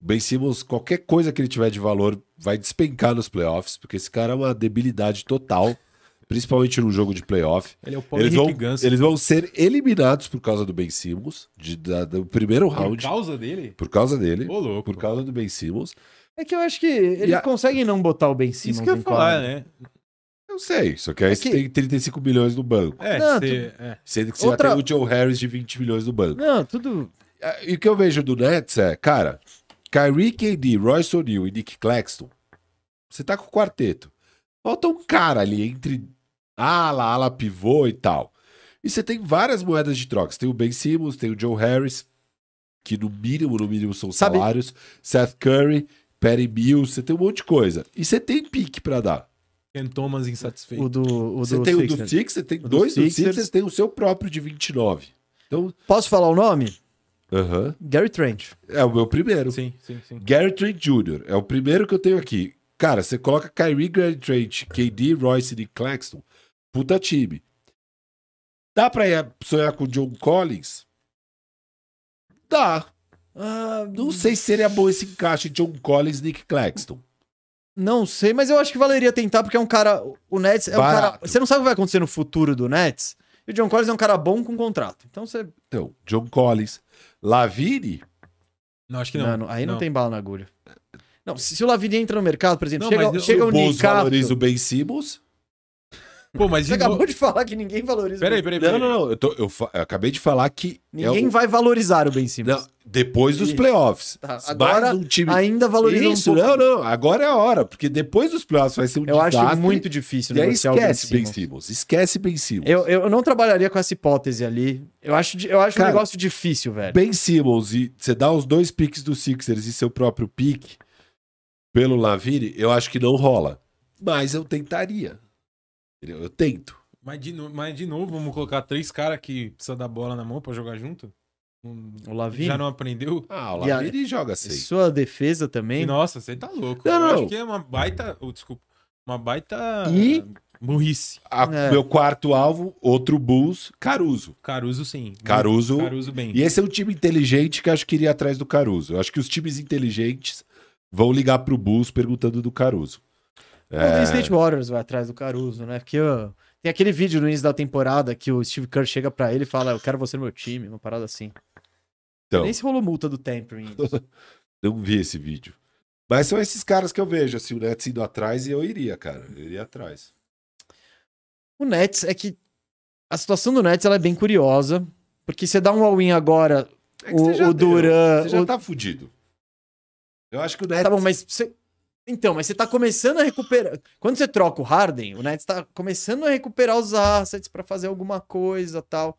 O Ben Simmons, qualquer coisa que ele tiver de valor, vai despencar nos playoffs, porque esse cara é uma debilidade total, principalmente num jogo de playoff.
Ele é o Paulo
Eles vão,
Henrique Ganso.
eles vão ser eliminados por causa do Ben Simmons, de- da- do primeiro
Por
round,
causa dele?
por causa dele,
Ô, louco.
por causa do Ben Simmons.
É que eu acho que eles
E a-
conseguem não botar o Ben Simmons
Isso que eu
em
ia falar,
quadra.
né?
Eu sei, só que aí
É
você
que-
tem 35 milhões no banco,
É,
Não,
você- é.
sendo que você
Outra-
já tem o Joe Harris de 20 milhões no banco.
Não, tudo.
Ah, E o que eu vejo do Nets é, cara, Kyrie, KD, Royce O'Neal e Nick Claxton, você tá com o quarteto. Falta um cara ali entre ala, ala pivô e tal. E você tem várias moedas de troca. Você tem o Ben Simmons, tem o Joe Harris, que no mínimo, no mínimo são
Sabe-
salários. Seth Curry, Perry Mills, você tem um monte de coisa. E você tem pique pra dar.
Ken Thomas insatisfeito.
O do, o
Você
do
tem o do
Sixers.
Sixers, você tem
do
dois do
Sixers.
Sixers, você tem o seu próprio de 29. Então,
Posso falar o nome?
aham.
Gary Trent.
é o meu primeiro.
Sim, sim, sim.
Gary Trent Jr. é o primeiro que eu tenho aqui. Cara, você coloca Kyrie, Gary Trent, KD, Royce e Claxton. Puta time. Dá pra ir- sonhar com o John Collins? Dá.
Ah,
Não sei se seria bom esse encaixe John Collins Nick Claxton.
Não sei, mas eu acho que valeria tentar, porque é um cara. O Nets é um cara.
Barato.
Você não sabe o que vai acontecer no futuro do Nets. E o John Collins é um cara bom com contrato. Então você.
Então, John Collins. Lavine?
Não, acho que não.
Não, não- aí não. tem bala na agulha. Não, se, se o Lavini entra no mercado, por exemplo,
Não,
chega,
mas eu-
chega o
o Bulls valoriza o
Nicato.
Ben Simmons?
Pô, mas...
Você
e no-
acabou de falar que ninguém valoriza. o
Peraí,
Ben-
Não,
peraí, peraí.
não, não. Eu, tô- eu fa- eu acabei de falar que... é
Ninguém
o-
vai valorizar o Ben Simmons.
Não, depois dos
Isso.
playoffs.
Tá,
mais
agora
um time
ainda valoriza
Isso,
um pouco.
não, não. Agora é a hora, porque depois dos playoffs vai ser um
Eu acho
desastre.
muito difícil
E aí
negociar o Ben
esquece Ben
Simmons.
Simmons. Esquece Ben Simmons.
Eu, eu não trabalharia com essa hipótese ali. Eu acho, di- eu acho um
Cara,
negócio difícil, velho.
Ben Simmons e você dá os dois piques do Sixers e seu próprio pique pelo Lavine, eu acho que não rola. Mas eu tentaria. Entendeu? Eu tento.
Mas de, no- mas de novo, vamos colocar três caras que precisa da bola na mão pra jogar junto? Hum,
O Lavini.
Já não aprendeu?
Ah, o
E a-
Lavine joga seis.
Sua defesa também.
Nossa, você tá louco.
Não,
Eu
não.
acho que é uma baita... oh, desculpa. Uma baita...
Ah, E?
Burrice.
A-
É.
Meu quarto alvo, outro Bulls, Caruso.
Caruso, sim.
Caruso.
Caruso bem.
Uhum.
E esse é um time inteligente que eu acho que iria atrás do Caruso. Eu acho que os times inteligentes vão ligar pro Bulls perguntando do Caruso.
O Golden State Warriors vai atrás do Caruso, né? Porque ó, tem aquele vídeo no início da temporada que o Steve Kerr chega pra ele e fala: Eu quero você no meu time, uma parada assim.
Então.
Nem se rolou multa do tampering.
Não vi esse vídeo. Mas são esses caras que eu vejo, assim, o Nets indo atrás e eu iria, cara. Eu iria atrás.
o Nets é que a situação do Nets ela é bem curiosa, porque você dá um all-in agora,
É que
o,
você já
o
deu,
Duran.
Você já
o-
tá fudido. Eu acho que o
É,
Nets.
Tá bom, mas você. Então, mas você tá começando a recuperar. Quando você troca o Harden, o Nets tá começando a recuperar os assets pra fazer alguma coisa tal.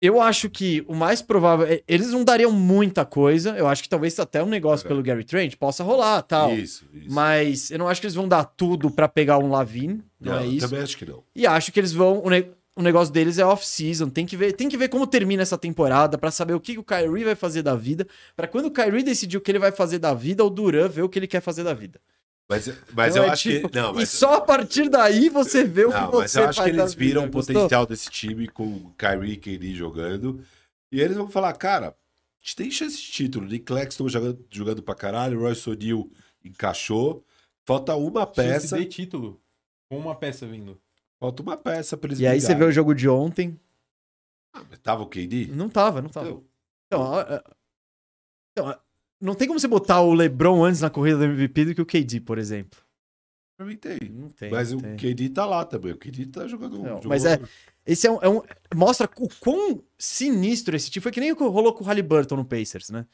Eu acho que o mais provável. é- Eles não dariam muita coisa. Eu acho que talvez até um negócio
É.
pelo Gary Trent possa rolar tal.
Isso, isso.
Mas eu não acho que eles vão dar tudo pra pegar um Lavin. Não,
Não,
é
eu
isso.
Também acho que não.
E acho que eles vão. o ne- o negócio deles é off-season, tem que ver, tem que ver como termina essa temporada pra saber o que o Kyrie vai fazer da vida, Pra quando o Kyrie decidir o que ele vai fazer da vida, o Duran ver o que ele quer fazer da vida.
Mas, mas
Então
eu
é
acho
tipo-
que. Não,
E
mas,
só a partir daí você vê o que
não,
você
mas eu acho que
faz da
eles viram
vida,
o
gostou?
potencial desse time com o Kyrie e KD jogando. E eles vão falar, cara, a gente tem chance de título. Nick Claxton jogando, jogando pra caralho, Royce O'Neal encaixou. Falta uma
Peça.
peça.
de título. Com uma peça vindo.
Falta uma peça pra eles
E aí você vê
brigarem.
o jogo de ontem,
Tava o KD?
não tava, não tava.
Não.
Então, a- a- então, a- não tem como você botar o LeBron antes na corrida do MVP do que o KD, por exemplo.
Pra mim tem.
Não tem.
Mas
não
o
tem.
KD tá lá também. O KD tá jogando.
Não,
jogou-
mas é- Esse é um, é um- Mostra o quão sinistro esse time. Foi que nem o que rolou com o Halliburton no Pacers, né?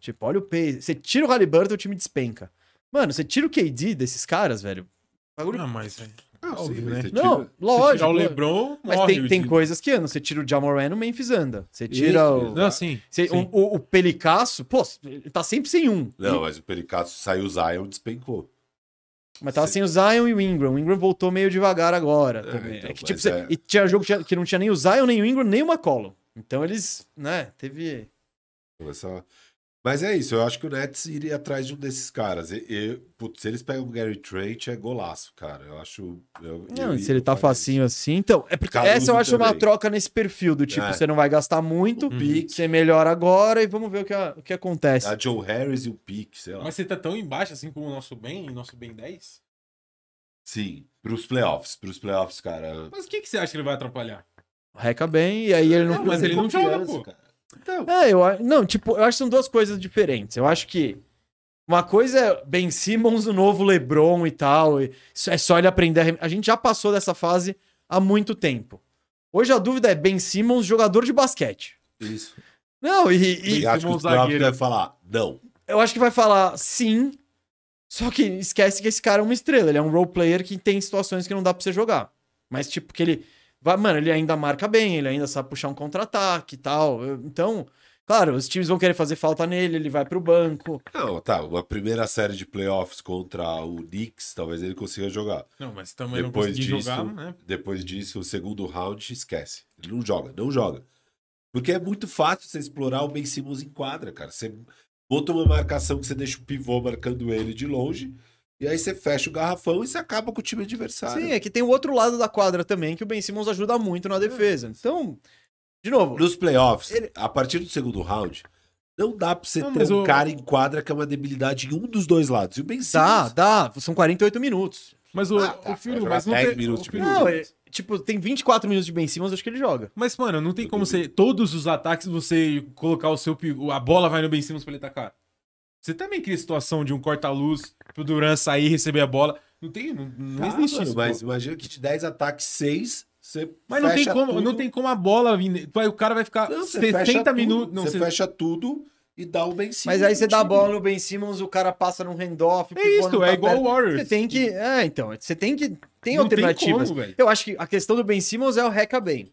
Tipo, olha o Pacers. Você tira o Halliburton, o time despenca. Mano, você tira o KD desses caras, velho. Bagulho...
Ah, mas. é.
Ah, sim,
Óbvio,
mas
né?
você
Não,
tira-
lógico.
Se tirar
lógico.
o Lebron,
Mas
morre
tem,
o
tem
time.
coisas que andam. Você tira o Jamoran, o Memphis anda. Você tira
Isso,
o...
exato.
Não, sim.
você-
sim.
o, o, o Pelicasso, pô, ele tá sempre sem um.
Não, mas o Pericato saiu o Zion despencou.
Mas tava
Sim.
sem o Zion e o Ingram. O Ingram voltou meio devagar agora.
É,
também.
então,
É que, tipo,
mas
você-
é-
E tinha jogo que tinha- que não tinha nem o Zion, nem o Ingram, nem o McCollum. Então eles, né, teve.
Então, Essa- Mas é isso, eu acho que o Nets iria atrás de um desses caras. E, e, putz, se eles pegam o Gary Trent, é golaço, cara. Eu acho. eu-
Não,
eu
se
ia-
ele
eu
tá
faria
facinho assim. Então, é porque
Caruso
essa eu acho uma
também.
troca nesse perfil do tipo,
É.
você não vai gastar muito,
Um pique.
você melhora agora e vamos ver o que, a- o que
isso.
acontece.
A Joe Harris e o Pique, sei lá.
Mas você tá tão embaixo assim como o nosso bem, nosso bem 10?
Sim, pros playoffs, pros playoffs, cara.
Mas o que, que você acha que ele vai atrapalhar?
Reca bem e aí
É,
ele não.
Não, mas ele não joga, pô.
Então,
É, eu a- não, tipo, eu acho que são duas coisas diferentes. Eu acho que uma coisa é Ben Simmons, o novo LeBron e tal, e isso é só ele aprender a rem- a gente já passou dessa fase há muito tempo. Hoje a dúvida é Ben Simmons, jogador de basquete.
isso.
Não, e, e
E acho que
como
os playoffs
zagueiro.
devem falar, não.
eu acho que vai falar sim, só que esquece que esse cara é uma estrela, ele é um role player que tem situações que não dá pra você jogar. Mas tipo que ele vai, mano, ele ainda marca bem, ele ainda sabe puxar um contra-ataque e tal. Eu- Então, claro, os times vão querer fazer falta nele, ele vai pro banco.
Não, tá. Uma primeira série de playoffs contra o Knicks, talvez ele consiga jogar.
Não, mas também
Depois
não consegui
disso-
jogar, né?
Depois disso, o segundo round, esquece. Ele não joga, não joga. Porque é muito fácil você explorar o Ben Simmons em quadra, cara. Você monta uma marcação que você deixa o pivô marcando ele de longe, e aí você fecha o garrafão e você acaba com o time adversário.
Sim, é que tem o outro lado da quadra também que o Ben Simmons ajuda muito na defesa. Então, de novo,
Nos playoffs,
Ele-
a partir do segundo round, não dá pra você
Não,
ter
mas
um
o-
cara em quadra que é uma debilidade em um dos dois lados. E o Ben
dá,
Simmons...
dá, são 48 minutos.
Mas o,
Ah, tá,
o Firu,
vai
mas não
jogar 10
tem.
minutos
o
de
Firu,
Não, é- tipo, tem 24 minutos de Ben Simmons, acho que ele joga.
Mas, mano, não tem como você. Todos os ataques você colocar o seu. pi- A bola vai no Ben Simmons pra ele atacar. Você também cria situação de um corta-luz pro Duran sair e receber a bola. Não tem. Não, não
Tá,
existe
mano,
isso.
mas
pô.
imagina que de 10 ataques, 6, você
Mas não tem,
fecha
como,
tudo.
não tem como a bola vir. vai- O cara vai ficar
Não, você fecha
60
tudo,
minutos. Não,
você
você
fecha tudo e dá o Ben Simmons
Mas aí você
no
dá a
time.
bola no Ben Simmons, o cara passa num handoff. o
É
pivô não
isso,
tá
é igual o
perto.
Warriors.
Você tem que. É, então, você tem que. Tem
Não
alternativas.
como, velho.
Eu acho que a questão do Ben Simmons é o reca bem.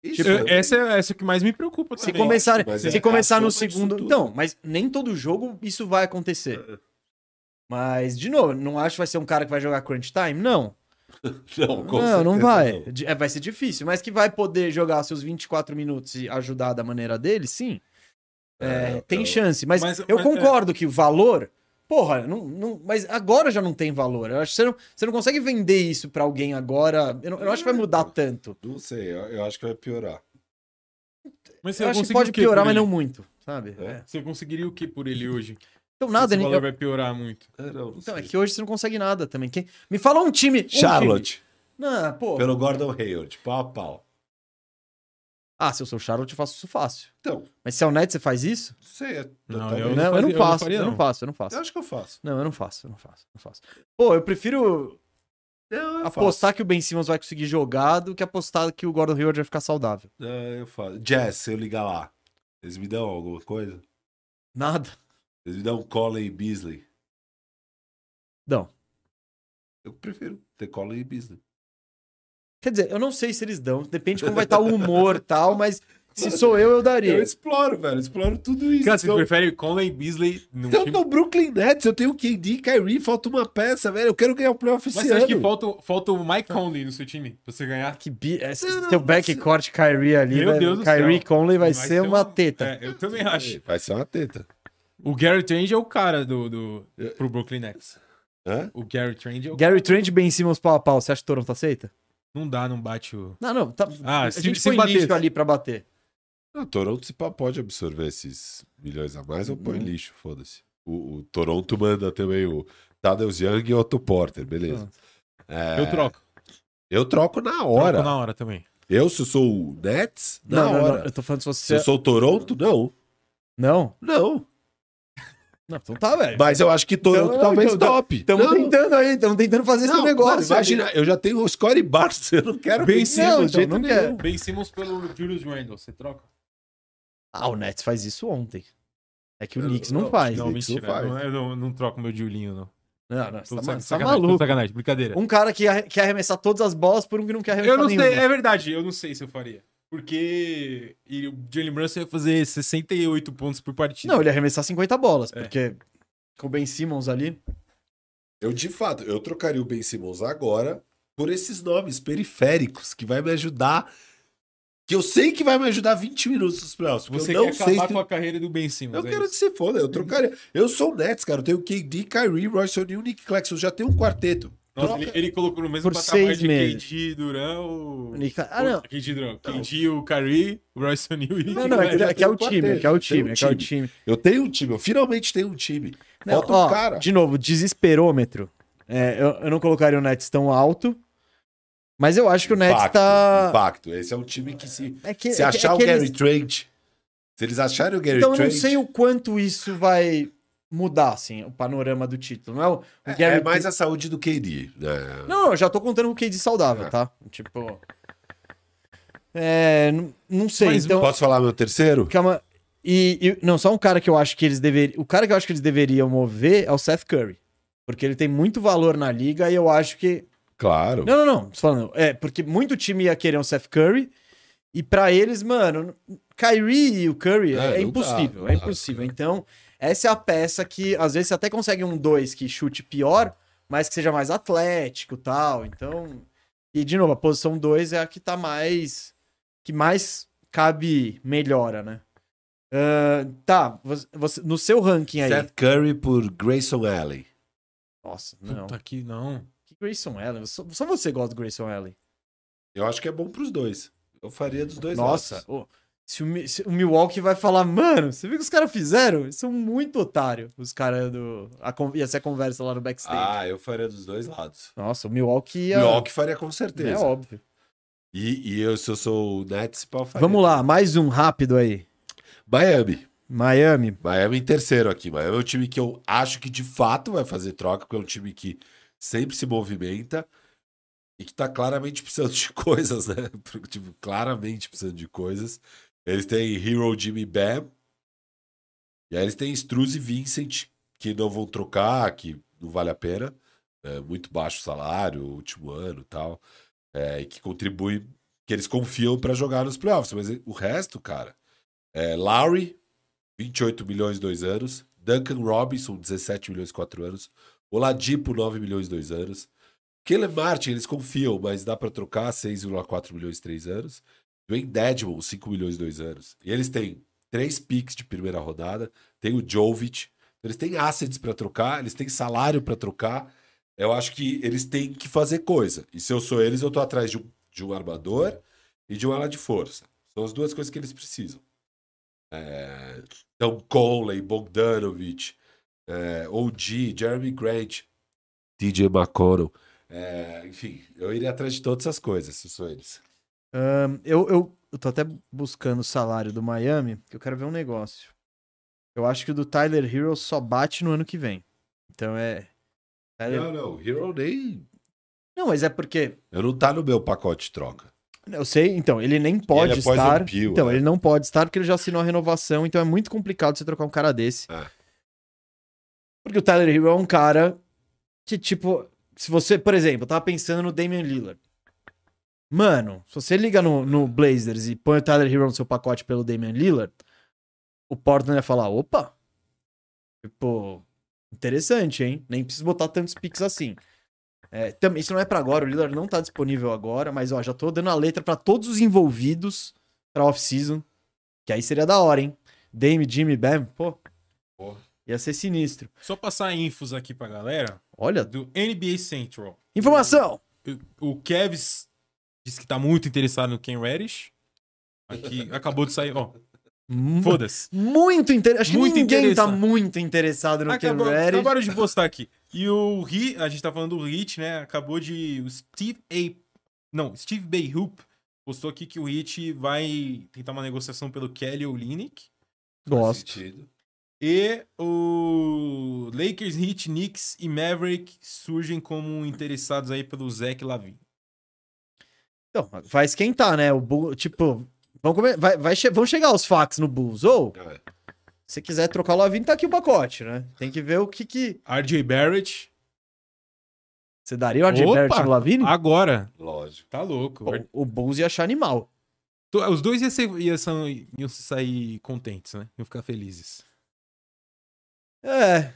Isso,
Tipo,
é-
essa, é, essa é o que mais me preocupa
Se
também.
começar,
mas
se
é
começar
a
no
soma disso
segundo.
tudo.
Então, mas nem todo jogo isso vai acontecer. Mas, de novo, não acho que vai ser um cara que vai jogar crunch time, não.
Não, com
não, não
certeza
vai.
não.
De- é, vai ser difícil, mas que vai poder jogar seus 24 minutos e ajudar da maneira dele, sim. É,
É,
tem
eu-
chance, mas,
mas-
eu
mas-
concordo que o valor. Porra, não, não- mas agora já não tem valor. Eu acho que você não, você não consegue vender isso pra alguém agora. Eu não, eu não acho que vai mudar tanto.
Não sei, eu, eu acho que vai piorar.
Mas
Eu acho que
conseguiu
pode
o quê
piorar,
por
mas
ele?
não muito, sabe?
É.
É.
Você conseguiria o que por ele hoje?
Então nada,
Esse
nem-
valor
eu-
vai piorar muito.
É, não, não
então é
sei.
que hoje você não consegue nada também. Quem- Me fala um time. um time.
Charlotte,
Não, pô.
pelo Gordon Hayward, pau a pau.
Ah, se eu sou Charlotte, eu faço isso fácil.
Então, não
Mas se é o Nets, você faz isso?
sei. é-
Não,
tá-
não,
eu-
eu
fazia-
não
eu não
faço.
faria,
Eu não
não.
faço, eu não faço.
eu acho que eu faço.
Não, eu não faço, eu não faço, eu não faço. Pô, eu prefiro
Não, eu
apostar que o Ben Simmons vai conseguir jogar do que apostar que o Gordon Hayward vai ficar saudável.
faço. Não, eu faço. Jazz, se eu ligar lá, eles me dão alguma coisa?
Nada.
Eles me dão Colin e Beasley.
Não.
Eu prefiro ter Colin e Beasley.
Quer dizer, eu não sei se eles dão, depende de como vai estar o humor e tal, mas Se sou eu, eu daria.
Eu exploro, velho. eu Exploro tudo isso.
Cara, você
Então-
prefere Conley e Beasley no
Então,
time?
no Brooklyn Nets, eu tenho KD e Kyrie, falta uma peça, velho. Eu quero ganhar o playoff
Mas
esse
você acha que
ano.
falta, falta o Mike Conley no seu time pra você ganhar?
Que bi... Esse
Não, não,
teu
não
backcourt Kyrie ali,
Meu
velho.
Deus do
Kyrie
céu.
Conley vai,
Vai
ser
ter
uma
um-
teta.
É, eu também acho.
Vai ser uma teta.
O Gary Trent é o cara do, do, pro Brooklyn Nets.
Hã?
O Gary Trent é o
Gary Trent bem em cima os pau a pau. Você acha que Toronto aceita?
Não dá, não bate o...
Não, não. Tá...
Ah,
a
se-
gente
se
põe
bater-
lixo ali pra bater.
Não, Toronto se pá, pode absorver esses milhões a mais ou põe lixo, foda-se. O, o Toronto manda também o Tadeusz Young e o Otto Porter, beleza. É,
Ah. Eu troco.
eu troco na
Troco
hora.
na hora também.
Eu, se eu sou o Nets, na
não,
hora.
não, não. Eu tô falando se
Se
você...
eu sou o Toronto, não.
Não?
Não.
Não, então tá, velvelho.
Mas eu acho que Toronto
Então,
talvez
então,
top.
Estamos
não.
tentando aí, estamos tentando fazer
Não,
esse negócio.
mano, imagina, eu já tenho o Scottie Barnes, (laughs) eu não quero
Bem
Ben
Simmons,
Simmons,
então, não quero.
nenhum.
Ben Simmons pelo Julius Randle, você troca?
Ah, o Nets faz isso ontem. É que o
Eu-
Knicks não
eu-
faz.
Não,
Knicks
mentira.
não faz.
não, eu não, não troco meu Julinho, não.
Não, não, você
Tô
tá,
saca-
mano, você tá
sacanagem, tô
maluco.
sacanagem, brincadeira.
Um cara que arre- quer arremessar todas as bolas por um que não quer arremessar
Eu não sei,
nenhuma.
é verdade, eu não sei se eu faria. Porque e o Jalen Brunson ia fazer 68 pontos por partida.
Não, ele ia arremessar 50 bolas,
É.
porque com o Ben Simmons ali...
Eu, de fato, eu trocaria o Ben Simmons agora por esses nomes periféricos, que vai me ajudar. Que eu sei que vai me ajudar 20 minutos nos playoffs. porque
Tipo, você
eu não
quer
sei
acabar
se-
com a carreira do Ben Simmons.
Eu
é
quero
isso.
que você foda, eu trocaria. Eu sou o Nets, cara. Eu tenho KD, Kyrie, Royce O'Neal, Nick Claxton. Já tenho um quarteto.
Nossa,
troca-
ele, ele colocou no mesmo
Por
patamar
seis
de
meses.
KD, Duran, o...
o Knicks- Ah, não.
KD, Duran. KD, o Curry, o Royce O'Neal e...
Não, não, é que, é que é o
Tem um
time, é que é o
quarteto,
time, é que é o
tem um
time.
Eu tenho um time, eu finalmente tenho um time.
Não,
Falta
ó,
um cara.
De novo, desesperômetro. É, eu, eu não colocaria o Nets tão alto, mas eu acho que o Nets
Impacto,
tá...
Impacto. Esse é um time que se,
É que,
se
é que- é
achar o
que eles-
Gary Trent. Se eles acharem o Gary
Então eu não
Trent.
sei o quanto isso vai mudar, assim, o panorama do título. Não é o, o
É,
Gary
é mais a saúde do KD. né?
Não, eu já tô contando com o KD saudável,
Ah.
tá? Tipo. É. Não, não sei.
Mas
então.
Posso falar meu terceiro?
Calma. E, e- Não, só um cara que eu acho que eles deveriam. O cara que eu acho que eles deveriam mover é o Seth Curry. Porque ele tem muito valor na liga e eu acho que.
Claro.
Não, não, não. Tô falando. É, porque muito time ia querer um Seth Curry. E pra eles, mano, Kyrie e o Curry
É,
é,
não
impossível.
dá,
é
não dá.
impossível. Então, essa é a peça que, às vezes, você até consegue um 2 que chute pior, mas que seja mais atlético tal. Então. E, de novo, a posição 2 é a que tá mais. que mais cabe melhora, né? Ahn, tá, você, você- no seu ranking aí.
Seth Curry por Grayson Allen.
Nossa, não.
Puta que não.
Que Grayson Allen? Só, só você gosta do Grayson Allen.
Eu acho que é bom pros dois. Eu faria dos dois
é. Nossa,
lados.
ô, se, o, Mi- se o Milwaukee vai falar, mano, você viu o que os caras fizeram? Eles são muito otário, os caras do. A, con- ia ser a conversa lá no backstage.
Ah, eu faria dos dois lados.
Nossa, o Milwaukee ia.
Milwaukee faria com
é
certeza.
óbvio.
E, e eu, se eu sou o Nets, pau, faria.
Vamos lá, mais um rápido aí.
Miami.
Miami.
Miami em terceiro aqui. Miami é um time que eu acho que de fato vai fazer troca, porque é um time que sempre se movimenta e que tá claramente precisando de (laughs) coisas, né? Tipo, claramente precisando de coisas. Eles têm Hero, Jimmy Bam. E aí eles têm Struz e Vincent, que não vão trocar, que não vale a pena. É, muito baixo salário, último ano e tal. É, e que contribui, que eles confiam pra jogar nos playoffs. Mas o resto, cara, é Lowry, 28 milhões, 2 anos. Duncan Robinson, 17 milhões, 4 anos. Oladipo, 9 milhões, 2 anos. Caleb Martin, eles confiam, mas dá pra trocar, 6,4 milhões, 3 anos. Dwayne Dedmon, 5 milhões, 2 anos. E eles têm três picks de primeira rodada, tem o Jovic. Eles têm assets pra trocar, eles têm salário pra trocar. Eu acho que eles têm que fazer coisa. E se eu sou eles, eu tô atrás de um, de um armador e de um ala de força. São as duas coisas que eles precisam. É, então, Conley, Bogdanovich, é, OG, Jeremy Grant, DJ McConnell. É, enfim, eu iria atrás de todas essas coisas, se sou eles.
Ahn, eu, eu, eu tô até buscando o salário do Miami, que eu quero ver um negócio. Eu acho que o do Tyler Hero só bate no ano que vem. Então é. Tyler-
Não, não, Hero nem.
Não, mas é porque.
Eu não tá no meu pacote de troca.
Eu sei, então, ele nem pode
ele é poison
estar.
pill,
então,
né?
ele não pode estar porque ele já assinou a renovação, então é muito complicado você trocar um cara desse.
É.
Porque o Tyler Hill é um cara que, tipo, se você, por exemplo, eu tava pensando no Damian Lillard. Mano, se você liga no, no Blazers e põe o Tyler Hero no seu pacote pelo Damian Lillard, o Portland ia falar, opa, tipo, interessante, hein? Nem preciso botar tantos picks assim. É, tam- isso não é pra agora, o Lillard não tá disponível agora, mas ó, já tô dando a letra pra todos os envolvidos pra off-season, que aí seria da hora, hein? Dame, Jimmy, Bam, pô,
Porra.
ia ser sinistro.
Só passar infos aqui pra galera
Olha,
do NBA Central.
informação!
O o Kevs disse que tá muito interessado no Ken Reddish. Aqui acabou de sair, ó. Foda-se.
Muito interessante. Acho que
Muito
ninguém tá
interessante.
muito interessado no Ken
Acabou-
Reddish.
Acabaram de postar aqui. E o Ri, a gente tá falando do Hit, né? Acabou de. O Steve A. Não, Steve Bayhoop postou aqui que o Hit vai tentar uma negociação pelo Kelly Olynyk.
Faz
Gosto.
sentido.
E o Lakers, Heat, Knicks e Maverick surgem como interessados aí pelo Zach Lavin.
Então, vai esquentar, né? O Bull, tipo, vão, come- vai, vai che- vão chegar os fax no Bulls. Ou,
É.
se quiser trocar o Lavin, tá aqui o pacote, né? Tem que ver o que que...
RJ Barrett,
Você daria o RJ
Opa!
Barrett no Lavin?
agora.
Lógico.
Tá louco.
Pô, Então, O Bulls ia achar animal.
To- Os dois iam, ser, iam, são- iam se sair contentes, né? Iam ficar felizes.
É.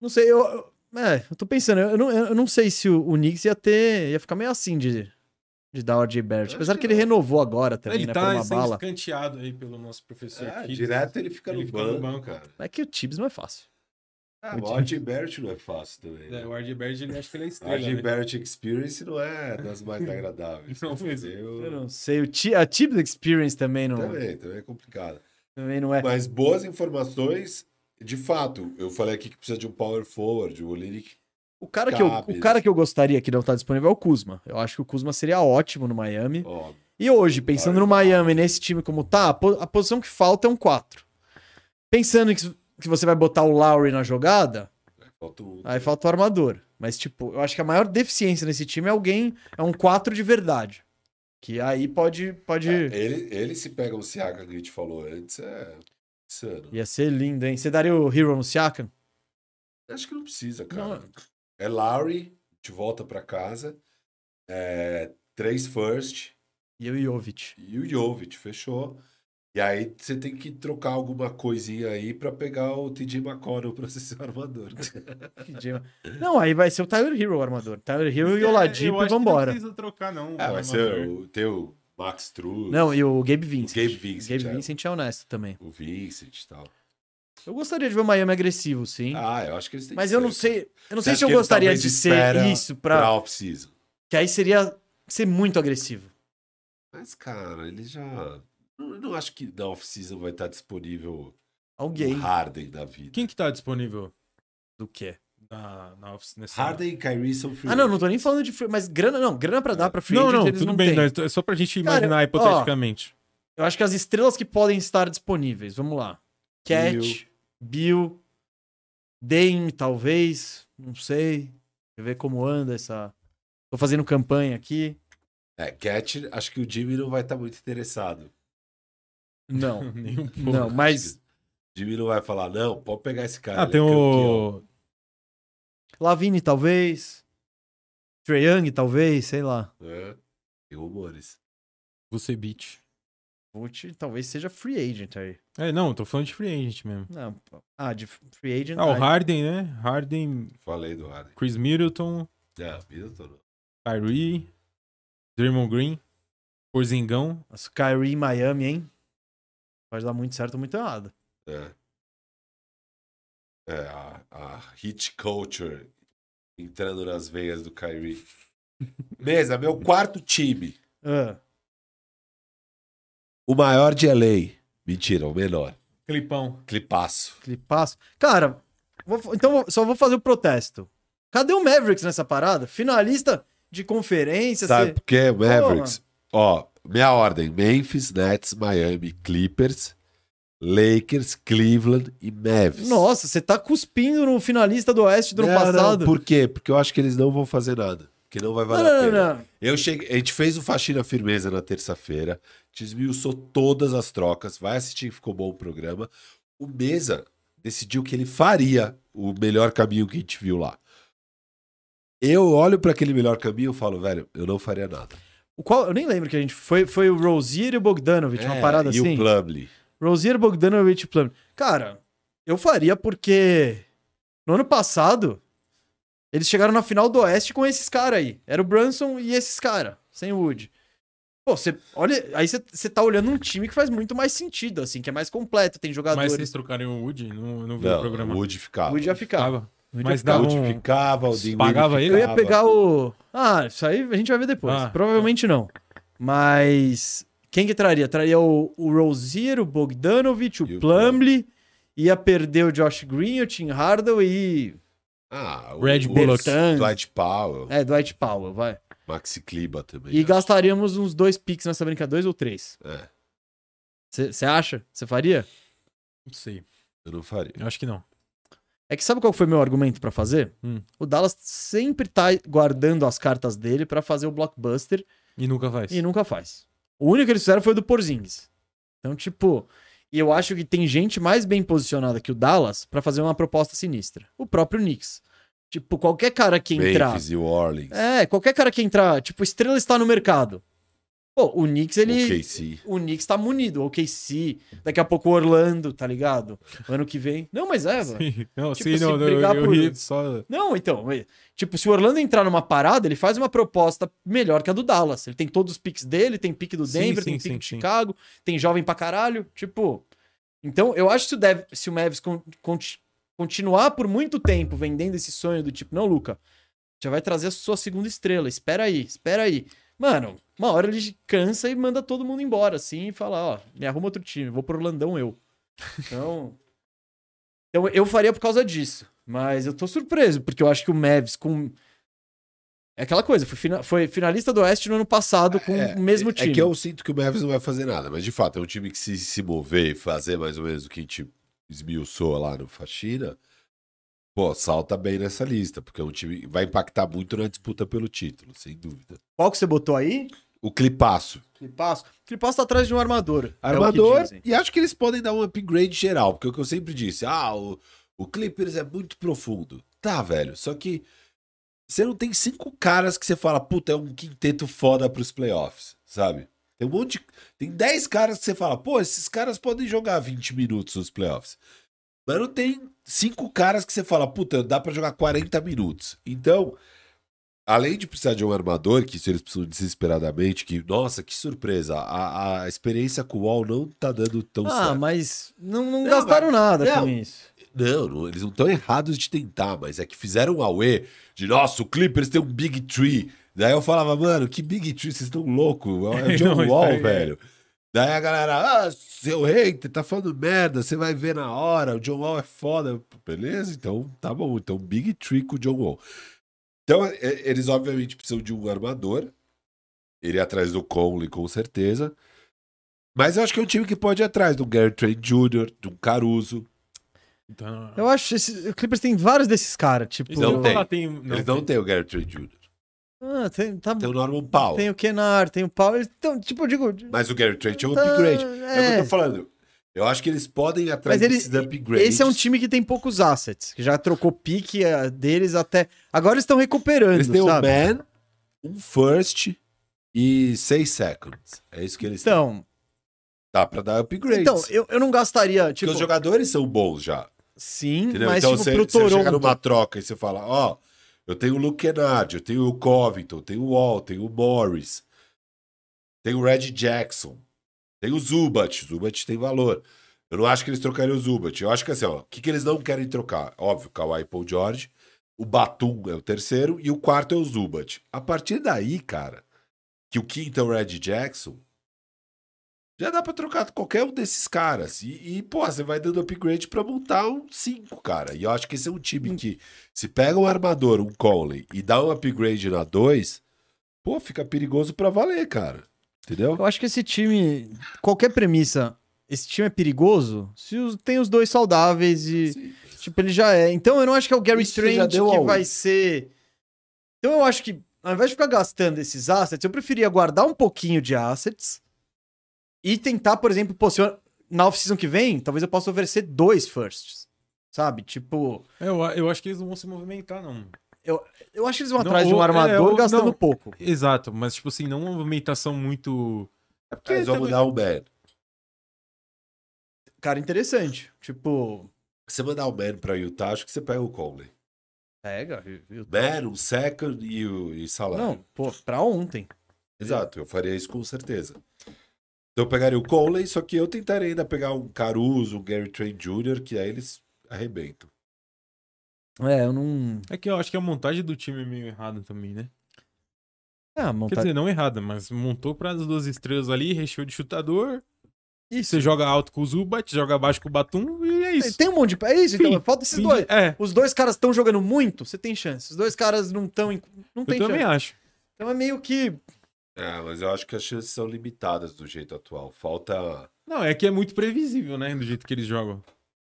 Não sei, eu... eu- É, eu tô pensando. Eu não, eu não sei se o, o Knicks ia ter... Ia ficar meio assim de, de dar o RJ Barrett.
Acho
Apesar
que
que ele
não.
renovou agora também,
ele
né? por
tá
uma
sendo
bala.
escanteado aí pelo nosso professor
Ah,
Kidd.
direto ele fica,
Ele
no,
fica
banco,
no banco.
cara.
É que o Tibbs não é fácil.
Ah,
Pode-
o Archie Barrett não é fácil também.
É,
Né?
o RJ Barrett, ele acha que ele
A
é
Archie
estrela, né?
Barrett Experience não é das mais agradáveis.
Não mesmo.
Eu-
Eu não sei. O Ti- a Tibbs Experience também não,
Também, também é complicado.
também não é.
Mas boas informações, de fato. Eu falei aqui que precisa de um power forward, o Olinick.
O cara, que eu,
Cabe.
o cara que eu gostaria que não tá disponível é o Kuzma. Eu acho que o Kuzma seria ótimo no Miami.
Ó,
E hoje, pensando no Miami, nesse time como tá, a, po- a posição que falta é um 4. Pensando que, que você vai botar o Lowry na jogada,
falta um.
aí falta o armador. Mas, tipo, eu acho que a maior deficiência nesse time é alguém. É um 4 de verdade. Que aí pode. pode...
É, Ele, ele se pega o Siaka que a gente falou antes, é insano.
Ia ser lindo, hein? Você daria o Hero no Siakam?
Acho que não precisa, cara.
Não.
É Larry, de volta pra casa. É, três first
E o Jovic. (laughs)
e o Jovic, fechou. E aí você tem que trocar alguma coisinha aí pra pegar o TJ McConnell pra ser seu
(laughs)
armador.
Que dia- Não, aí vai ser o Tyler Hero o armador. Tyler Hero
É,
e o Oladipo
É, Eu acho
e
que
vambora.
Não precisa trocar, não.
Ah, vai ser o teu Max True,
É, Não, e o Gabe Vincent.
Gabe Vincent,
Gabe
é.
Vincent é honesto também.
o Vincent e tal.
Eu gostaria de ver o Miami agressivo, sim.
Ah, eu acho que eles têm
mas
que
eu
ser,
não
cara,
sei. Eu
Você
não sei
acha
se eu
que eles
gostaria
talvez
de ser
espera
isso pra.
Pra off-season.
Que aí seria ser muito agressivo.
Mas, cara, ele já. Eu não acho que na off-season vai estar disponível
Alguém.
o Harden da vida.
Quem que tá disponível
Do é. quê?
na, na office nessa...
Harden e Kyrie são free
Ah, não, não tô nem falando de free, mas grana não, grana pra dar pra free
Não,
agent
não,
eles
tudo
não
bem.
têm.
nós- é só pra gente
Cara,
imaginar
ó,
(laughs) hipoteticamente.
Eu acho que as estrelas que podem estar disponíveis, vamos lá. Cat,
Bill.
Bill, Dame, talvez, não sei. Deixa eu ver como anda essa. Tô fazendo campanha aqui.
É, Cat, acho que o Jimmy não vai estar muito interessado.
(laughs)
Não,
Nenhum um pouco.
não, mas
Jimmy não vai falar, não, pode pegar esse cara.
Ah,
ele
tem
é campeão.
o...
Lavine, talvez. Trae Young, talvez, sei lá.
É, tem rumores.
Você beat.
Vult, talvez seja free agent aí.
É, não, tô falando de free agent mesmo.
Não, pô. ah, de free agent.
Ah, o
aí.
Harden, né? Harden,
Falei do Harden.
Chris Middleton,
É, Middleton não.
Kyrie, Draymond Green, Porzingão.
Nossa, o Kyrie em Miami, hein? Pode dar muito certo ou muito errado.
É. É, a, a hit culture entrando nas veias do
(laughs)
Kyrie. Beleza, meu quarto time.
Ah,
O maior de LA. Mentira, o menor.
Clipão.
Clipaço.
clipaço. Cara, vou- então vou- só vou fazer o protesto. Cadê o Mavericks nessa parada? Finalista de conferência.
Sabe
cê-
por quê? Mavericks. Ó, minha ordem: Memphis, Nets, Miami, Clippers, Lakers, Cleveland e Mavs.
Nossa, você tá cuspindo no finalista do Oeste do ano
Não, não,
passado.
por quê? Porque eu acho que eles não vão fazer nada. Que não vai valer a pena.
não, não.
Eu cheguei, a gente fez o Faxina Firmeza na terça-feira, desmiuçou todas as trocas, vai assistir que ficou bom o programa. O Mesa decidiu que ele faria o melhor caminho que a gente viu lá. Eu olho para aquele melhor caminho e falo, velho, eu não faria nada.
O qual, eu nem lembro que a gente foi. Foi o Rozier e o Bogdanovich, uma parada
É, e
assim.
o Plumlee.
Rozier, Bogdanovich e Plum. Cara, eu faria porque no ano passado eles chegaram na final do Oeste com esses caras aí. Era o Brunson e esses caras, sem o Wood. Pô, você olha, aí você- você tá olhando um time que faz muito mais sentido, assim, que é mais completo, tem
Mas
jogadores.
vocês trocarem o Wood? Não, não vi o
Não,
programa.
o Wood
O
ficava.
Wood já ficava.
Tava.
Wood
Mas
já
dá
O
ficava.
Wood
um-
ficava, o Dinwiddie
Pagava ele?
Eu
ficava.
ia pegar o. Ah, isso aí a gente vai ver depois.
Ah,
Provavelmente não. Mas. Quem que traria? Traria o, o Rozier, o Bogdanovich, o,
E o
Plumlee. Ia perder o Josh Green, o Tim Hardaway e.
Ah, o
Red
o
Bullock.
Dwight Powell,
É, Dwight Powell, vai.
Tá Maxi Kliba também.
E
acho.
gastaríamos uns dois picks nessa brincadeira, dois ou três.
É.
Você acha? Você faria?
Não sei.
Eu não faria.
Eu acho que não.
É que sabe qual foi meu argumento pra fazer?
Hum.
O Dallas sempre tá guardando as cartas dele pra fazer o blockbuster
E nunca faz.
E nunca faz. O único que eles fizeram foi o do Porzingis. Então, tipo, e eu acho que tem gente mais bem posicionada que o Dallas pra fazer uma proposta sinistra. O próprio Knicks. Tipo, qualquer cara que entrar.
Memphis e Orleans.
É, qualquer cara que entrar, tipo, estrela está no mercado. Pô, o Knicks, ele.
O KC.
O Knicks tá munido, o OKC, daqui a pouco o Orlando, tá ligado? Ano que vem. Não, mas é, mano.
Sim. Não,
Tipo,
sim,
se
não. não,
brigar
eu,
por-
eu ri só...
Não, então, é, tipo, se o Orlando entrar numa parada, ele faz uma proposta melhor que a do Dallas. Ele tem todos os piques dele, tem pique do
Sim,
Denver,
sim,
tem
sim,
pique de
sim.
Chicago, tem jovem pra caralho, tipo. Então, eu acho que se o, Dev, se o Mavis con- conti- continuar por muito tempo vendendo esse sonho do tipo, não, Luca, já vai trazer a sua segunda estrela, espera aí, espera aí. Mano, uma hora ele cansa e manda todo mundo embora, assim, e fala, ó, me arruma outro time, vou pro Orlandão eu. Então, (laughs) então eu faria por causa disso. Mas eu tô surpreso, porque eu acho que o Mavs com... É aquela coisa, foi, fina- foi finalista do Oeste no ano passado com
É,
o um mesmo time.
É que eu sinto que o Mavis não vai fazer nada, mas de fato é um time que se, se mover e fazer mais ou menos o que a gente esmiuçou lá no Faxina, pô, salta bem nessa lista, porque é um time que vai impactar muito na disputa pelo título, sem dúvida.
Qual que você botou aí?
O Clipasso.
Clipasso. Clipasso tá atrás de um armador. é o que
Armador,
dizem.
e acho que eles podem dar um upgrade geral, porque é o que eu sempre disse, ah, o, o Clippers é muito profundo. Tá, velho, só que você não tem cinco caras que você fala, puta, é um quinteto foda pros playoffs, sabe? Tem um monte de... Tem 10 caras que você fala, pô, esses caras podem jogar 20 minutos nos playoffs. Mas não tem cinco caras que você fala, puta, dá pra jogar 40 minutos. Então, além de precisar de um armador, que isso eles precisam desesperadamente, que, nossa, que surpresa, a, a experiência com o Wall não tá dando tão
Ah,
certo.
mas não, não
Não,
gastaram nada
não.
com isso.
Não, não, eles não estão errados de tentar, mas é que fizeram um auê de, nossa, o Clippers tem um Big Tree. Daí eu falava, mano, que Big Tree, vocês estão loucos, é
(laughs)
o John
Não, isso
Wall,
aí é.
velho. Daí a galera, ah, seu hater, tá falando merda, você vai ver na hora, o John Wall é foda. Beleza, então tá bom, então Big Tree com o John Wall. Então, é, eles obviamente precisam de um armador, ele é atrás do Conley, com certeza. Mas eu acho que é um time que pode ir atrás de um Gary Trent Jr., de um Caruso.
Então,
Eu acho que esse- o Clippers tem vários desses caras, tipo...
Eles
Não
não
tem.
lá tem... Não,
eles não têm o Gary Trent Jr.
Ah, tem, tá...
Tem o Norman Powell.
tem o Kenar, tem o Paulo. Então, tipo, eu digo...
Mas o Gary Trent é um
tá,
upgrade. É. o que eu
é.
tô falando. Eu acho que eles podem ir atrás
Mas ele-
desses upgrades.
Esse é um time que tem poucos assets, que já trocou pique eh, deles até... Agora eles estão recuperando,
Eles têm um
sabe?
man, um first e seis seconds. É isso que eles têm.
Então,
Dá pra dar upgrades.
então eu, eu não gastaria,
Porque
tipo...
os jogadores são bons já.
Sim,
Entendeu?
mas
então
tipo,
você,
pro
você chega
Toronto...
numa troca e você fala, ó, eu tenho o Luke Kennard, eu tenho o Covington, eu tenho o Wall, tenho o Morris, tenho o Red Jackson, tenho o Zubat, Zubat tem valor. Eu não acho que eles trocariam o Zubat. Eu acho que assim, ó, o que, que eles não querem trocar? Óbvio, Kawhi e Paul George, o Batum é o terceiro e o quarto é o Zubat. A partir daí, cara, que o quinto é o Red Jackson, já dá pra trocar qualquer um desses caras. E, e, pô, você vai dando upgrade pra montar um 5, cara. E eu acho que esse é um time que, se pega um armador, um Conley, e dá um upgrade na 2, pô, fica perigoso pra valer, cara. Entendeu?
Eu acho que esse time, qualquer premissa, esse time é perigoso se os- tem os dois saudáveis
É
e.
Sim.
Tipo, ele já é. Então eu não acho que é o Gary
Isso já
Trent que
deu a um.
vai ser. Então eu acho que, ao invés de ficar gastando esses assets, eu preferia guardar um pouquinho de assets e tentar, por exemplo, pô, se eu- na off-season que vem, talvez eu possa oferecer dois firsts. Sabe? Tipo.
Eu, eu acho que eles não vão se movimentar, não.
Eu, eu acho que eles vão
Não,
atrás de um
o- é,
armador
o-
gastando
não.
pouco.
Exato, mas tipo assim, não uma movimentação muito. É porque
Eles vão
também-
mandar o um Man.
Cara, interessante. Tipo,
Se você mandar o Man pra Utah, acho que você pega o Conley.
pega. eu- eu-
Man, um second e, o- e salário.
Não, pô, pra ontem.
Exato, eu faria isso com certeza. Então eu pegaria o Conley, só que eu tentaria ainda pegar um Caruso, um Gary Train Jr., que aí eles arrebentam.
É, eu não.
É que eu acho que a montagem do time é meio errada também, né?
Ah,
Quer
montar.
dizer, não errada, mas montou para as duas estrelas ali, recheou de chutador.
Isso.
Você joga alto com o Zubat, joga baixo com o Batum e é isso.
Tem um monte de. É isso, então.
Fim,
Falta esses
Fim de-
dois.
É,
Os dois caras estão jogando muito, você tem chance. Os dois caras não estão. Não
eu
tem
também
chance.
acho.
Então é meio que.
É, mas eu acho que as chances são limitadas do jeito atual. Falta.
Não, é que é muito previsível, né? Do jeito que eles jogam.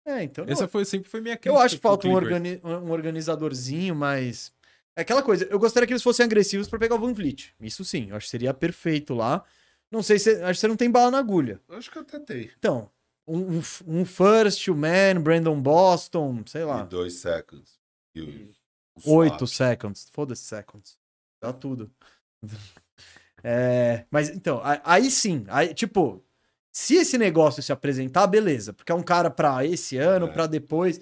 É, então. não-
Essa foi, sempre foi minha
Eu
crítica
acho que
pro
falta um,
Clippers.
organi- um organizadorzinho, mas. É aquela coisa. Eu gostaria que eles fossem agressivos pra pegar o Van Vliet. Isso sim, eu acho que seria perfeito lá. Não sei se. Acho que você não tem bala na agulha.
Eu Acho que até tem.
Então, um, um, f- um First, o Man, Brandon Boston, sei
E
lá.
dois seconds. E o- o
Oito
swap.
seconds. Foda-se seconds. Dá tudo. (laughs) É, mas então, a- aí sim. Aí, tipo, se esse negócio se apresentar, beleza. Porque é um cara pra esse ano,
É.
pra depois.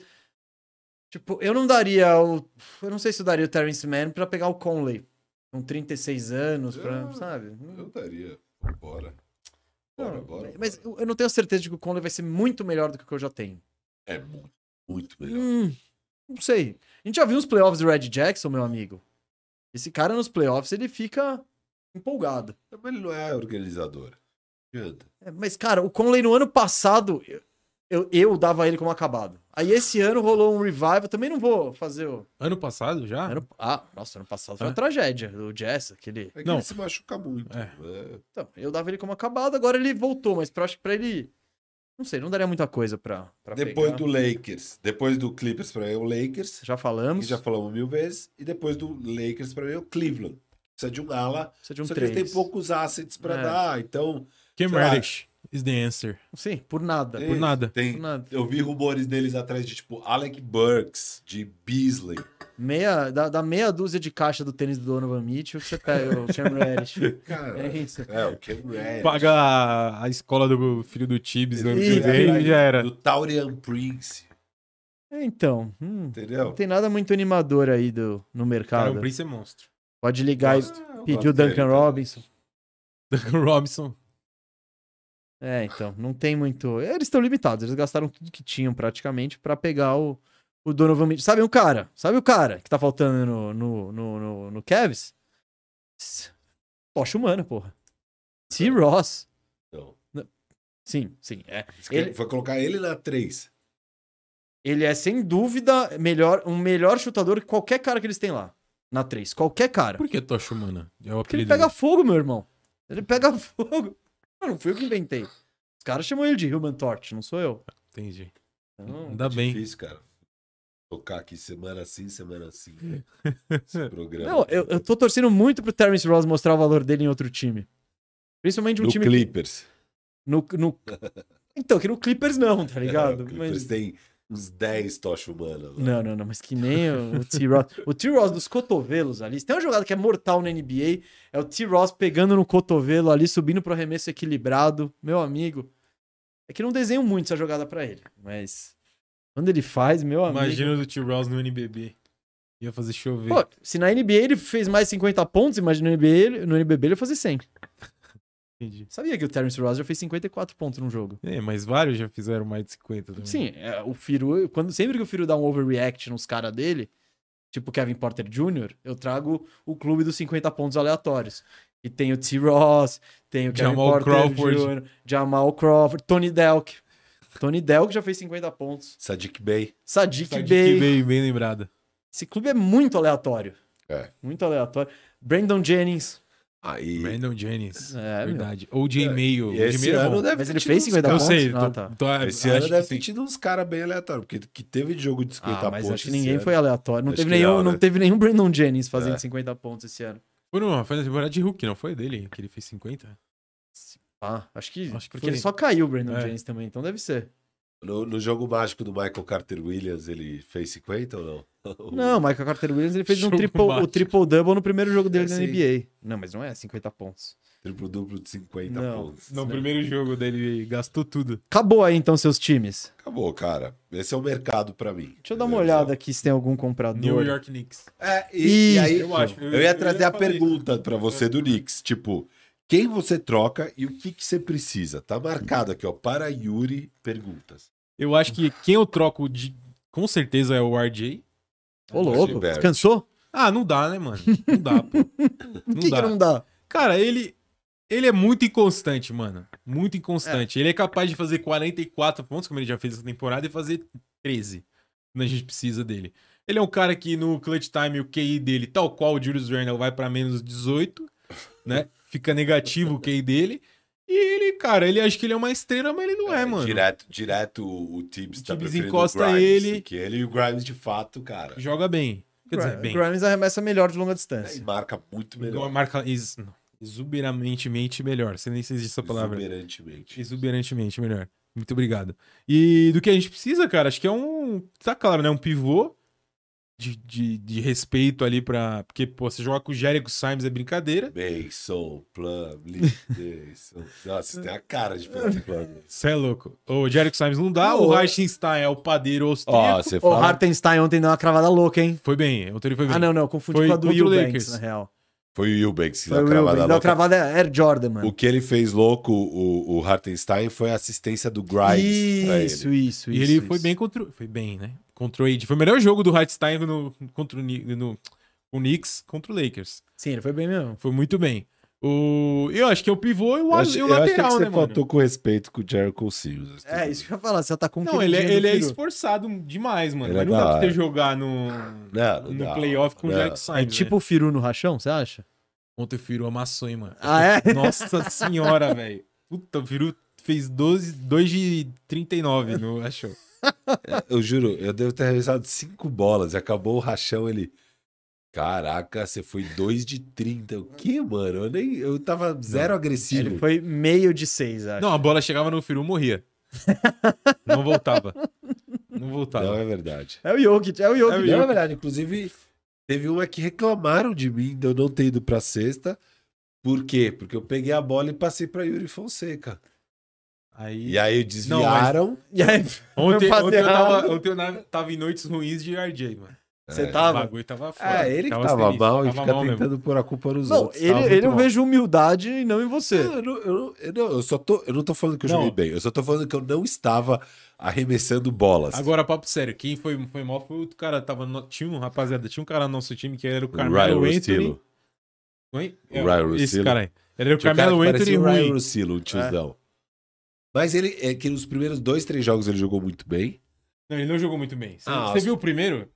Tipo, eu não daria o. Eu não sei se eu daria o Terrence Mann pra pegar o Conley. Com 36 anos,
Ah,
pra,
Eu-
sabe?
Eu daria. Bora. Bora,
Não,
bora.
Mas
bora.
eu eu não tenho certeza de que o Conley vai ser muito melhor do que o que eu já tenho.
É mu- muito melhor.
Hum, não sei. A gente já viu os playoffs do Red Jackson, meu amigo. Esse cara nos playoffs, ele fica empolgado.
Mas ele não é organizador. Não adianta.
É, mas, cara, o Conley no ano passado, eu, eu, eu dava ele como acabado. Aí esse ano rolou um revival, também não vou fazer o...
Ano passado já?
Ano- ah, nossa, ano passado foi uma
Hã?
tragédia, o Jazz, aquele...
É que
Não.
ele se machuca muito.
É.
né?
Então, eu dava ele como acabado, agora ele voltou, mas pra- acho que pra ele... Não sei, não daria muita coisa pra, pra
Depois
pegar.
do Lakers. Depois do Clippers pra mim é o Lakers.
Já
Que
falamos,
já falamos mil vezes. E depois do Lakers pra mim é o Cleveland. Precisa de um ala.
precisa de um
só que eles
três.
têm poucos assets pra
É.
dar. Então.
Cam
Sei lá.
Reddish is the answer.
Sim, por
É
nada,
tem-
por nada,
Tem,
por nada.
Eu vi rumores deles atrás de tipo Alec Burks, de Beasley.
Meia, da, da meia dúzia de caixa do tênis do Donovan Mitchell, que você pega o Cam
(laughs)
Reddish.
Cara,
É isso.
é, o
(laughs)
Cam Reddish.
Paga a- a escola do filho do Tibbs no ano que
Isso.
vem e já era.
é Do Taurian Prince,
É, Então, hum,
entendeu?
não tem nada muito animador aí do, no
Cara, o
mercado.
Prince é monstro.
Pode ligar e
Ah, eu
pedir
gosto
o
dele,
Duncan
tá?
Robinson.
(laughs) Duncan Robinson.
É, então, não tem muito. Eles estão limitados, eles gastaram tudo que tinham praticamente pra pegar o, o Donovan Mitchell. Sabe um cara? Sabe o cara que tá faltando no, no, no, no, no Cavs? S- Tocha humana, porra. T. Ross.
Não.
Sim, sim. É,
então. Ele... Foi colocar ele na 3.
Ele é, sem dúvida, melhor, um melhor chutador que qualquer cara que eles têm lá. Na 3. Qualquer cara.
Por que Tocha Humana? É o
Porque ele
apelido.
pega fogo, meu irmão. Ele pega (laughs) fogo. Eu não fui eu que inventei. Os caras chamam ele de Human Torch, não sou eu.
dele. Entendi.
Então,
Ainda bem.
Difícil, cara. Tocar aqui semana sim, semana
(laughs)
sim. Esse programa.
não, é eu, eu tô torcendo muito pro Terrence Ross mostrar o valor dele em outro time. Principalmente um
no
time.
Clippers.
No,
(laughs)
no- Então, que no Clippers não, tá ligado?
É, o Clippers
Mas- Né?
tem uns 10 tocha humana. lá.
Não, não, não, mas que nem o o T-Ross. O T-Ross dos cotovelos ali. Se tem uma jogada que é mortal na NBA, é o T-Ross pegando no cotovelo ali, subindo pro arremesso equilibrado. Meu amigo. É que não desenho muito essa jogada pra ele, mas quando ele faz, meu amigo.
Imagina o do T-Ross no NBB. Ia fazer chover.
Pô, se na NBA ele fez mais 50 pontos, imagina no NBA, ele- no NBB ele ia fazer 100.
Entendi.
Sabia que o Terrence Ross já fez 54 pontos num jogo.
É, mas vários já fizeram mais de 50 também.
Sim, é, o Firu, quando, sempre que o Firu dá um overreact nos caras dele, tipo Kevin Porter Jr., eu trago o clube dos 50 pontos aleatórios. E tem o T. Ross, tem o Kevin
Jamal
Porter
Crawford.
Jr., Jamal Crawford, Tony Delk. Tony Delk já fez 50 pontos.
Sadiq Bey.
Sadiq,
Sabe
Bey.
que bem, bem lembrada.
Esse clube é muito aleatório.
É.
Muito aleatório. Brandon Jennings.
Aí.
Brandon Jennings.
É, meu.
Verdade. Ou J. Mayo. O
E
J.
esse
Mayo é
ano
bom.
deve
Mas
ter
ele
tido
fez
uns
50
caras-
Eu
pontos?
sei.
Ah,
tô-
tá.
tô-
Esse
acho
ano
que
deve
sim.
ter tido uns caras bem aleatórios, porque que teve jogo de 50
Ah, mas
pontos.
acho que
esse
ninguém
ano.
foi aleatório. Não,
Acho
teve
que
nenhum,
não,
não
né?
teve nenhum Brandon Jennings fazendo
É.
50 pontos esse ano.
Foi, numa, foi na temporada de Hulk, não foi dele? Que ele fez 50?
Ah, acho que.
Acho que
porque ele
foi.
só caiu o Brandon
É.
James também, então deve ser.
No, no jogo mágico do Michael Carter Williams, ele fez 50 ou não? (laughs)
Não, o Michael Carter Williams ele fez um
Jogo
triple, o
básico.
triple-double no primeiro jogo dele
É,
na
sim.
NBA. Não, mas não é 50 pontos.
Triplo duplo de 50
Não.
pontos.
No primeiro jogo dele, gastou tudo.
Acabou aí então seus times.
Acabou, cara. Esse é o mercado pra mim.
Deixa eu dar uma
Entendeu?
olhada aqui se tem algum comprador.
New York Knicks.
É, e, e aí,
Eu acho.
Eu ia trazer a
falar isso.
pergunta pra você do Knicks, tipo, quem você troca e o que, que você precisa? Tá marcado aqui, ó, para Yuri Perguntas.
Eu acho que quem eu troco de. Com certeza é o RJ.
Ô, louco,
Gilberto.
descansou?
Ah, não dá, né, mano? Não dá, pô.
Por
Não
é. que,
dá.
que não dá?
(laughs) Cara, ele. Ele é muito inconstante, mano. Muito inconstante. Ele é capaz de fazer 44 pontos, como ele já fez essa temporada, e fazer 13. Quando a gente precisa dele. Ele é um cara que no clutch time, o QI dele, tal qual o Julius Randle, vai pra menos 18, né? Fica negativo o QI dele. E ele, cara, ele acha que ele é uma estrela, mas ele não é, mano.
Direto, direto o, o Tibbs
O
tá
Tibbs
preferindo
encosta
o Grimes,
ele.
Que ele e o Grimes de fato, cara.
Joga bem. Quer dizer,
Gra-
bem.
Grimes arremessa melhor de longa
E
distância.
marca muito
Igual
melhor.
marca ex- não, exuberantemente melhor. Você nem se existe essa palavra.
Exuberantemente.
Exuberantemente melhor. Muito obrigado. E do que a gente precisa, cara, acho que é um. Tá claro, né? Um pivô de, de, de respeito ali pra. Porque, pô, você jogar com o Jericho Symes é brincadeira.
Mason, Plum, (laughs) Mason. Nossa, você tem a cara de Plum. Plum.
Você é louco. O Jericho Symes não dá,
Não,
o
é.
Reichenstein é o padeiro
Ó,
austríaco.
você
O
fala.
Hartenstein ontem deu uma cravada louca, hein?
Foi bem, o Tony foi bem.
Ah, não, não, confundi
Foi
com a do
contra o
Eubanks,
Lakers.
na real.
Foi o Eubanks que
Foi
deu a
o
cravada
Eubanks, deu a
louca.
cravada é, Air Jordan,
O
É.
mano.
que ele fez louco, o, o Hartenstein, foi a assistência do Grimes pra ele.
Isso, isso, isso.
E ele
isso.
foi bem contra. o- Foi bem, né? Contra o Ed. Foi o melhor jogo do Hartstein no, contra o, Ni- no, o Knicks contra o Lakers.
Sim, ele foi bem mesmo.
Foi muito bem. O, eu acho que é o pivô e o,
Eu
a-
acho,
e o
eu achei que
lateral,
você
né, mano?
faltou com respeito com o Jericho Sims.
É, isso que eu ia falar, você tá com um
Não, ele, é,
queridinho do
ele é
Firu.
esforçado demais, mano.
Ele
Mas
é da
não dá pra
hora.
você jogar no,
Não, não
no
dá,
playoff com o
não.
Jack Simon.
É tipo o Firu no rachão, você acha?
Ontem o Firu amassou, hein, mano.
Ah, é?
(laughs) Nossa senhora, velho. Puta, o Firu fez 12, 2 de 39 no achou.
Eu juro, eu devo ter arremessado cinco bolas e acabou o rachão. Ele. Caraca, você foi 2 de 30. O que, mano? Eu, nem, eu tava zero agressivo.
Ele foi meio de seis, acho.
Não, a bola chegava no Firu, morria. Não voltava. Não voltava.
Não é verdade.
É o Jokic, é o Jokic.
É o
Não é
Jokic.
verdade. Inclusive, teve uma que reclamaram de mim de eu não ter ido pra sexta. Por quê? Porque eu peguei a bola e passei pra Yuri Fonseca.
Aí,
E aí desviaram.
E aí,
ontem,
passe
ontem eu
errado.
tava, ontem eu na- tava em noites ruins de RJ, mano.
você
É.
O
tava...
bagulho tava foda.
É, ele que
Tava
tava
sinistro,
mal e
tava
fica
mal mesmo.
tentando pôr a culpa nos
Não,
outros.
ele,
Tava
ele
muito
eu
mal.
vejo humildade e não em você.
é um Eu, não- eu não- eu não- eu só tô, eu não tô falando que eu
Não.
joguei bem, eu só tô falando que eu não estava arremessando bolas.
Agora, papo sério, quem foi, foi mal foi o cara, tava no- tinha um rapaziada, tinha um cara no nosso time que era o
o Ryan
Carmelo Anthony.
Russillo.
Oi? É,
O Ryan
Esse
Russillo.
cara aí. Ele era o
Tinha um cara
Carmelo
que
Anthony
parecia o Ryan
ruim.
Russillo, um tiozão. Mas ele, é que nos primeiros dois, três jogos ele jogou muito bem.
Não, ele não jogou muito bem. Você,
Ah,
você
acho-
viu o primeiro?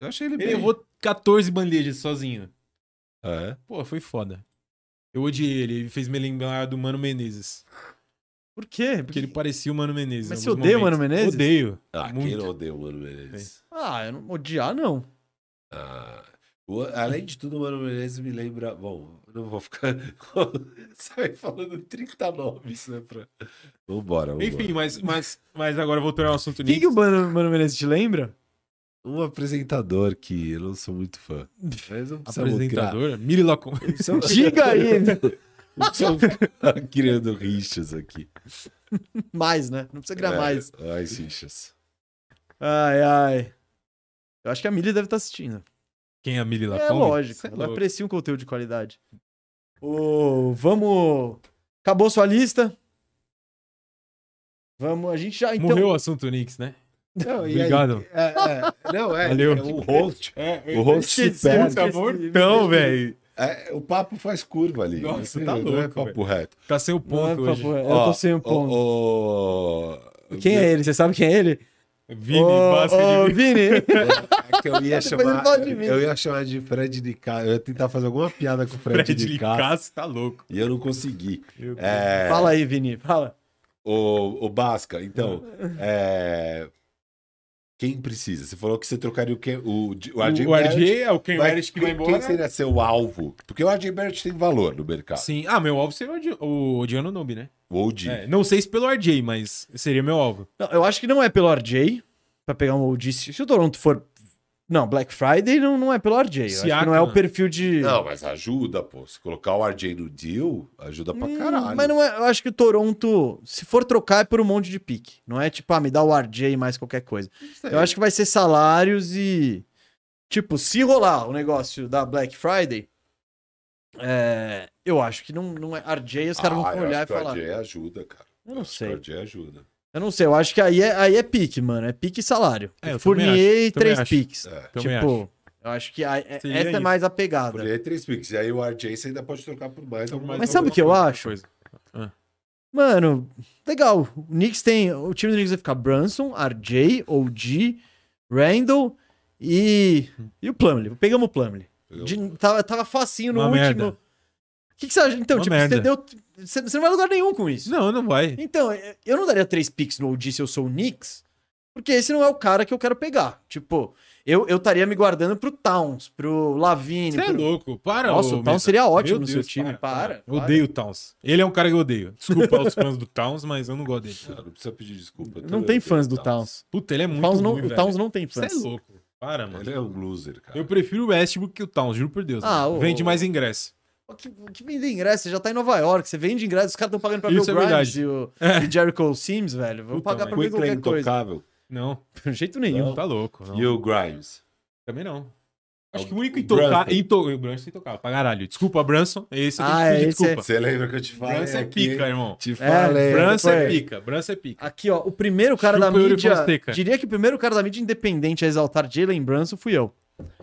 Eu achei ele,
Ele
bem.
errou 14 bandejas sozinho.
É.
Pô, foi foda. Eu odiei ele, ele fez me lembrar do Mano Menezes. É
Por quê? Porque
Porque ele parecia o Mano Menezes.
Mas
em
você
alguns
odeia o
momentos.
Mano Menezes?
Odeio.
Ah, quem
Muito.
não odeia o Mano Menezes?
Ah, eu não odiar, não.
Ah, o- além de tudo, o Mano Menezes me lembra. Bom, não vou ficar. (laughs) Sai falando 30 nomes, né? Pra... Vambora, vambora.
Enfim, mas, mas, mas agora voltando ao assunto
Quem que
Knicks.
o Mano, Mano Menezes te lembra? (laughs)
um apresentador que eu não sou muito fã. Mas não precisa lucrar.
Apresentador, Miri Lacon.
Diga aí.
(laughs) Não precisa ficar tá criando rixas aqui.
mais, né? Não precisa criar mais.
É, Ai, rixas.
Ai, ai. Eu acho que a Milly deve estar assistindo.
Quem é a Miri Lacon?
É lógico.
Cê é
Ela
louco.
aprecia um conteúdo de qualidade. Ô, vamos. Acabou sua lista. Vamos, a gente já. Então...
Morreu o assunto Knicks, né?
Não,
e aí- Obrigado.
não, é,
Valeu.
é o
(laughs)
host.
É,
O host se
Esqueci,
perde.
Tá
esqueci,
mortão,
esqueci.
velho.
É, o papo faz curva ali.
Nossa,
Isso
tá
não é
louco,
papo reto.
Tá sem o
Não é
ponto hoje.
papo, Eu
Ó,
tô sem um
o-
ponto.
o-
Quem é ele? Você sabe quem é ele?
Vini,
Ô,
Vasca
ô,
de Vini.
Vini.
É que eu ia
(laughs) Depois ele
chamar.
fala de mim.
Eu ia chamar de Fred de Castro. Eu ia tentar fazer alguma piada com o Fred,
Fred de
Castro.
Cássio tá louco.
E eu não consegui.
(laughs)
Eu-
É,
Fala aí, Vini. Fala.
O, o Basca, então, é... quem precisa? Você falou que você trocaria o, Ken, o, o RJ
O, o
Barrett,
RJ é o Ken
mas
Reddish que vai
quem-
embora. né?
Quem seria seu alvo? Porque o RJ Barrett tem valor no mercado.
Sim. Ah, meu alvo seria o Odi- o Odiano Nobi, né?
O Ou de.
É, não sei se pelo RJ, mas seria meu alvo.
Não, eu acho que não é pelo RJ, pra pegar um OG. Se se o Toronto for. Não, Black Friday não, não é pelo RJ. Eu acho que
Siakam.
não é o perfil de.
Não, mas ajuda, pô. Se colocar o RJ no deal, ajuda pra
Hum,
caralho.
Mas não é, eu acho que o Toronto, se for trocar, é por um monte de pique. Não é tipo, ah, me dá o RJ e mais qualquer coisa. Eu acho que vai ser salários e. Tipo, se rolar o negócio da Black Friday, é, eu acho que não, não é RJ, os caras
Ah,
vão
eu
olhar e
acho que
falar.
O RJ ajuda, cara.
Eu não
acho
sei.
que O RJ é ajuda.
Eu não sei, eu acho que aí é, aí é pique, mano. É pique e salário.
É, eu também
Fournier e
também
três
acho.
piques.
É.
Também
tipo, eu acho que aí- é-
Seria
essa é
isso.
mais a pegada.
Porque aí é três picks. E aí o RJ você ainda pode trocar por mais alguma
Mas
coisa.
sabe o que eu
Alguma
acho?
coisa.
Mano, legal. O Knicks tem. O time do Knicks vai ficar Brunson, RJ, OG, Randall e. E o Plumlee. Pegamos o Plumlee.
Pegamos
De- tava, tava facinho no
Uma
último.
merda.
que, que você acha? Então,
Uma
tipo,
merda.
você deu. Você, você não vai a lugar nenhum com isso.
Não, não vai.
Então, é- eu não daria três picks no OG se eu sou o Knicks, porque esse não é o cara que eu quero pegar. Tipo, eu eu estaria me guardando pro Towns, pro Lavine.
Você é
Pro...
louco. Para,
Nossa,
ô,
o Towns
Mesa.
seria ótimo
Meu
no seu
Deus,
time. Para.
Eu odeio o Towns. Ele é um cara que eu odeio. Desculpa aos fãs do Towns, mas eu não gosto dele.
Cara, não precisa pedir desculpa. é eu
Não
também
tem
odeio
fãs do
o
Towns.
Puta, ele é
O
muito
Towns não,
ruim,
o
velho.
Towns não tem
Você é
fãs.
louco. Para, mano.
Ele é um loser, cara.
Eu prefiro o Westbrook que o Towns, juro por Deus.
Ah,
mano.
ô,
Vende
ô.
mais ingresso.
O que, o que vende ingresso? Você já tá em Nova York, você vende ingresso, os caras estão pagando pra
Isso
Bill
é
Grimes
verdade. É.
e,
(laughs)
o, e Jericho Sims, velho. Vou
Puta,
pagar
mas
pra
O
ver
Quickly é
qualquer coisa.
intocável.
Não,
De
(laughs)
jeito nenhum.
Não.
tá louco. Não.
E o Grimes?
Também não.
É
Acho que
o-
o único
o
intocável.
Brunson.
Into... O Brunson é intocável, pra caralho. Desculpa, Brunson. Esse eu tenho
Ah,
que pedir
esse é-
desculpa.
Você lembra que eu te falei?
Brunson é
aqui,
pica,
hein?
irmão.
Te
É,
falei.
Brunson é
foi.
pica. Brunson é pica.
Aqui, ó, o primeiro cara
Chupa
da
o Yuri
mídia.
Fonseca.
Diria que o primeiro cara da mídia independente a exaltar Jalen Brunson fui eu.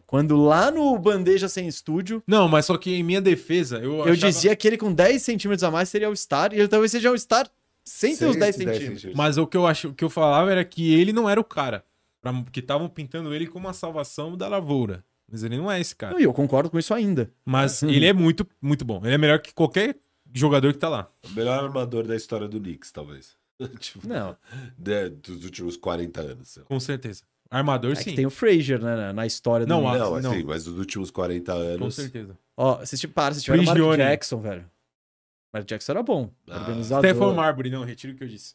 Quando lá no Bandeja Sem Estúdio,
Não, mas só que em minha defesa, eu
eu dizia que ele com 10 centímetros a mais seria o Star, e ele talvez seja o Star sem ter os 10 centímetros.
Mas o que eu acho, o que eu falava era que ele não era o cara. Pra, que estavam pintando ele como a salvação da lavoura. Mas ele não é esse cara.
Não, E eu concordo com isso ainda.
Mas ele é muito, muito bom. Ele é melhor que qualquer jogador que tá lá.
O melhor armador da história do Knicks, talvez. (laughs) tipo,
Não,
de- dos últimos 40 anos. sei lá.
Com certeza. Armador,
é
sim.
que tem o Frazier né, na, na história
Não,
do.
Ah,
não,
não.
assim, mas dos últimos 40
Com
anos.
certeza.
Ó, vocês tipo, para, vocês tiveram o Mark
Prigione.
Jackson, velho. O Mark Jackson era bom.
Ah,
organizador.
Stephen Marbury, um não, retiro o que eu disse.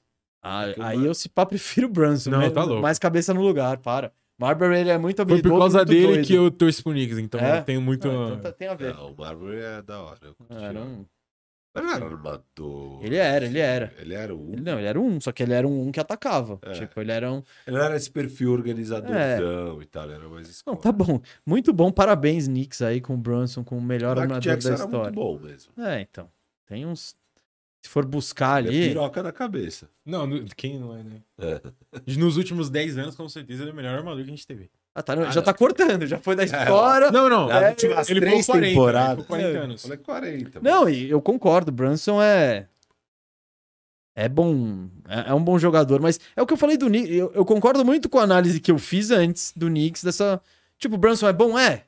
Ah, aí eu se pá, (laughs) prefiro o Brunson.
Não,
né?
tá louco.
Mais cabeça no lugar, para. Marbury, ele é muito
Foi
habilidoso.
por causa
muito
dele
doido.
que eu torço pro Knicks, então
É?
eu tenho muito.
Ah, então tá- tem a ver.
Ah, o Marbury é da hora. eu curti.
Ah, não-
Mas não era um armador.
Ele era, ele era.
Ele era o.
ele não, ele era um, só que ele era um, um que atacava.
É.
Tipo, ele era um.
Ele era esse perfil organizadorzão e tal. Ele era mais
Não,
escola.
tá bom. Muito bom, parabéns, Knicks, aí com o Brunson, com o melhor
Mark
armador
Jackson
da
era muito
história.
bom mesmo.
É, então. Tem uns. Se for buscar
Ele é
ali.
piroca na cabeça.
Não, no- quem não é, né?
É.
Nos últimos 10 anos, com certeza, ele é o melhor armador que a gente
(laughs)
teve.
Ah, tá, não,
Ah,
já
não. É,
tá cortando, já foi da história.
Não, não.
Nas últimas
ele
três
ficou 40,
temporadas.
ele ficou
É.
40 anos.
Falei 40. mano.
Não, e eu concordo, Brunson é. É bom. É, é um bom jogador, mas é o que eu falei do Knicks. Eu, eu concordo muito com a análise que eu fiz antes do Knicks, dessa. Tipo, Brunson é bom? É.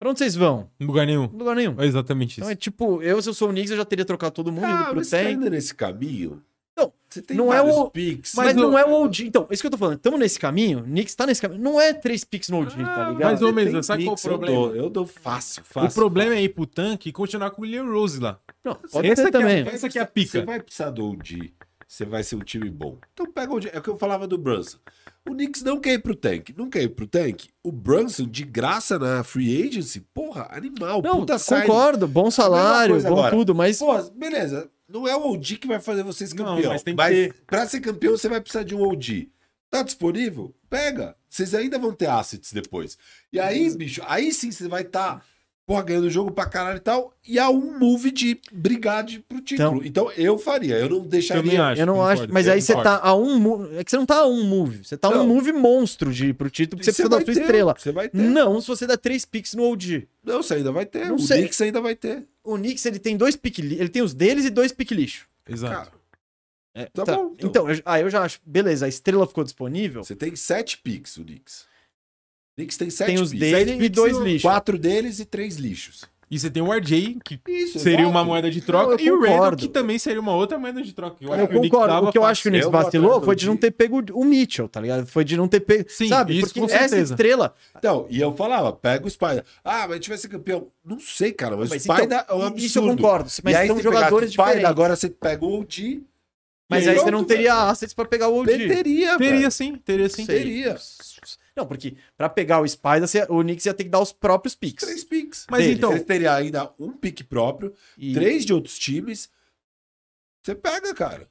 Pra onde vocês vão?
Em lugar nenhum.
Lugar nenhum.
É exatamente
Então
isso.
é tipo, eu, se eu sou o Knicks, eu já teria trocado todo mundo, ido
Ah,
pro
mas você tá
Tank.
indo nesse caminho?
um Não,
Você tem
não é
vários
o-
picks.
Mas,
Mas
não
o-
é o OG. Então, isso que eu tô falando. Tamo nesse caminho, Knicks tá nesse caminho. Não é três picks no OG, tá ligado?
mas, ô,
Você tem
Mesa, sabe qual
picks,
o problema?
Eu dou, eu dou fácil, fácil.
o problema é ir pro tanque e continuar com o Leon Rose lá.
Não, pode
Essa
ser
que é a-
também.
Essa aqui é a
Você
pica.
vai precisar do OG. Você vai ser um time bom. Então pega o OG. É o que eu falava do Brunson. O Knicks não quer ir pro tank. Não quer ir pro tank. O Brunson, de graça na free agency, porra, animal.
Não,
puta signing.
concordo. Bom salário,
coisa
bom
agora.
tudo, mas.
Pô, beleza. Não é o OG que vai fazer vocês
Não,
campeão. mas
mas tem que ter.
pra ser campeão, você vai precisar de um OG. Tá disponível? Pega. Vocês ainda vão ter assets depois. E aí, bicho, aí sim você vai estar, porra, ganhando o jogo pra caralho e tal. E há um move de brigar de, pro título. Então, eu faria. Eu não
Também
deixaria.
acho,
eu não
concordo.
acho. Mas
Eu
aí você
concordo.
tá a um. mo- É que você não tá a um move. Você tá a um
Não.
move monstro de ir pro título, porque você precisa da
vai
sua
ter, um
estrela.
Você vai ter.
Não, se você der três picks no OG.
Não, você ainda vai ter.
Não
o
sei.
Knicks ainda vai ter.
O Knicks, ele tem dois pick li- Ele tem os deles e dois pick lixo.
Exato.
Cara,
É,
Tá bom, então.
Então, eu, ah, eu já acho. Beleza, a estrela ficou disponível.
você tem sete picks, o Knicks. O Knicks tem sete
Tem os
picks.
dele
Sete
e
picks
dois
no-
lixos.
Quatro deles e três lixos.
E você tem o RJ, que
Isso,
seria
exato.
uma moeda de troca,
Não, eu
e o Randall,
concordo.
que também seria uma outra moeda de troca.
Eu concordo. O que eu acho que o Knicks
Eu vou
vacilou
atrás do
foi de não
Di.
ter pego o Mitchell, tá ligado? Foi de não ter pego.
Sim,
sabe?
isso
Porque
com
essa
certeza.
estrela.
Então, e eu falava, pega o Spider. Ah, mas a gente vai ser campeão. Não sei, cara, mas,
Mas
o Spider
então,
é um absurdo.
isso eu concordo. Mas são
você pegar
jogadores
o Spider,
diferentes.
Agora você pega o OG.
Mas
e
aí você
pronto,
não teria assets pra pegar o
velho.
OG.
Teria,
Teria
velho.
sim, teria sim.
Sei.
Teria.
Não, porque pra pegar o Spider, você- o Knicks ia ter que dar os próprios picks.
Três picks.
Mas
Teria.
então,
Você teria ainda um pique próprio,
E-
três de outros times. Você pega, cara.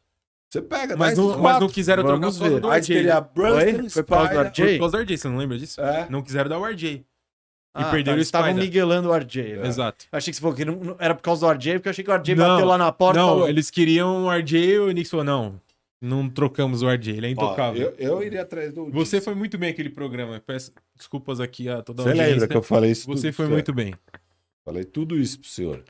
Você pega.
mas
dá
não,
esses
mas
É quatro.
não quiseram
Vamos
trocar
Aí
ver.
por causa do RJ.
teria
né?
Brunson,
Oi? Foi por causa do
Spider.
RJ?
Por causa do RJ, você não lembra disso?
É.
Não quiseram dar o RJ.
Ah,
perderam
tá,
o
eles Estavam
Spider.
miguelando o RJ.
É.
velho.
Exato.
Eu achei que você falou que não, não- era por causa do RJ, porque eu achei que o RJ
Não,
bateu lá na porta. e
não,
falou,
eles queriam o RJ e o Knicks falou, não, não trocamos o RJ, ele é
Ó,
intocável.
eu, eu iria atrás do.
Você
disso.
foi muito bem aquele programa, peço desculpas aqui a toda a
Você lembra que
né?
é. eu falei isso?
Você
tudo,
foi
senhor?
muito bem.
Falei tudo isso pro senhor.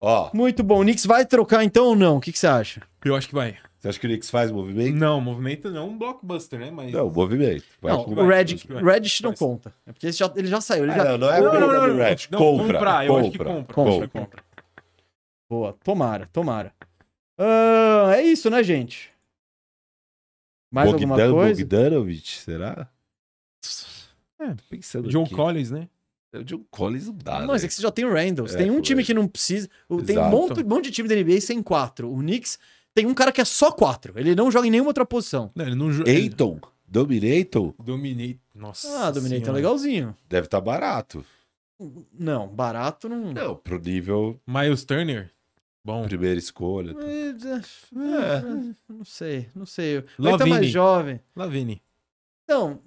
Ó,
Muito bom. O Knicks vai trocar então ou não? O que, que você acha?
Eu acho que vai.
você acha que o Knicks faz movimento?
Não, movimento não, um blockbuster, né? Mas...
Não, movimento. Vai
não,
com-
o Redish
vai.
Redish não
Vai.
conta. É porque ele já, ele já saiu. Ele
Ah,
já...
não, não é
Não,
compra
não, não,
do
não,
Red.
não,
compra,
comprar, eu acho que
compra,
compra.
Compra,
Acho que compra.
Boa, tomara, tomara. Ah, é isso, né, gente? Mais
Bogdan,
alguma coisa?
Bogdanovic, será?
É,
pensando
John
aqui.
Collins, né?
é, O John Collins não dá,
Não, mas é
né?
que você já tem o Randall. Você
É,
tem um
pô,
time
é.
que não precisa. o- Tem um
Exato.
monte, um monte de time da NBA sem quatro. O Knicks tem um cara que é só quatro. Ele não joga em nenhuma outra posição.
Não, ele não jo- ele-
Eiton, Dominator,
Dominei. Nossa.
Ah, Dominei, tá
Senhora.
legalzinho.
deve estar barato.
Não, barato não.
Não, pro nível
Miles Turner. Bom.
primeira escolha. tá.
É, é, Não sei, não sei. Ele tá
Lavine.
mais jovem.
Lavini.
Então,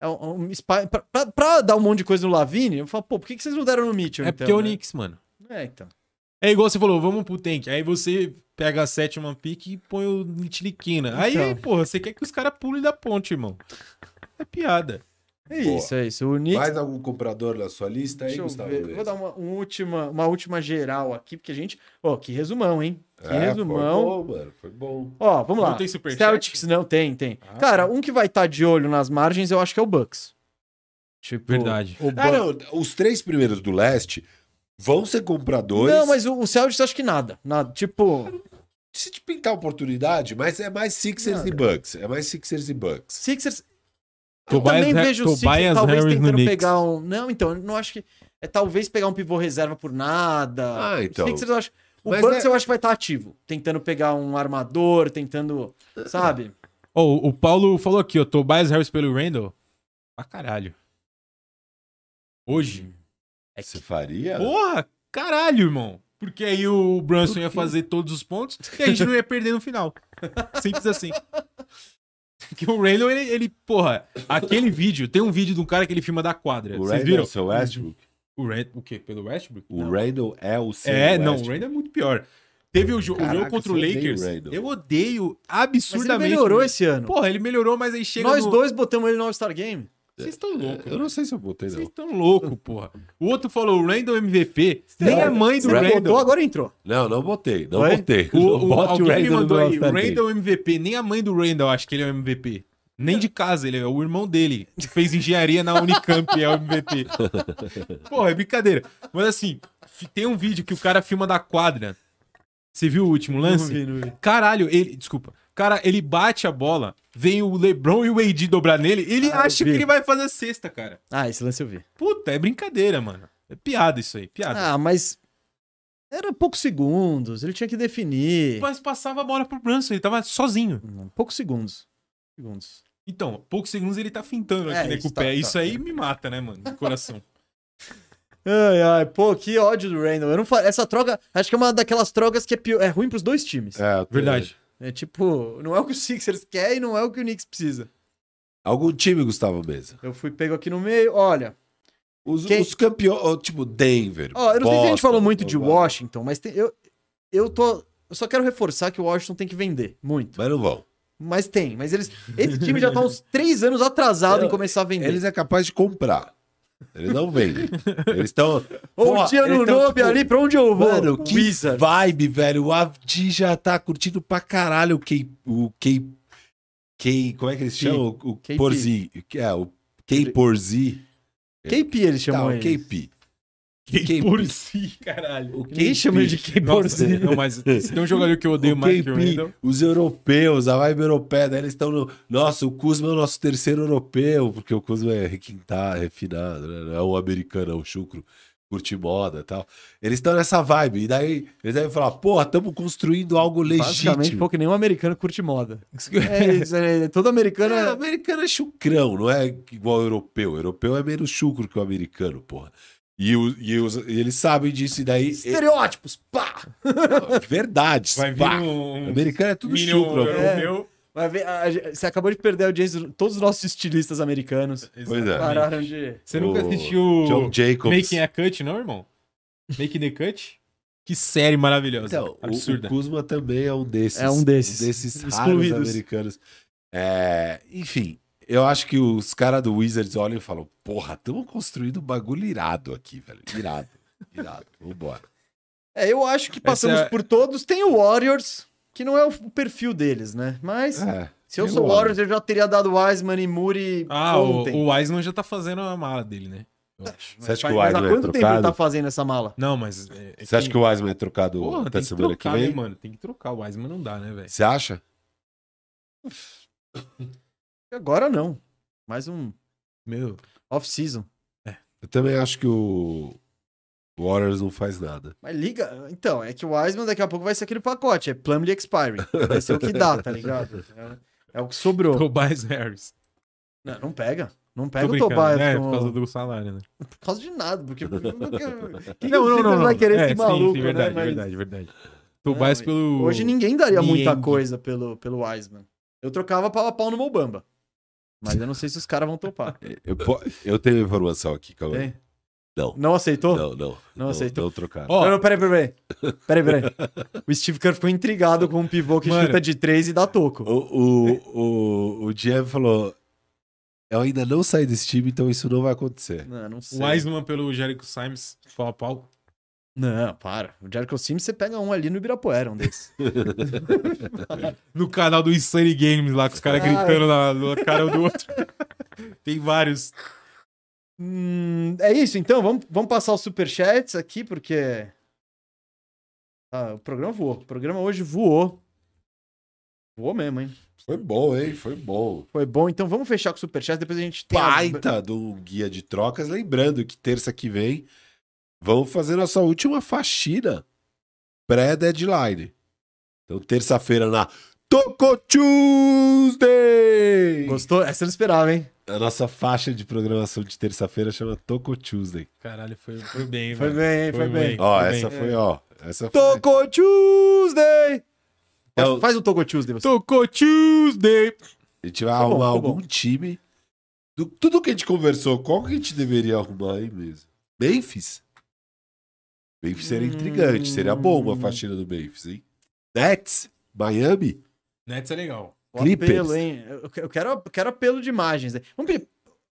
é um, um spa- pra, pra- pra dar um monte de coisa no Lavine, eu falo, pô, por que, que vocês não deram no Mitchell?
É
então,
porque é o
né?
Knicks, mano.
É, então.
É igual você falou, vamos pro tank. Aí você pega a sétima pick e põe o Nitiliquina. Aí,
Então.
porra, você quer que os caras pulem da ponte, irmão. É piada.
É
Boa.
isso, é isso. O Knicks.
Mais algum comprador na sua lista aí,
Deixa eu
Gustavo?
ver.
Menezes?
Vou dar uma, um última, uma última geral aqui, porque a gente. Ó, que resumão, hein? Que
É,
resumão.
Foi bom, mano. Foi bom.
Ó, vamos lá.
Não tem superchat?
Celtics não tem, tem.
Ah,
Cara, um que vai estar de olho nas margens, eu acho que é o Bucks. Tipo,
Verdade.
O
Ah,
Bucks.
não, os três primeiros do leste vão ser compradores.
não, mas o, o Celtics acho que nada. Nada. Tipo,
Se te pintar oportunidade, mas é mais Sixers
Nada.
e Bucks. É mais Sixers e Bucks.
Sixers.
Tobias
eu também
Ha-
vejo o Sixers
Tobias
talvez
Harris no
tentando
Knicks.
pegar um. Não, então, eu não acho que. É talvez pegar um pivô reserva por nada.
Ah, então.
O Sixers eu acho. O
Mas
Bucks
é-
eu acho que vai estar ativo. Tentando pegar um armador, tentando. Sabe?
Ó, o- o Paulo falou aqui, ó. Tobias Harris pelo Randall. Pra caralho. Hoje.
É
Você
que
faria?
Porra, caralho, irmão. Porque aí o Brunson ia fazer todos os pontos e a gente não ia perder no final. (laughs) Simples assim. Que o Randall, ele, ele, porra, aquele vídeo, tem um vídeo de um cara que ele filma da quadra.
O
Vocês
Randall é
viram?
o seu Westbrook?
O Rand, o quê? Pelo Westbrook?
O Randall é o seu
É, não, o
Westbrook.
Randall é muito pior. Teve o, jo- o
Caraca,
jogo contra o
você odeia o
Lakers.
Randall.
eu odeio
Mas ele
absurdamente.
melhorou esse ano.
Porra, ele melhorou, mas aí chega
Nós
no-
dois botamos ele no All-Star Game.
Vocês estão loucos.
Eu não sei se eu botei,
Vocês
não.
estão loucos, porra. O outro falou o é Randall MVP. Nem a mãe
Você
do
botou,
Randall.
agora entrou.
Não, não botei. Não
Oi?
botei. (laughs)
O,
Não
o,
bote
alguém me mandou
no
aí,
All-Star Game.
Randall é MVP. Nem a mãe do Randall acha que ele é o MVP. Nem de casa, ele é o irmão dele, que fez engenharia na Unicamp e é o MVP. Porra, é brincadeira. Mas assim, fi- tem um vídeo que o cara filma da quadra. Você viu o último lance? Caralho, ele. Desculpa. Cara, ele bate a bola, vem o LeBron e o AD dobrar nele, ele
Ah, eu
acha que
vi.
ele vai fazer a cesta, cara.
Ah, esse lance eu vi.
Puta, é brincadeira, mano. É piada isso aí, piada.
Ah, mas. Era poucos segundos. Ele tinha que definir.
Mas passava a bola pro Brunson, ele tava sozinho.
Hum, Poucos segundos. Segundos.
Então, poucos segundos ele tá fintando
É,
aqui, né,
isso
com o
tá-
pé.
tá.
Isso aí me mata, né, mano, do
(laughs)
coração.
Ai, ai, pô, que ódio do Randall. Eu não fa... Essa troca, acho que é uma daquelas trocas que é, pior- é ruim pros dois times. É.
É, eu tô-
Verdade.
tipo, não é o que o Sixers quer e não é o que o Knicks precisa.
Algum time, Gustavo Mesa?
Eu fui pego aqui no meio. Olha,
Os,
Quem?
os campeões, ó, tipo Denver.
Ó, eu não sei se a gente
Boston,
falou muito de
Milwaukee,
Washington, mas tem- eu, eu tô. Eu só quero reforçar que o Washington tem que vender muito.
Mas não vão.
Mas tem, mas eles. Esse time já tá uns três anos atrasado em começar a vender.
Eles é capaz de comprar. Eles não vendem.
(laughs)
Eles estão.
Ou um dia no Nobe
tipo,
ali, pra onde eu vou?
Mano, que
Wizard.
vibe, velho. O Avdi já tá curtindo pra caralho o K. O K. K como é que eles
K-
chamam? O, o
KP.
Porzi. É, o K Porzi.
KP eles chamam
Tá, o
ele.
KP.
Quem por si, caralho.
O
Ninguém chama de Key
Nossa,
Borsi.
não, mas se tem um jogador que eu odeio
O
mais que o
KP,
Wendel,
os europeus, a vibe europeia, daí eles estão no. Nossa, o Kuzma é o nosso terceiro europeu, porque o Kuzma é requintado, refinado, né? não é o americano, é o chucro, curte moda e tal. Eles estão nessa vibe, e daí eles devem falar, porra, estamos construindo algo
Basicamente,
legítimo.
pouco nenhum um americano curte moda. (laughs) É, isso, é, todo americano
É, o
é.
americano é chucrão, não é igual ao europeu. O europeu é menos chucro que o americano, porra. E, o- e os- e eles sabem disso, e
É,
daí. é,
Estereótipos, pá!
verdade.
vai vir um... um
Americano é tudo
minion
chucro.
europeu.
Vai ver, a- a- você acabou de perder a audiência de todos os nossos estilistas americanos.
Pois é.
Pararam de.
Você nunca
O
assistiu
um John Jacobs.
Making a Cut, não, irmão? Making the Cut? Que série maravilhosa.
Então, o-
Absurda.
O Kuzma também é um desses.
É um desses.
raros
Excluídos.
americanos. É, enfim, eu acho que os caras do Wizards olham e falam: Porra, estamos construindo um bagulho irado aqui, velho. Irado. (laughs) irado. Vambora.
É, eu acho que passamos
Essa é-
por todos. Tem o Warriors, que não é o o perfil deles, né? Mas.
É,
Se eu
tem
sou
o
Warriors, eu já teria dado Wiseman e Muri
Ah, o,
ontem.
o Wiseman já tá fazendo a mala dele, né? Eu acho.
Você acha que
Mas
o
mas há
Wiseman é
quanto tempo ele tá
trocado?
fazendo essa mala?
Não, mas... é- é
Você acha que o Wiseman é trocado
Porra,
até
tem que
semana que
trocar, né,
vem?
mano? Tem que trocar. O Wiseman não dá, né, velho?
Você acha?
Agora não. Mais um
Meu...
off-season.
Eu também acho que o o Warriors não faz nada.
Mas liga. Então, é que o Wiseman daqui a pouco vai ser aquele pacote. É Plumlee Expiring. Vai ser o que dá, tá ligado? É, é o que sobrou.
Tobias Harris.
Não, não pega. Não
Tô
pega o
brincando,
Tobias.
né?
com-
Por causa do salário, né?
de nada.
(laughs)
Porque. Quem vai querer
É,
esse maluco,
sim, sim,
né?
verdade,
Mas
verdade, verdade. Tobias
Não,
pelo...
Hoje ninguém daria muita
Niang.
coisa pelo, pelo Wiseman. Eu trocava pau a pau no Mobamba. Mas eu não sei se os caras vão
(laughs)
topar.
Eu, po- eu tenho informação aqui, calma aí.
Tem?
Não.
Não aceitou?
Não, não.
aceitou.
Não trocaram.
Ó, um
Não, não, peraí, peraí. Peraí,
(laughs)
peraí. peraí. O Steve Kerr ficou intrigado com um pivô que
Mano.
chuta de três e dá toco.
O, o, o, o GM falou: Eu ainda não saí desse time, então isso não vai acontecer.
Não, não sei.
O Wiseman pelo Jericho Sims, pau a pau.
Não, para. O Jericho Sims, você pega um ali no Ibirapuera, um desses. (laughs)
No canal do Insane Games lá, com os caras
Ai.
gritando na, na cara um do outro. (laughs) Tem vários.
Hum, é isso, então. Vamos, vamos passar os superchats aqui, porque... Ah, o programa voou. O programa hoje voou. Voou mesmo, hein?
Foi bom, hein? Foi bom.
Foi bom, então vamos fechar com o superchat, depois a gente tem... as-
Baita do guia de trocas. Lembrando que terça que vem vamos fazer nossa última faxina pré-deadline. Então, terça-feira na Toco Tuesday!
Gostou? Essa eu não esperava, hein?
A nossa faixa de programação de terça-feira chama Toco Tuesday.
Caralho, foi, foi bem,
Foi bem,
velho.
foi,
Foi
bem. É.
bem.
Ó,
Foi
essa
bem.
foi, ó. Essa foi.
Toco Tuesday!
Então-
Faz o Toco Tuesday, você.
Tocou Tuesday!
A gente vai
bom,
arrumar
tá bom.
algum time. Do, tudo que a gente conversou, qual que a gente deveria arrumar aí mesmo? Memphis? Memphis seria
Hum.
intrigante, seria bom uma faxina do Memphis, hein? Nets? Miami?
Nets é legal.
O
Clippers.
apelo, hein? Eu eu quero, eu quero apelo de imagens. né? Vamos pedir,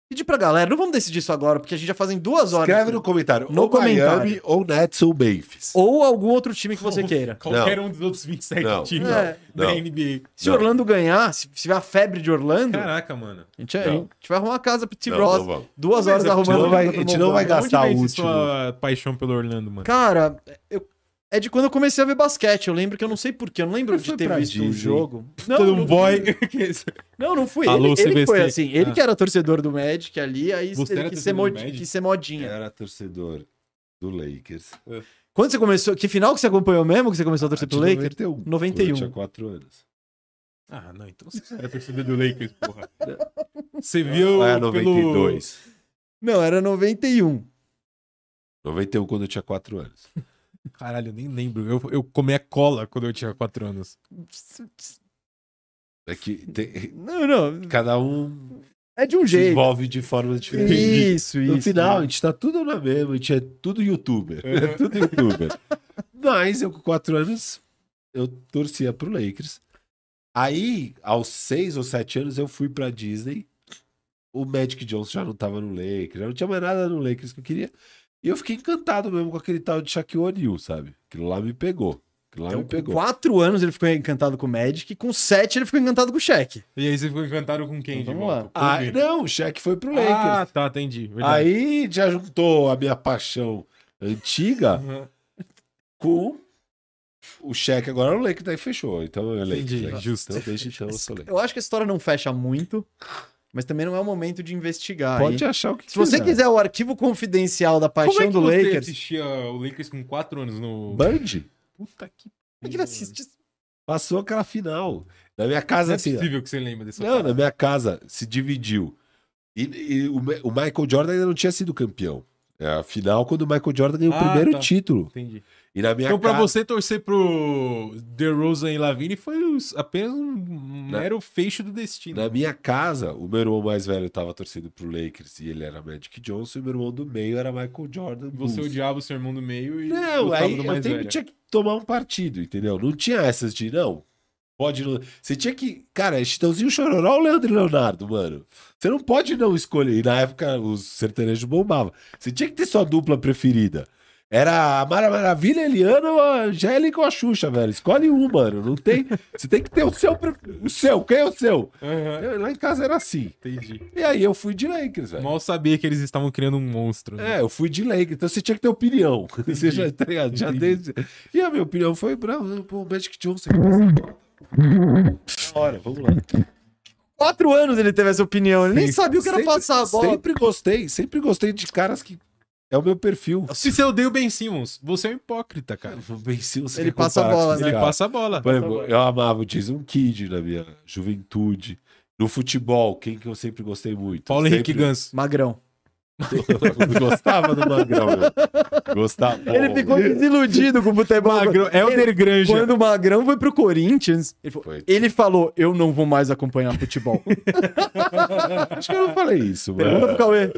pedir pra galera, não vamos decidir isso agora, porque a gente já fazem duas horas.
Escreve no comentário.
No
ou
comentário.
Miami, ou Nets, ou Memphis.
Ou algum outro time que você queira.
(laughs) Qualquer um dos outros 27
Não.
times
É.
da
Não.
NBA.
Se
Não.
Orlando ganhar, se se tiver a febre de Orlando,
Caraca, mano.
a, gente, é- a
Não.
gente vai arrumar uma casa pro Tim
Não,
Ross.
não vamos.
Duas
Mas
horas
a gente
arrumando.
não vai-
casa
a
pro
gente não
Bobão.
vai gastar. Tá
Onde vem
útil.
sua paixão pelo Orlando, mano?
Cara, eu- é de quando eu comecei a ver basquete. Eu lembro que eu não sei porquê. Eu não lembro
Mas
de
foi
ter
pra
visto o
Disney.
jogo.
Todo um
não
boy.
fui.
(laughs)
Não, não fui.
Alô,
ele ele foi
CBC.
assim. Ele
Ah.
que era torcedor do Magic ali, aí
Você
ele
era
quis ser,
torcedor do
mod-
Magic?
quis ser modinha.
Era torcedor do Lakers.
Quando você começou... Que final que você acompanhou mesmo que você começou a torcer pro
De
Lakers?
91.
91.
Eu tinha 4 anos.
Ah, não, então você era torcedor do Lakers, porra. (laughs) Você viu
Ah, é
Ou era
pelo...
92.
Não, era 91.
91 quando eu tinha 4 anos.
Caralho, eu nem lembro. Eu, eu comia cola quando eu tinha 4 anos.
É que tem-
Não, não.
cada um
É de um
se
jeito.
envolve de forma diferente.
Isso, isso. né?
No final, a gente tá tudo na mesma, a gente é tudo youtuber. (laughs) É tudo youtuber. Mas eu, com 4 anos, eu torcia pro Lakers. Aí, aos 6 ou 7 anos, eu fui pra Disney. O Magic Johnson já não tava no Lakers, já não tinha mais nada no Lakers que eu queria. E eu fiquei encantado mesmo com aquele tal de Shaquille O'Neal, sabe? Aquilo lá me pegou. Aquilo lá
Então,
me
com
pegou.
4 anos ele ficou encantado com o Magic. E com 7 ele ficou encantado com o Shaq.
E aí você ficou encantado com quem
Então
de
vamos lá.
volta? Com
Ah,
quem?
não, o Shaq foi pro Lakers.
Ah, tá, entendi. Ah, Verdade.
Aí já juntou a minha paixão antiga
Uhum.
com o cheque. Agora é o Lakers, daí fechou. Então é o Lakers.
Entendi,
né?
justo.
Então deixa então eu
(laughs)
sou Lakers.
Eu acho que a história não fecha muito, mas também não é o momento de investigar.
Pode né?
E
achar o que
Se você quiser o arquivo confidencial da
é
paixão do
é você
Lakers,
assistia o Lakers com 4 anos no...
Band
Puta que...
como é que ele assiste isso?
passou aquela final. Na minha casa,
Não é
assim. ó.
possível que você lembra dessa
Não,
parada.
na minha casa se dividiu. E, e o, Ma- o Michael Jordan ainda não tinha sido campeão. É a final quando o Michael Jordan ganhou o
Ah,
primeiro
tá.
título.
Entendi.
E na minha
Então, pra
casa.
você torcer pro DeRozan e Lavine foi os- apenas um
Na-
mero fecho do destino.
Na minha casa, o meu irmão mais velho tava torcendo pro Lakers e ele era Magic Johnson, e o meu irmão do meio era Michael Jordan.
Você
Bulls.
odiava o seu irmão do meio e
Não,
gostava
aí
do
eu
mais
tenho,
velho.
tinha que tomar um partido, entendeu? Não tinha essas de, não. Pode não. Você tinha que. Cara, é Chitãozinho Chororó ou Leandro e Leonardo, mano. Você não pode não escolher. E na época os sertanejos bombavam. Você tinha que ter sua dupla preferida. Era a Mara Maravilha, a Eliana, ou a Angélica ou a Xuxa, velho. Escolhe um, mano. Não tem. Você tem que ter o seu. pre- O seu, quem é o seu?
Aham,
Eu- lá em casa era assim.
entendi.
E aí eu fui de Lakers, velho.
Mal sabia que eles estavam criando um monstro. né?
É, eu fui de Lakers, então você tinha que ter opinião. (laughs) Você já, tá ligado? já desde... E a minha opinião foi, bravo, pô, o Magic Johnson. Da hora, Uhum. vamos lá.
Quatro anos ele teve essa opinião, ele nem sabia o que era
Sempre-
passar a bola.
Sempre gostei, sempre gostei de caras que... É o meu perfil.
Se você odeia o Ben Simmons, você é um hipócrita, cara.
Ben Simmons,
Ele
quer comparar
passa a bola,
com esse
Ele
né, cara.
passa a bola.
Por exemplo, eu amava o Jason Kidd na minha juventude. No futebol, quem que eu sempre gostei muito?
Paulo Henrique
sempre...
Ganso.
Magrão.
(laughs) Gostava do Magrão, meu. Gostava.
Ele ficou desiludido com o futebol.
Magrão, Helder Granja.
Quando o Magrão foi pro Corinthians, ele falou,
é Foi.
ele falou, eu não vou mais acompanhar
(laughs)
futebol.
Acho que eu não falei isso, mano.
Pergunta pro Cauê.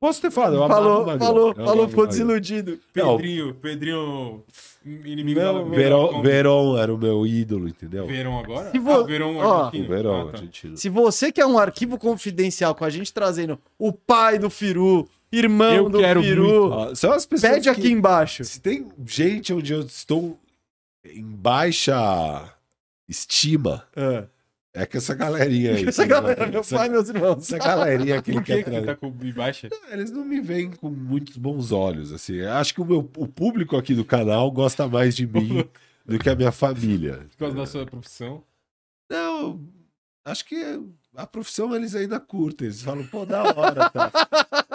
Posso ter falado? É. Eu amava o
Falou,
Magrão.
falou,
Eu
falou,
amava
ficou
o Magrão.
desiludido.
Não.
Pedrinho, Pedrinho, inimigo
Não, Verón,
da Verão,
Verón era o meu ídolo, entendeu?
Verão agora?
Se vo-
Ah, Verão
Ó.
O
argentino.
Verón,
Ah, tá.
argentino.
Se você quer um arquivo confidencial com a gente trazendo o pai do Firu, irmão
Eu
do
quero
Firu,
Ó, são as pessoas
pede
que-
aqui embaixo.
Se tem gente onde eu estou em baixa estima, é que essa galerinha aí.
(laughs) Essa galera, meu
essa,
pai, meus irmãos.
Essa galerinha que ele
Por que
quer
que você
trazer.
tá com o baixa?
Eles não me veem com muitos bons olhos, assim. Eu Acho que o, meu, o público aqui do canal gosta mais de (laughs) mim do que a minha família.
Por causa da sua profissão?
Não, acho que a profissão eles ainda curtem. Eles falam, pô, da hora, tá?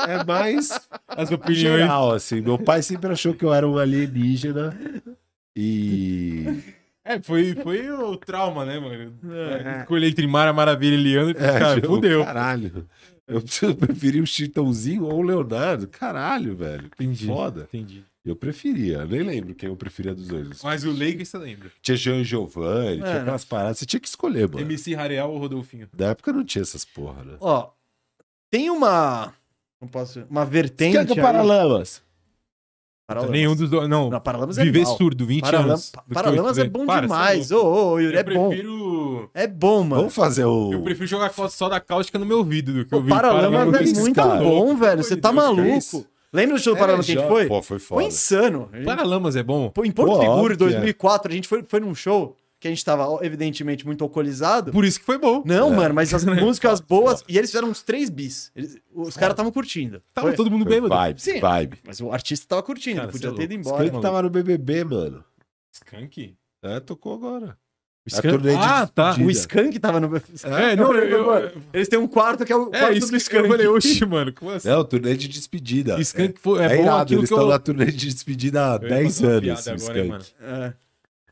É mais
(laughs) As opiniões.
geral, assim. Meu pai sempre achou que eu era um alienígena e...
É, foi, foi o trauma, né, mano? É. Escolher entre Mara Maravilha e Leandro e
É,
(laughs) cara,
tipo,
fudeu.
Caralho. Eu preciso- eu preferi o Chitãozinho ou o Leonardo. Caralho, velho.
Entendi.
Foda.
Entendi.
Eu preferia. Nem lembro quem eu preferia dos dois.
Mas o Lakers você lembra.
Tinha Jean Giovanni,
É,
tinha aquelas paradas. Você tinha que escolher, mano.
MC Rareal ou Rodolfinho?
Na época não tinha essas porra, né?
Ó, tem uma. Não posso. Uma vertente.
Esquenta
aí.
Paralamas.
Paralamas.
Nenhum dos dois. Não,
Não, Paralamas é
viver
animal.
surdo, 20
Paralam-
anos. do que eu
Paralamas é
estudei.
bom
Para,
demais.
você
Ô, ô, ô,
é
Yuri,
louco.
é bom.
Eu prefiro.
É bom, mano.
Vamos fazer o...
Eu prefiro jogar com- só da cáustica no meu ouvido do que
Pô,
eu vi.
Paralamas
Paralamas
é
desses
muito
caras.
bom, velho.
Pelo
Você
amor
tá
de Deus,
que é
maluco.
isso?
Lembra do show do Paralamas que a gente
já-
foi?
Pô, foi foda.
Foi insano.
Paralamas é bom.
Pô, Em Porto
Pô,
Seguro,
óbvio que é.
2004, a gente foi, foi num show que a gente tava, ó, evidentemente, muito alcoolizado.
Por isso que foi bom.
Não, mano, mas
(laughs)
as músicas boas. E eles fizeram uns três bis. Eles- os caras estavam curtindo.
Tava
Foi-
todo mundo
Foi
bêbado.
vibe,
Sim.
vibe.
Mas o artista tava curtindo,
Cara,
podia
cê é
ter ido
louco.
embora.
Quem que tava no BBB, mano?
Skank?
É, tocou agora.
O
É A
Skank,
turnê de
Ah, tá.
despedida.
o Skank tava (laughs) no.
É, não, eu- eu-
Eles têm um quarto que é o quarto
É isso que
do Skank.
eu falei, oxi, mano. Como assim?
Não, É turnê de despedida.
Skank foi, é,
É,
bom
irado,
aquilo
eles
que
estão
eu...
na turnê de despedida há
Eu ia
10
fazer uma
anos.
piada
o
agora,
Skank.
mano.
É.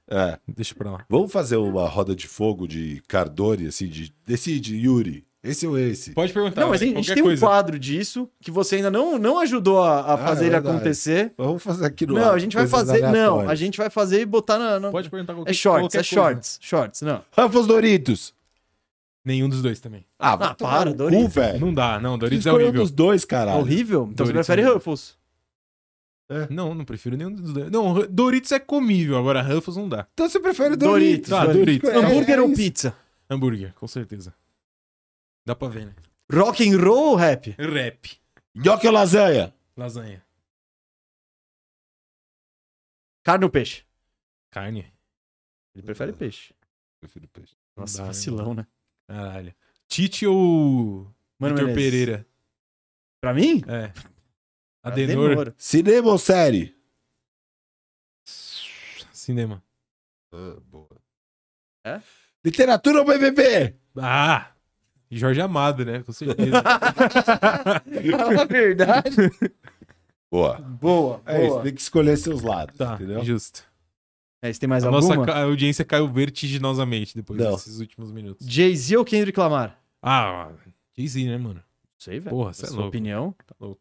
É.
Deixa pra lá.
Vamos fazer uma roda de fogo de Cardone, assim, de. Decide, Yuri. Esse ou esse?
Pode perguntar.
Não, mas a
velho,
gente, a gente
Tá, qualquer
tem um
coisa.
quadro disso que você ainda não, não ajudou a, a
Ah,
fazer
é
ele
verdade.
acontecer.
Vamos fazer aqui no
Não,
ar,
a gente vai
coisas
fazer. Não,
aleatórias.
a gente vai fazer e botar na. na-
Pode perguntar qualquer
É shorts,
qualquer
é shorts, shorts, não.
Rafa's Ah, Doritos!
Nenhum dos dois também.
Ah,
Ah,
vai tomar
para,
no cu,
Doritos.
velho.
Não dá, não. Doritos é
Escolha um
horrível.
dos dois,
É
caralho.
horrível? Então
Doritos
você prefere
é horrível.
Ruffles.
Não, não prefiro nenhum dos dois. Não, Ru- Doritos é comível, agora Ruffles não dá.
Então você prefere Doritos.
Doritos,
tá, Doritos.
É,
Hambúrguer
é
ou
isso.
pizza?
Hambúrguer, com certeza. Dá pra ver, né?
Rock and roll ou rap?
Rap.
Nhoque ou lasanha?
Lasanha.
Carne ou peixe?
Carne.
Ele prefere peixe.
Prefiro peixe.
Nossa,
dá, né,
vacilão, né?
Caralho. Tite ou
Mano
Vitor
Menezes.
Pereira?
(laughs) Pra mim?
É. Adenor.
Cinema ou série?
Cinema.
Ah, boa.
É?
Literatura ou BBB?
Ah! e Jorge Amado, né?
(laughs)
Com certeza. (laughs)
Fala a verdade.
(laughs) Boa.
Boa,
É isso, tem que escolher seus lados,
tá,
entendeu?
justo.
É, você tem mais
a
alguma?
nossa ca- audiência caiu vertiginosamente depois
Não.
desses últimos minutos.
Jay-Z ou Kendrick Lamar? Não
Ah, Jay-Z, né, mano?
sei, velho.
Porra, cê é
sua
louco.
opinião.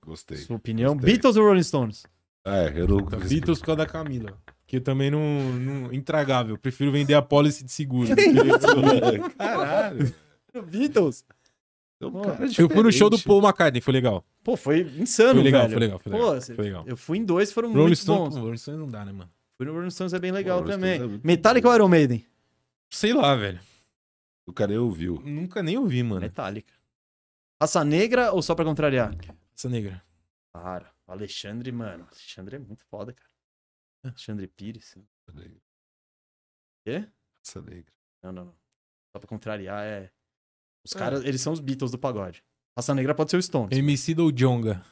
Gostei.
Sua opinião.
Gostei.
Beatles ou Rolling Stones?
É, eu não...
Tá,
(laughs)
Beatles por causa da Camila. Que também não, não. Intragável. Prefiro vender a policy
(laughs)
de seguro.
Caralho.
Beatles?
Então,
Pô,
cara,
Eu fui no show do
diferente.
Paul McCartney, foi legal.
Pô, foi insano,
Foi legal,
velho.
foi legal, foi legal.
Pô, é cê-
Foi legal.
Eu fui em dois, foram
Rolling
muito
Stones,
bons.
Rolling Stones não dá, né, mano?
Fui no Rolling Stones é bem legal
Rolling
também.
Stones é muito
Metallica
bom.
ou Iron Maiden?
Sei lá, velho.
O cara nem ouviu.
Nunca nem ouvi, mano.
Metallica. né? Raça Negra ou só pra contrariar?
Essa negra.
Claro. O Alexandre, mano. O Alexandre é muito foda, cara.
É.
Alexandre Pires. Quê?
Raça negra.
Não, não, não. Só pra contrariar é. Os caras, eles são os Beatles do pagode. Raça Negra pode ser o Stones.
MC do Jonga.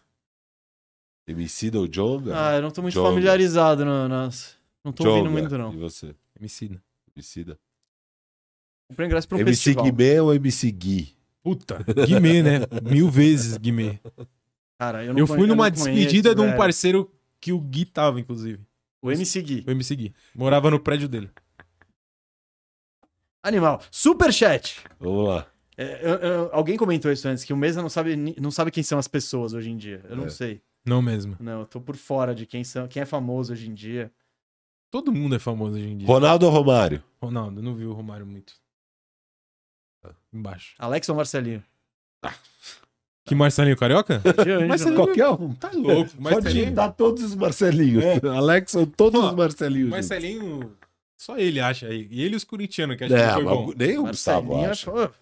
MC ou Jonga?
Ah, eu não tô muito
Jonga.
familiarizado, não. Nas... Não tô ouvindo
Jonga.
muito, não.
E você?
MC.
Emicida.
Comprei ingresso pra um
MC
festival.
Guimê ou MC Gui?
(laughs)
Puta. Guimê, né? Mil vezes Guimê.
Cara, eu não
Eu
conhe-
fui
não
numa
conheço,
despedida de um
velho.
parceiro que o Gui tava, inclusive.
O MC Gui.
O MC Gui. Morava no prédio dele.
Animal. Superchat.
Vamos lá.
É, eu- eu- alguém comentou isso antes, que o Mesa não sabe, ni- não sabe quem são as pessoas hoje em dia. Eu não
É.
sei.
Não mesmo.
Não, eu tô por fora de quem, são, quem é famoso hoje em dia.
Todo mundo é famoso hoje em dia.
Ronaldo ou Romário?
Ronaldo, não viu o Romário muito. Tá. Embaixo.
Alex ou
(laughs)
Marcelinho?
Tá. Que Marcelinho Carioca?
Marcelinho.
Marcelinho qualquer um.
Tá louco.
Pode
Marcelinho. É.
digitar todos os Marcelinhos. Alex são todos
Ó,
os Marcelinhos. gente.
Marcelinho. Só ele acha. aí. E ele e os corintianos,
É,
que acho que
Não,
foi
É, mas
bom.
nem o Gustavo
Marcelinho é
acha.
fo-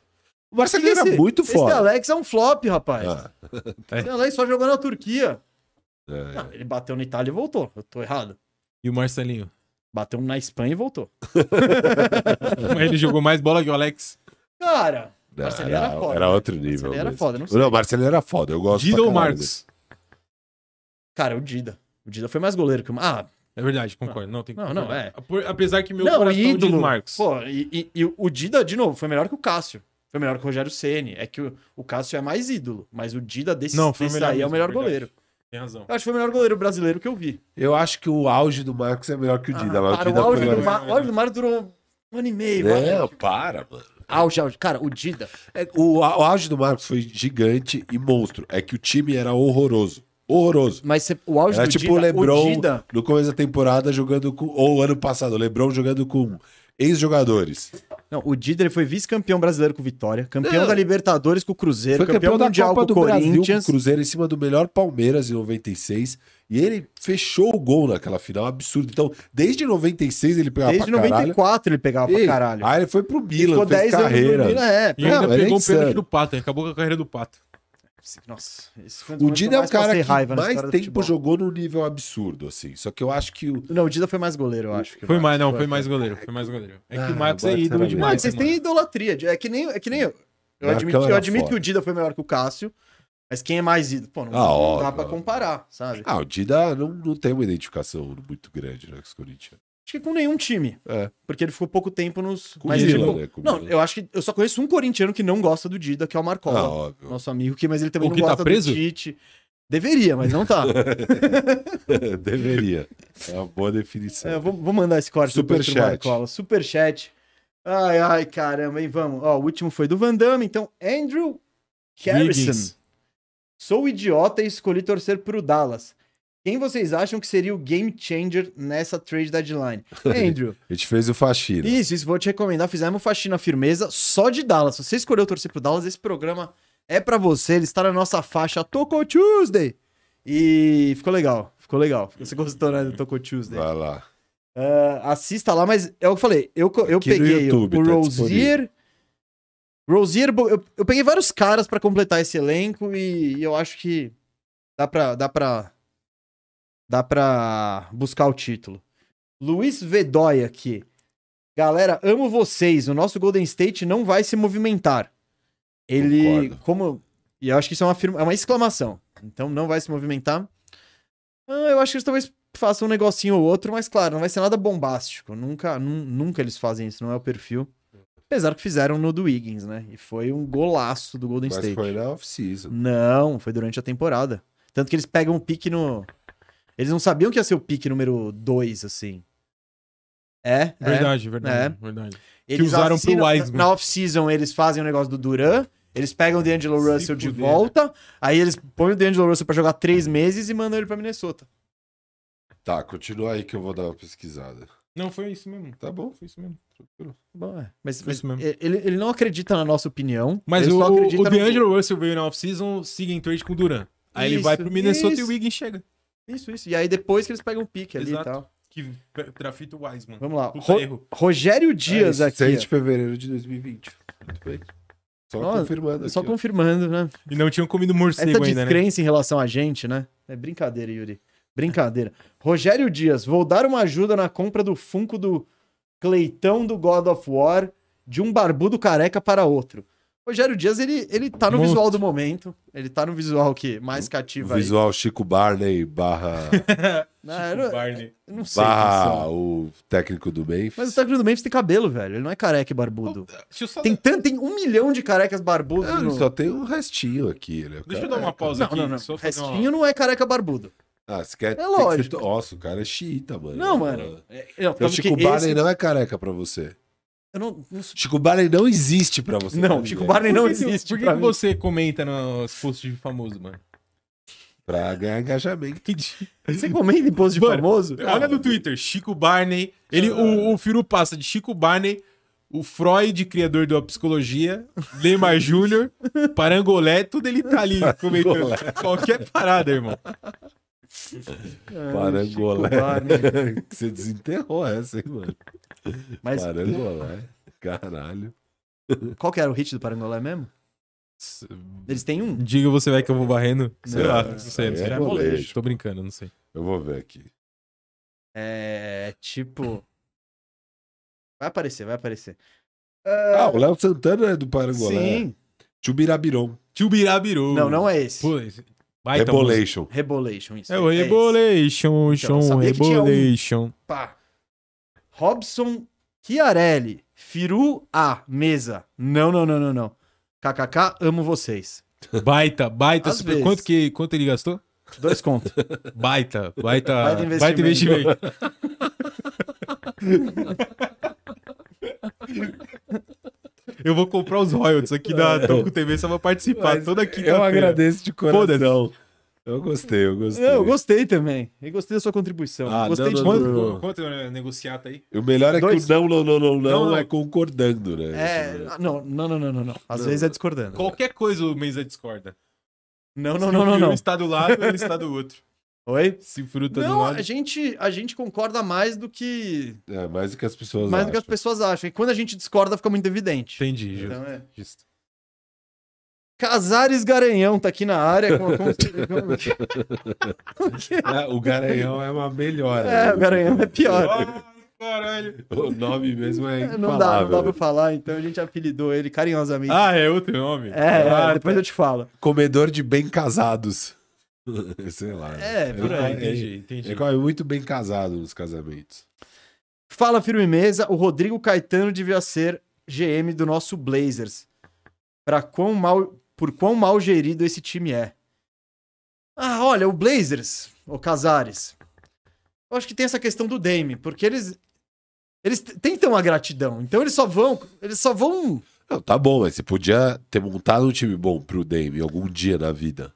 O Marcelinho era
Esse-
muito
Esse
foda.
Alex é um flop, rapaz.
Ah,
Esse Alex só jogou na Turquia.
é.
Não, ele bateu na Itália e voltou. Eu tô errado.
E o Marcelinho.
Bateu um na Espanha e voltou.
Mas ele jogou mais bola que o Alex.
Cara,
Não,
Marcelinho era foda,
é, Era
né?
outro nível.
Marcelinho era
mesmo.
foda, não sei.
Não, Marcelinho era foda. Eu gosto
Dido
pra
ou
caralho
Marcos?
Cara, o Dida. O Dida foi mais goleiro que o. Ah,
É verdade, concordo. Não, tem que
Não, não,
concordar.
é.
Apo- Apesar que meu
não, o
coração diz
ídolo.
Marcos.
Pô, e, e- e o Dida, de novo, foi melhor que o Cássio. Foi melhor que o Rogério Ceni. É que o, o Cássio é mais ídolo, mas o Dida desse,
Não, foi o
desse
melhor
aí é o
mesmo,
melhor
verdade.
goleiro.
Tem razão.
Eu acho que foi o melhor goleiro brasileiro que eu vi.
dele. Eu acho que o auge do Marcos é melhor que o Dida. mas
cara,
o Dida
Ah,
foi É.
o auge
melhor
do,
que-
Mar, o auge do Mário durou um ano e meio.
Não,
vai.
para, mano.
Auge, auge. Cara, o Dida.
É, o, a- o auge do Marcos foi gigante e monstro. É que o time era horroroso. Horroroso.
Mas cê- o auge
Era
do
tipo
Dida,
o Lebron
o Dida.
no começo da temporada jogando com. Ou ano passado, o Lebron jogando com ex-jogadores.
Não, o Dida ele foi vice-campeão brasileiro com o Vitória, campeão
Não.
da Libertadores com o Cruzeiro,
É. Foi
campeão,
campeão da
mundial
Copa
com
do
o
Brasil com o
Corinthians.
Cruzeiro em cima do melhor Palmeiras em 96. E ele fechou o gol naquela final, absurdo. Então, desde 96 ele pegava
Desde
pra caralho.
94 ele pegava pra
Ei,
caralho.
Aí ele foi pro
Ele
Milan, fez carreira.
Milan, é.
E
Não,
ainda
ele é
pegou o
insano.
pênalti do Pato, hein? acabou com a carreira do Pato.
Nossa, esse foi um dos
O
momentos
Dida é um
mais passei
cara que
raiva na
mais
história do
tempo
futebol.
jogou num nível absurdo, assim. Só que eu acho que o.
Não, o Dida foi mais goleiro, eu acho. que o
Foi
Marcos.
mais, não, foi mais goleiro. Foi mais goleiro. É que
Ah,
o Marcos é
agora sinceramente.
Não,
ídolo
é que
demais.
vocês
né, mano?
têm idolatria. de- É que nem, é que nem eu. Eu
Marcão
admito, eu
era
admito
foda.
que o Dida foi melhor que o Cássio, mas quem é mais ídolo? Pô, não,
Ah,
não dá
óbvio,
pra
óbvio.
comparar, sabe?
Ah, o Dida não, não tem uma identificação muito grande, né, com os Corinthians.
Acho que com nenhum time.
É.
Porque ele ficou pouco tempo nos...
Com
mas,
o Milan,
tipo,
né? Com o
Não,
Milan.
eu acho que... Eu só conheço um corintiano que não gosta do Dida, que é o
Ah,
Marcola.
óbvio.
nosso amigo, que, mas ele também
O
não
que tá
gosta
preso?
do Tite. Deveria, mas
(laughs)
não tá.
Deveria. É uma boa definição.
É, eu vou, vou mandar esse corte depois pro
Superchat.
Marcola. Superchat. Ai, ai, caramba, hein? Vamos. Ó, o último foi do Van Damme, então Andrew Harrison.
Higgins.
Sou idiota e escolhi torcer pro Dallas. Quem vocês acham que seria o game changer nessa trade deadline? Andrew,
A gente fez o faxina.
isso, isso, vou te recomendar. Fizemos faxina firmeza só de Dallas. Se você escolheu torcer pro Dallas, esse programa é pra você. Ele está na nossa faixa Toco Tuesday. E ficou legal, ficou legal. Você gostou, né, do Toco Tuesday?
Vai lá.
Ah, assista lá, mas é o que eu falei. Eu, co- eu
Aqui no
peguei
YouTube,
o, o
tá
Rosier. Rosier, bo- eu, eu peguei vários caras pra completar esse elenco e, e eu acho que dá pra, dá pra. Dá pra buscar o título. Luiz Vedóia aqui. Galera, amo vocês. O nosso Golden State não vai se movimentar. Ele.
Concordo.
Como. E eu acho que isso é uma, afirma- é uma exclamação. Então não vai se movimentar. Ah, eu acho que eles talvez faça um negocinho ou outro, mas claro, não vai ser nada bombástico. Nunca, nun- nunca eles fazem isso, não é o perfil. Apesar que fizeram no do Wiggins, né? E foi um golaço do Golden
Mas
State.
né?
foi na off-season.
Não, foi durante a temporada. Tanto que eles pegam o pique no. Eles não sabiam que ia ser o pique número 2, assim. É, é.
Verdade, verdade, verdade.
Eles
usaram pro
assinam-
Wiseman.
Na off-season, eles fazem o negócio do Duran, eles pegam o D'Angelo
Se
Russell de
fuder.
volta, aí eles põem o D'Angelo Russell pra jogar três meses e mandam ele pra Minnesota.
Tá, continua aí que eu vou dar uma pesquisada.
Não, foi isso mesmo.
Tá bom.
Foi isso mesmo. Tranquilo.
Bom, é. Mas,
Foi
mas
isso mesmo.
ele, ele não acredita na nossa opinião.
Mas
ele
o,
só
o,
acredita no-
DeAngelo Russell veio na off-season, siga em trade com o Duran. Aí ele
Isso,
vai pro Minnesota e
isso.
o Wiggins chega.
Isso, isso. E aí depois que eles pegam o pique ali
Exato.
e tal.
Que trafita o Wiseman.
Vamos lá.
Puta
Ro-
erro.
Rogério Dias
É,
aqui.
6 de fevereiro de 2020. Muito bem. Só
Nossa,
confirmando
Só
aqui. ó.
confirmando, né?
E não tinham comido morcego
Essa
ainda, né?
descrença em relação a gente, né? É brincadeira, Yuri. Brincadeira. Rogério Dias, vou dar uma ajuda na compra do Funko do Cleitão do God of War de um barbudo careca para outro. Rogério Dias, ele, ele tá no
Monstro.
visual do momento. Ele tá no visual que mais cativa aí.
Visual Chico Barney
(laughs)
barra,
Não,
(laughs) Tipo
Ah, eu não,
Barney.
eu não sei. quem
barra
são.
o técnico do Memphis.
Mas o técnico do Memphis tem cabelo, velho. Ele não é careca e barbudo.
Deixa eu só
Tem, tanto, tem um milhão de carecas barbudos.
Ah,
tá no...
só tem um restinho aqui. Né?
Deixa eu dar uma pausa
Não,
aqui.
não, não.
Só fazer uma-
Restinho não é careca barbudo.
Ah, você quer. tem que ser-
É lógico.
Nossa, o cara é xiita, mano.
Não, mano. É, não,
Então,
tanto
Chico
que
Barney
esse-
não é careca pra você.
Eu não, não sou-
Chico Barney não existe pra você.
(laughs) Não,
tá
Chico
ligado?
Barney não
Por que que-
existe.
Por que,
pra
que
mim.
você comenta nos posts de famoso, mano?
Pra ganhar engajamento.
Que
Você comenta em post de
Mano,
famoso?
Olha no Twitter, Chico Barney. Ele,
Ah.
o, o Firu passa de Chico Barney, o Freud, criador da psicologia, Neymar Júnior, Parangolé, tudo ele tá ali comentando. Qualquer parada, irmão.
Ah,
Parangolé.
Chico
Que
Barney.
(laughs) você desenterrou essa, hein, mano?
Mas é?
Parangolé. Caralho.
qual que era o hit do Parangolé mesmo? Eles têm um.
Diga você vai que eu vou barrendo. Sei
Não,
lá, não sei. Não
é
sei.
molejo.
molejo. Tô brincando, não sei.
Eu vou ver aqui.
É, tipo... Vai aparecer, vai aparecer.
Ah, o Léo Santana é do Parangolé. Sim.
Sim.
Chubirabiron.
Tio Birabiru.
Não, não é esse.
Pô, esse-
Ah,
baita
então
música.
Rebolation.
Rebolation, isso.
É o
esse.
Rebolation,
eu
Sean
sabia que tinha um.
Rebolation.
Pá. Robson Chiarelli. Firu A. Mesa. Não, não, não, não, não. KKK, amo vocês.
Baita, baita.
Às
Super...
vezes.
Quanto, que, quanto ele gastou?
(laughs)
Dois contos.
Baita, baita,
Baita investimento.
baita investimento. Eu vou comprar os royalties aqui
É.
da Toco TV só pra participar
Mas
toda
Então
Eu
quinta-feira.
agradeço de coração. Eu gostei, eu gostei.
Não, eu gostei também. Eu gostei da sua contribuição.
Ah,
gostei
não,
de
não,
quando-
não.
Quanto, quanto é negociata aí?
O melhor é
Dois.
que o não, não, não, não, não,
Não, não.
é concordando, né?
É, não, não, não, não, não, não. Às vezes é discordando.
Qualquer coisa o Mesa discorda.
Não,
Se
não,
o
não, não,
Firu
não.
está do lado, ele está do outro.
Oi?
Tá
Se o fruta do
Não,
lado.
a gente, a gente concorda mais do que
É, mais do que as pessoas
mais do que
acham.
as pessoas acham. E quando a gente discorda, fica muito evidente.
Entendi, justo,
Então é.
justo.
Casares Garanhão tá aqui na área. Com,
(laughs)
com- (laughs)
Ah, o Garanhão é uma melhora.
É,
né?
o Garanhão é pior.
Ai, caralho.
(laughs) O nome mesmo é
É,
infalável.
(laughs) Não dá, não dá pra falar, então a gente apelidou ele carinhosamente.
Ah, é outro nome?
é, é,
Ah,
depois eu te falo.
Comedor de bem casados. (laughs) Sei lá.
É, por
tá. Ah,
aí.
entendi, entendi.
Ele come muito bem casado nos casamentos.
Fala, firme mesa. O Rodrigo Caetano devia ser GM do nosso Blazers. Pra quão mal, por quão mal gerido esse time é. Ah, olha, o Blazers, o Casares. Eu acho que tem essa questão do Dame, porque eles eles t- tentam a gratidão. Então eles só vão, eles só vão.
Não, tá bom, mas você podia ter montado um time bom pro Dame algum dia na vida.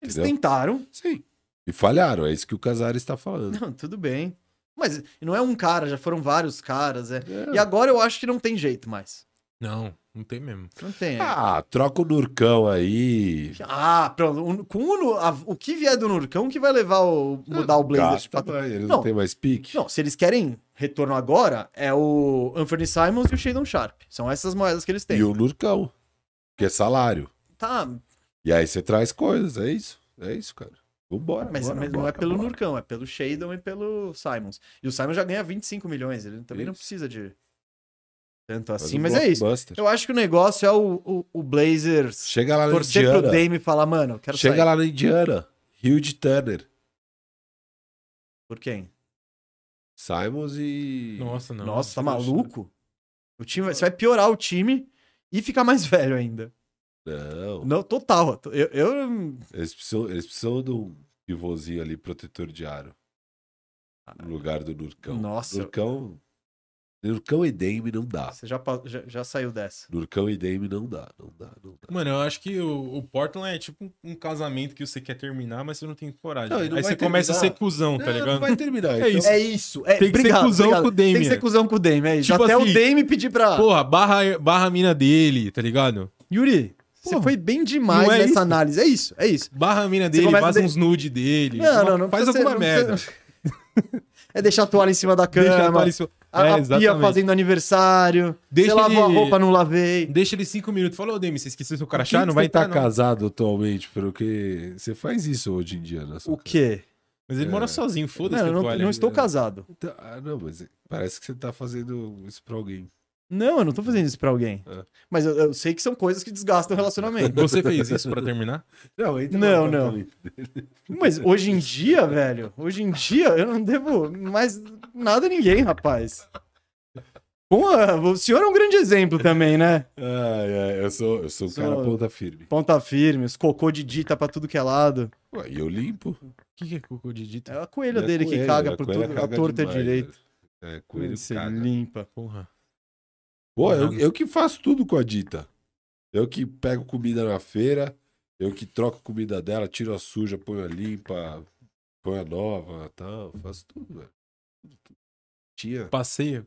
Eles
Entendeu?
tentaram.
Sim. E falharam, é isso que o Casares tá falando.
Não, tudo bem. Mas não é um cara, já foram vários caras, é.
É.
E agora eu acho que não tem jeito mais.
Não, não tem mesmo.
Não tem.
Ah, troca o Nurcão aí.
Ah, pronto. O- Com o, Nu- a- o que vier do Nurcão que vai levar o mudar o
Gasta,
Blazers pra trás.
mas Ele
Não.
não, tem mais pique.
Não, se eles querem retorno agora, é o Anthony Simons e o Shadon Sharp. São essas moedas que eles têm.
E o Nurcão, que é salário.
Tá,
E aí você traz coisas, é isso. É isso, cara. Vambora.
mas,
bora,
mas não
bora,
é pelo
bora.
Nurcão, é pelo Shadon e pelo Simons. E o Simons já ganha 25 milhões, ele também não
Isso.
precisa de tanto
Faz
assim,
um
mas é isso.
blockbuster.
Eu acho que o negócio é o, o, o Blazers
Chega lá na
torcer
Indiana.
pro Dame e falar, mano, eu quero
Chega
sair.
lá na Indiana. Rio de Turner.
Por quem?
Simons e.
Nossa, não.
Nossa, tá maluco? O time, vai- você vai piorar o time e ficar mais (laughs) velho ainda.
Não.
Não, total. Eu, eu-
Eles precisam, eles precisam de um pivôzinho ali, protetor de aro. No lugar do Nurcão.
Nossa.
Nurcão. Nurcão e Dame não dá.
Você já, pa- já, já saiu dessa.
Nurcão e Dame não dá, não dá, não dá.
Mano, eu acho que o, o Portland é tipo um, um casamento que você quer terminar, mas você não tem coragem.
Não, e não
Aí
vai
você começa a
terminar.
ser cuzão, tá
Não, não
ligado?
vai terminar.
É
então-
isso.
É isso. é-
Tem que ser
obrigado,
cuzão
obrigado.
com o Damian.
Tem que ser cuzão com o Dame, é isso.
Tipo
Até
assim,
o Dame pedir pra...
Porra, barra, barra a mina dele, tá ligado?
Yuri, você
Porra,
foi bem demais
não é
nessa
isso.
análise. É isso, é isso.
Barra a mina
Você
dele,
começa
vaza
a de-
uns nude dele.
Não, não, não
faz
precisa
alguma
ser- não
merda.
precisa- (laughs) É deixar a toalha em cima da cama.
Deixa atualizar isso.
A,
É,
a pia
exatamente.
fazendo aniversário.
Deixa
você lavou
ele-
a roupa, não lavei.
Deixa ele cinco minutos. Falou, ô, Demi, você esqueceu seu
Por que
crachá?
que
Não vai
você tá
entrar, não.
casado atualmente, porque você faz isso hoje em dia né? na sua
O quê?
Mas ele mora sozinho, foda-se. né?
Não, eu
a
não,
toalha.
não estou casado.
casa. Então, ah, não, mas parece que você tá fazendo isso pra alguém.
Não, eu não tô fazendo isso pra alguém.
É.
Mas eu, eu sei que são coisas que desgastam
(laughs)
o relacionamento.
Você fez isso pra terminar?
Não, entra
Não,
no
não.
apartamento.
Mas hoje em dia, velho, hoje em dia eu não devo mais nada a ninguém, rapaz. Bom, ah, o senhor é um grande exemplo também, né?
Ai, ai, eu sou, eu sou um
Sou-
cara ponta firme.
Ponta firme, os cocô de dita pra tudo que é lado.
Ué, E eu limpo.
O que, que é cocô de dita?
É a coelha
É
dele que
coelho,
caga
a
por
coelha
tudo, a
caga
torta é
demais,
direito.
né? É, coelho
Você
caga.
limpa.
Porra.
Pô, eu, eu que faço tudo com a Dita. Eu que pego comida na feira, eu que troco comida dela, tiro a suja, ponho a limpa, ponho a nova tal. Faço tudo, velho. Tudo, tudo. Tinha.
Passeia.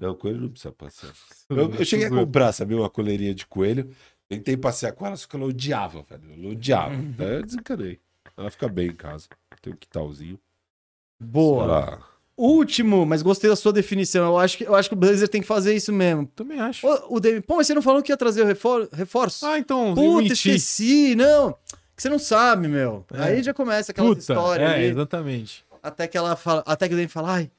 Não, coelho não precisa passear. (laughs) Eu, eu cheguei a comprar, sabe, uma coleirinha de coelho. Tentei passear com ela, só que ela odiava, velho. Ela odiava. Daí eu desencanei. Ela fica bem em casa. Tem um quintalzinho.
Boa.
Ela...
Último, mas gostei da sua definição. Eu acho que, eu acho que o Blazer tem que fazer isso mesmo.
Também acho.
Ô, o Demi, pô, mas você não falou que ia trazer o refor reforço?
Ah, então. eu
Puta,
menti.
esqueci, não. Que você não sabe, meu.
É.
Aí já começa aquela
Puta.
história
É,
ali.
exatamente.
Até que ela fala, até que o Demi fala, ai,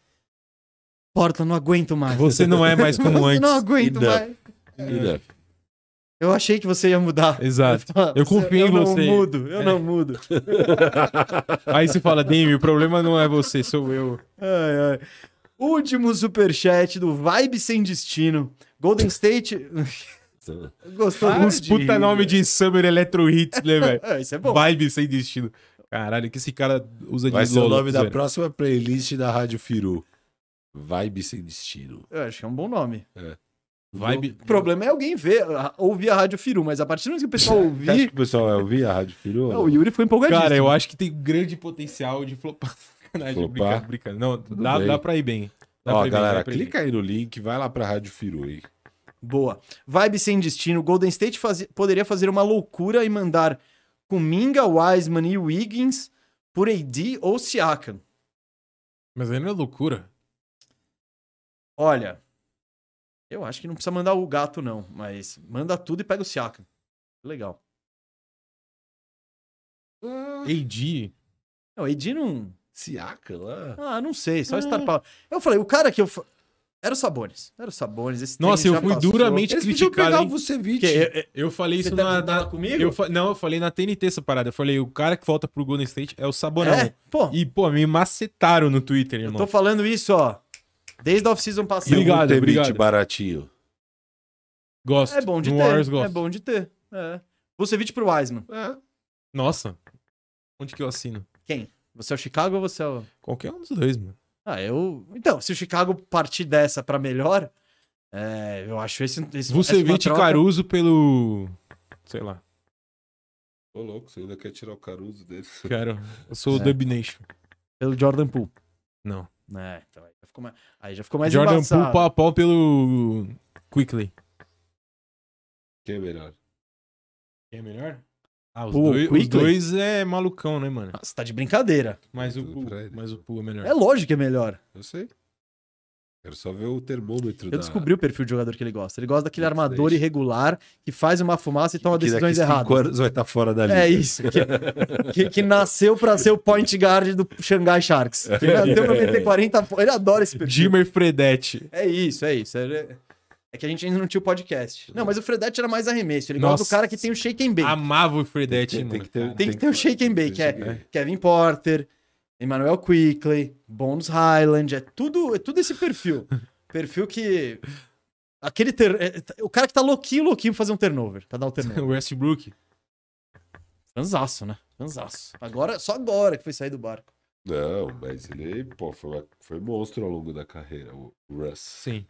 Porta, não aguento mais. (laughs)
Você não é mais como
Eu
antes.
não aguento
Enough.
mais.
Ela-
Eu achei que você ia mudar.
Exato.
(laughs)
Eu confio em você. É.
Eu não mudo, eu não mudo.
Aí você fala, Demi, o problema não é você, sou eu.
Ai, ai. Último superchat do Vibe Sem Destino. Golden State. (laughs) Gostou
Uns puta nome de Summer Electro Hits, né, velho?
É, isso é bom.
Vibe sem destino. Caralho, que esse cara usa de
Vai ser o
Lolo,
nome da
zoeira.
próxima playlist da Rádio Firu. Vibe sem destino.
Eu acho que é um bom nome.
Vibe.
O problema é alguém ver, a- ouvir a Rádio Firu, mas a partir do momento que o
(laughs)
pessoal
Você acha
ouvir.
que o pessoal vai ouvir a Rádio Firu?
Não, o Yuri foi empolgadíssimo.
Cara, eu acho que tem grande potencial de (laughs) flopar. Sacanagem,
Flopar?
brincando, brincando. Não, dá,
bem.
dá pra ir bem. Dá
Ó,
pra ir bem,
galera,
dá pra ir
clica aí no link, vai lá pra Rádio Firu, hein?
Boa. Vibe sem destino. Golden State fazi- poderia fazer uma loucura e mandar Kuminga, Wiseman e Wiggins por AD ou Siakam.
bem. Mas aí não é loucura.
Olha, eu acho que não precisa mandar o gato, não. Mas manda tudo e pega o Siakam. Legal.
AD.
Não, AD não...
Siaka lá.
Ah, não sei, só
É.
Star Power. Eu falei, o cara que eu... fa- Era o Sabones. Era o Sabones. Esse
Nossa,
tênis já
eu fui
passou.
duramente
Eles podiam pegar
criticado.
o
hein? é-
Vucevic.
Que- eu- eu-
Eu falei
Você
isso
tá
na.
pintando
na-
comigo?
Eu fa- Não, eu falei na TNT essa parada. Eu falei, o cara que volta pro Golden State é o Sabonão.
é, pô,
E, pô, me macetaram no Twitter, irmão.
tô falando isso, ó. Desde a off-season
E o
passada.
Obrigado,
Vucevic
obrigado.
baratinho.
Gosto.
É bom de
no
ter.
Warriors,
é
gosto.
bom de ter. É. Vucevic pro Wiseman.
Nossa. Onde que eu assino?
Você é o Chicago ou você é o...
Qualquer um dos dois, mano.
Ah, eu... Então, se o Chicago partir dessa pra melhor, é, eu acho esse... esse
Vucevic e
essa uma troca-
Caruso pelo. Sei lá.
Ô, louco, você ainda quer tirar o Caruso dele.
Quero. Eu sou o
É.
Dub Nation.
Pelo Jordan Poole.
Não.
É, então aí já ficou mais, aí já ficou mais
Jordan
embaçado.
Poole pau a pau pelo. Quickly.
Quem é melhor?
Quem é melhor? Ah, os,
Poole,
dois, os
Quickly?
dois é malucão, né, mano?
Ah, Você tá de brincadeira.
Mas o
Tudo
Poole,
pra ele.
mas o Poole é melhor.
É lógico que é melhor.
Eu sei. Quero só ver o termômetro da...
Eu descobri o perfil de jogador que ele gosta. Ele gosta daquele
Isso, é
armador
isso.
irregular que faz uma fumaça e toma
que daqui
decisões
cinco
erradas.
anos vai estar tá fora da liga.
É isso. Que, que- que nasceu pra ser o point guard do Shanghai Sharks. Que nasceu pra
(laughs)
meter 40 pontos. Ele adora esse perfil.
Jimmer Fredette.
É isso, é isso. É, é que a gente ainda não tinha o podcast. Não, mas o Fredette era mais arremesso. Ele gosta do
Nossa.
cara que tem o shake and bake.
Amava o Fredette,
Ah, Tem
mano.
que ter,
Tem que ter o shake and bake,
tem que-
Kevin Porter. Emmanuel Quickley, Bones Highland, é tudo, é tudo esse
(laughs)
perfil. perfil que. Aquele ter... é- O cara que tá louquinho, louquinho pra fazer um turnover, pra dar um
(laughs)
turnover.
(laughs) O Westbrook.
Transaço, né? Transaço. Agora, só agora que foi sair do barco.
Não, mas ele, pô, foi, uma- foi monstro ao longo da carreira. O Russ.
Sim.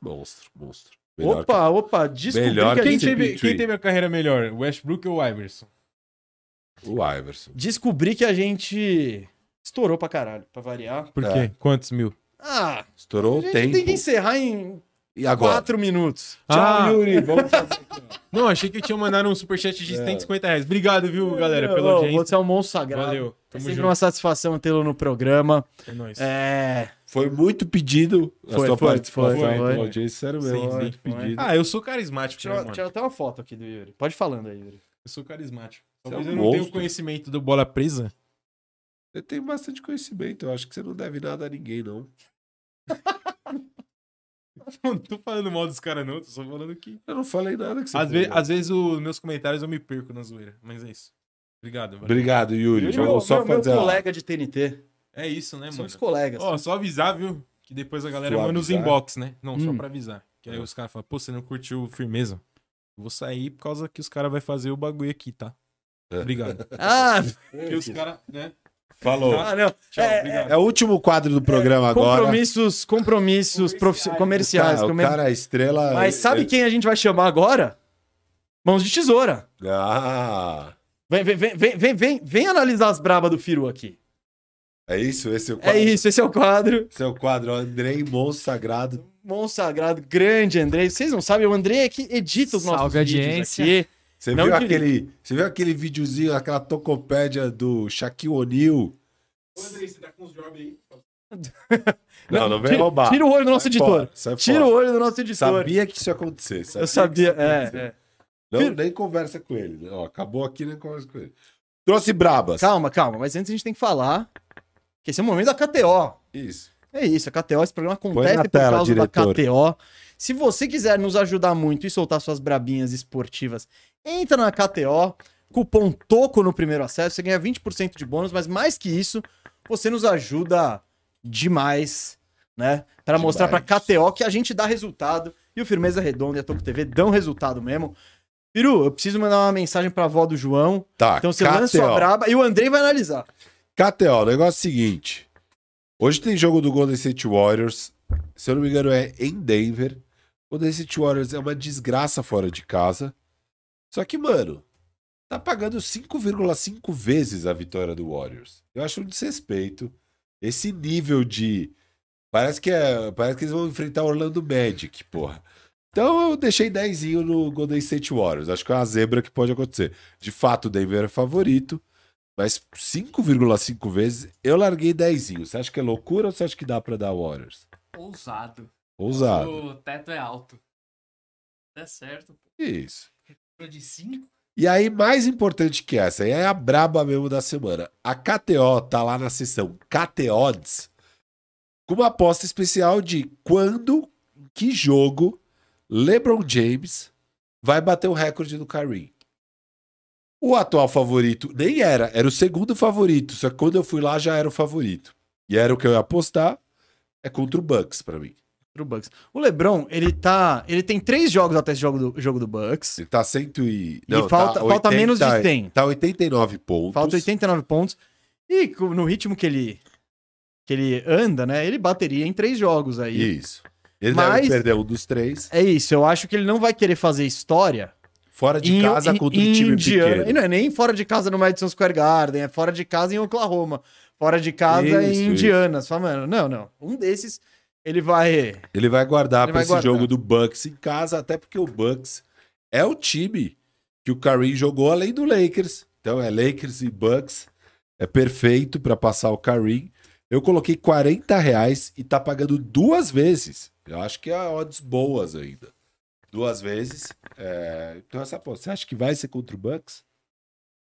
Monstro, monstro. Melhor
Opa, opa, descobri
Melhor
que a
que
Quem
gente...
teve,
Pintry.
quem teve a carreira melhor? o Westbrook ou o Iverson?
que o Iverson.
Descobri que a gente estourou pra caralho, pra variar.
Por
É.
quê? Quantos mil?
Ah,
Estourou
a
o
gente
tempo.
tem que encerrar em
E agora?
quatro minutos.
Ah,
Yuri. Vamos fazer.
não, achei que eu tinha mandado um superchat de
(laughs) É.
150 reais. Obrigado, viu, galera, pela
Ô,
audiência.
Você é um monstro sagrado.
Valeu.
É
Tamo
sempre
junto.
uma satisfação tê-lo no programa.
É nóis.
É.
Foi muito pedido a
Foi,
sua
foi,
participação
foi,
pela
foi.
audiência. é Sério mesmo,
Sim,
muito
foi.
pedido.
Ah, eu sou carismático, né,
Tira,
mano?
tira até uma foto aqui do Yuri. Pode ir falando aí, Yuri.
Eu sou carismático.
Você
Talvez
é um
eu não tenha o
monstro.
conhecimento do bola presa.
Você tem bastante conhecimento. Eu acho que você não deve nada a ninguém, não.
Não tô falando mal dos caras, não. Tô só falando que.
Eu não falei nada que você
Às, ve
falou.
às vezes os meus comentários eu me perco na zoeira. Mas é isso. Obrigado, valeu.
Obrigado, Yuri.
Yuri,
Vamos
meu,
só
meu- meu
fazer a-
colega de TNT.
É isso, né, mano?
Somos colegas.
Ó, só avisar, viu? Que depois a galera
Só
manda os
avisar?
inbox, né? Não, só
Hum.
pra avisar. Que aí
É.
os caras falam, pô, você não curtiu firmeza? Eu Vou sair por causa que os caras vão fazer o bagulho aqui, tá?
É.
(laughs)
Obrigado.
Ah,
Porque os caras, né?
Falou.
ah, não.
Tchau,
É,
obrigado.
É o último quadro do programa agora.
Compromissos, compromissos profiss- comerciais.
Cara, o
comer-
cara é estrela.
Mas sabe quem a gente vai chamar agora? Mãos de tesoura.
Ah,
Vem, vem, vem, vem, vem, vem, vem analisar as brabas do Firu aqui.
é isso? Esse é o quadro.
É isso, esse é o quadro.
Esse é o quadro. Andrei Monstro Sagrado.
Monsagrado, grande Andrei. Vocês não sabem, o Andrei é que edita os nossos
Salve,
vídeos
audiência.
aqui.
Você
Não
viu
que-
aquele. Você viu aquele videozinho, aquela tocopédia do Shaquille O'Neal?
Ô, Andrei, você tá com os jobs aí?
Não, não vem
tira,
roubar. É
Tira o olho do nosso
Sai
editor.
fora, sai
Tira
fora.
o olho do nosso editor.
Sabia que isso ia acontecer.
Eu
que
sabia,
isso ia acontecer.
é, é.
Não,
Filho-
nem conversa com ele. né? Ó, acabou aqui, nem conversa com ele. Trouxe brabas.
Calma, calma, mas antes a gente tem que falar que esse é o momento da KTO.
Isso.
É isso, a KTO, esse programa
na
acontece por
tela,
causa
diretor.
da KTO. Se você quiser nos ajudar muito e soltar suas brabinhas esportivas, entra na KTO, cupom TOCO no primeiro acesso, você ganha 20% de bônus, mas mais que isso, você nos ajuda demais, né? Pra mostrar pra
Demais.
KTO que a gente dá resultado e o Firmeza Redonda e a Toco TV dão resultado mesmo. Piru, eu preciso mandar uma mensagem pra avó do João.
Tá.
Então você lança
KTO.
sua braba e o Andrei vai analisar.
KTO, o negócio é o seguinte. Hoje tem jogo do Golden State Warriors. Se eu não me engano, é em Denver. O Golden State Warriors é uma desgraça fora de casa. Só que, mano, tá pagando 5,5 vezes a vitória do Warriors. Eu acho um desrespeito. Esse nível de. Parece que, é- parece que eles vão enfrentar o Orlando Magic, porra. Então eu deixei 10 no Golden State Warriors. Acho que é uma zebra que pode acontecer. De fato, o Denver é favorito. Mas 5,5 vezes eu larguei 10. Você acha que é loucura ou você acha que dá pra dar Warriors?
Ousado.
Ousado.
O teto é alto. Tá certo. pô.
Isso.
Pro De 5?
E aí, mais importante que essa, aí é a braba mesmo da semana. A KTO tá lá na seção KTODs com uma aposta especial de quando, em que jogo, LeBron James vai bater o recorde do Kyrie. O atual favorito nem era, era o segundo favorito, só que quando eu fui lá já era o favorito. E era o que eu ia apostar, é contra o Bucks pra mim.
pro Bucks. O LeBron, ele tá, ele tem três jogos até esse jogo do jogo do Bucks.
Ele tá cento e...
E
não,
falta- falta menos de 100.
Tá 89 pontos.
Falta 89 pontos. E co- no ritmo que ele que ele anda, né? Ele bateria em três jogos aí.
Isso. Ele
Mas-
deve perder um dos três.
É isso, eu acho que ele não vai querer fazer história
Fora de
em-
casa
em-
contra um
em
time
Indiana. E
pequeno.
não é nem fora de casa no Madison Square Garden, é fora de casa em Oklahoma, fora de casa
Isso,
em Indiana. Só, mano, não, não. Um desses ele vai
Ele vai guardar
Ele
pra
vai
esse
guardar.
jogo do Bucks em casa, até porque o Bucks é o time que o Curry jogou além do Lakers. Então é Lakers e Bucks. É perfeito pra passar o Curry. Eu coloquei 40 reais e tá pagando duas vezes. Eu acho que é odds boas ainda. Duas vezes. É, Então essa aposta, você acha que vai ser contra o Bucks?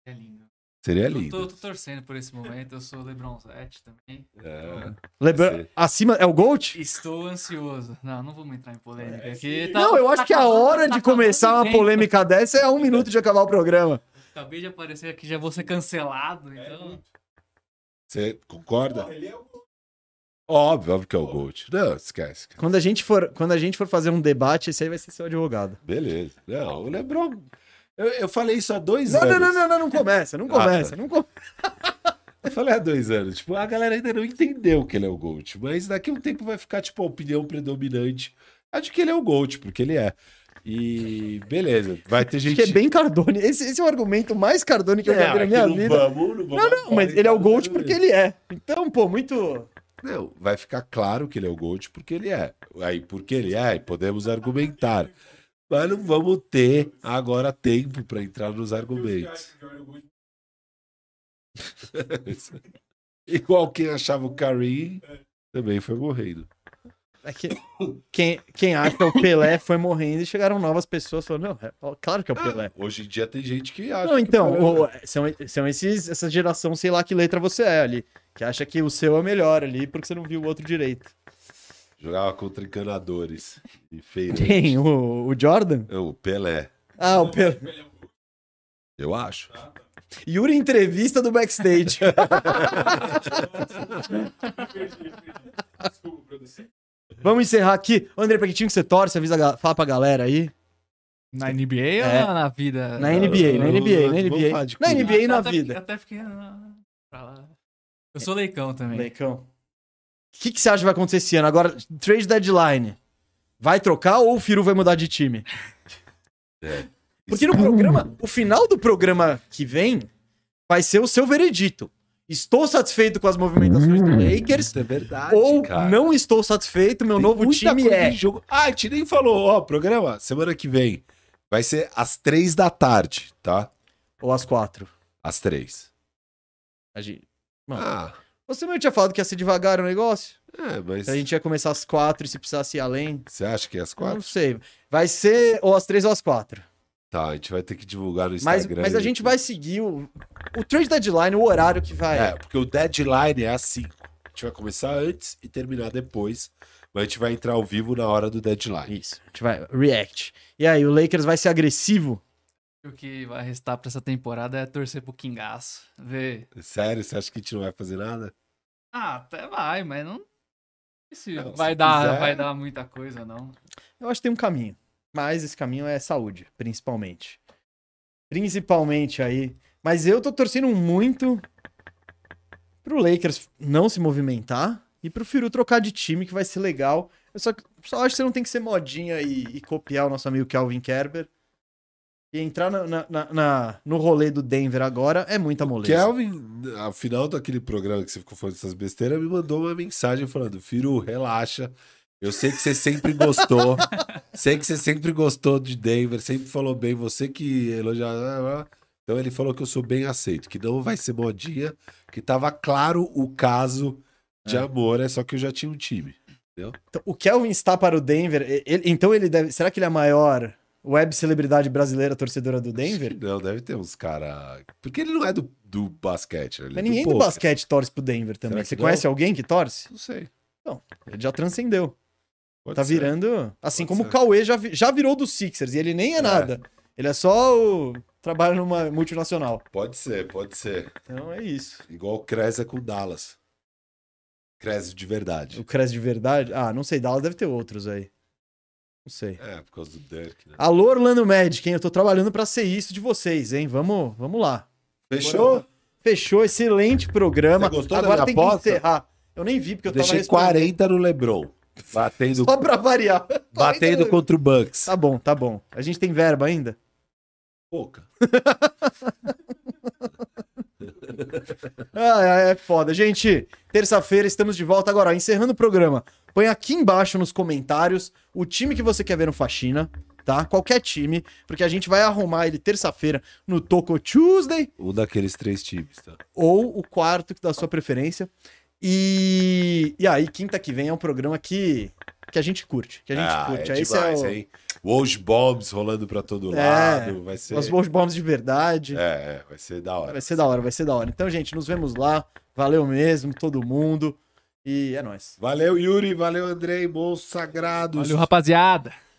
É lindo.
Seria
Eu tô,
lindo.
eu tô torcendo por esse momento. Eu sou o Lebron 7 também.
É.
LeBron
ser.
acima é o Gold?
Estou ansioso. Não, não vamos entrar em polêmica
É,
aqui.
sim.
Tá-
não, eu acho
tá
que a
acabando-
hora
tá
de
acabando
começar
o
uma
tempo.
polêmica dessa é um minuto de acabar o programa. É,
Acabei de aparecer aqui, já vou ser cancelado. Então,
Você concorda?
Ele é o
Óbvio, óbvio que é o Gold. Não, esquece. cara.
Quando a gente for, quando a gente for fazer um debate, esse aí vai ser seu advogado.
Beleza. Não, o LeBron. Eu, eu falei isso há dois
Não,
anos.
não, não, não, não, não começa, não começa, não começa.
Eu falei há dois anos. Tipo, a galera ainda não entendeu que ele é o GOAT. Mas daqui a um tempo vai ficar, tipo, a opinião predominante. A de que ele é o GOAT, porque ele é. E beleza. Vai ter gente.
Que é bem Cardone. Esse, esse é o argumento mais Cardone que eu já vi na
aqui
minha
não
vida.
vamos, não,
Não,
vamos
não, mas ele é o Gold porque ele é. Então, pô, muito.
Não, vai ficar claro que ele é o GOAT porque ele é. Aí, porque ele é, podemos argumentar. Mas não vamos ter agora tempo para entrar nos argumentos. Igual quem achava o Karim também foi morrendo.
É que quem, quem acha é o Pelé foi morrendo e chegaram novas pessoas falando, não, é, ó, claro que é o Pelé.
Hoje em dia tem gente que acha.
Não,
que
então,
o Pelé-
o- são, são esses, essa geração, sei lá que letra você é ali, que acha que o seu é melhor ali porque você não viu o outro direito.
jogava contra encanadores e feirantes.
Quem? O, o Jordan?
O Pelé,
Ah, o Pelé.
eu acho.
Yuri entrevista do backstage. (laughs)
Desculpa, produção.
Vamos encerrar aqui. Ô, André, pra que time que você torce? Avisa, a ga- fala pra galera aí.
Na NBA
É.
ou na- na vida?
Na NBA, na
É, eu-
NBA, na
eu- vamos
NBA.
falar de
Na
clube.
NBA e na
até Fiquei,
vida.
até fiquei ah, pra lá. Eu sou leicão também.
Leicão. O que, que você acha que vai acontecer esse ano? Agora, trade deadline. Vai trocar ou o Firu vai mudar
(laughs)
de time?
É.
Porque no programa, o final do programa que vem vai ser o seu veredito. Estou satisfeito com as movimentações do Lakers
Isso é verdade.
ou
cara.
não estou satisfeito, meu
Tem
novo
muita
time
coisa
é.
em Jogo. Ah, a gente nem falou, ó, programa, semana que vem. Vai ser às três da tarde, tá?
Ou as quatro.
Às três.
A gente-
Ah,
Você não tinha falado que ia ser devagar o negócio?
é, mas
Que a gente ia começar às quatro e se precisasse ir além?
você acha que é às
Não
quatro?
sei. Vai ser ou às três ou às quatro.
Tá, a gente vai ter que divulgar no
Mas,
Instagram.
mas a gente vai seguir o, o trade deadline, o horário que vai.
É, porque o deadline é às 5. A gente vai começar antes e terminar depois. Mas a gente vai entrar ao vivo na hora do deadline.
Isso. A gente vai react. E aí, o Lakers vai ser agressivo?
O que vai restar pra essa temporada é torcer pro Kingaço. Ver.
Sério, você acha que a gente não vai fazer nada?
Ah, até vai, mas não. Se
Não,
vai,
se
dar,
quiser-
vai dar muita coisa, não.
Eu acho que tem um caminho. Mas esse caminho é saúde, principalmente. Principalmente aí. Mas eu tô torcendo muito pro Lakers não se movimentar e pro Firu trocar de time, que vai ser legal. Eu só, só acho que você não tem que ser modinha e, e copiar o nosso amigo Calvin Kerber. E entrar na- na- na- na- no rolê do Denver agora é muita moleza.
Kelvin, ao final daquele programa que você ficou falando essas besteiras, me mandou uma mensagem falando: Firu, relaxa. Eu sei que você sempre
(laughs)
gostou. sei que você sempre gostou de Denver, sempre falou bem. Você que elogiava. Então ele falou que eu sou bem aceito, que não vai ser modinha, que tava claro o caso de amor, é só que eu já tinha um time.
Então, o Kelvin está para o Denver. e- ele- então ele deve. Será que ele é a maior web celebridade brasileira torcedora do Denver?
Não, deve ter uns caras. Porque ele não é do, do basquete, né? Ele é
Mas ninguém do
poker.
basquete torce pro Denver
Será
também.
que
Você
não?
conhece alguém que torce?
Não sei.
Ele já transcendeu.
Pode
tá
ser.
virando. Assim
Pode
como
ser.
o Cauê já, vi- já virou do Sixers. E ele nem é, nada. Ele é só o. Trabalha numa multinacional.
Pode ser, pode ser.
Então é isso.
Igual o Krez é com Dallas. Krez de verdade.
O Cres de verdade. Ah, não sei. Dallas deve ter outros aí. Não sei.
É, por causa do Dirk, né?
Alô, Orlando Magic, hein? Eu tô trabalhando pra ser isso de vocês, hein? Vamos, vamos lá.
Fechou?
Fechou, excelente programa.
Você gostou da
Agora
minha
tem
aposta?
que encerrar. Eu nem vi, porque eu
Deixei
tava respondendo.
40 no Lebron. Batendo,
(laughs) Só pra variar. 40.
batendo contra o Bucks.
Tá bom, tá bom. A gente tem verba ainda?
Pouca.
Ah, é, é foda. Gente, terça-feira estamos de volta. Agora, ó, encerrando o programa, põe aqui embaixo nos comentários o time que você quer ver no Faxina, tá? Qualquer time, porque a gente vai arrumar ele terça-feira no Toco Tuesday.
Um daqueles três times, tá?
ou o quarto da sua preferência. E, e aí, quinta que vem é um programa que, que a gente curte. Que a gente
Ah,
curte.
é
aí
demais,
esse é
hein? Walsh Bombs rolando pra todo
É,
lado. Vai
o,
ser...
os Bold Bombs de verdade.
É, é, vai ser da hora.
Vai ser da hora, vai ser da hora. Então, gente, nos vemos lá. Valeu mesmo, todo mundo. E é nóis.
Valeu, Yuri. Valeu, Andrei. Monstros sagrados.
Valeu, rapaziada.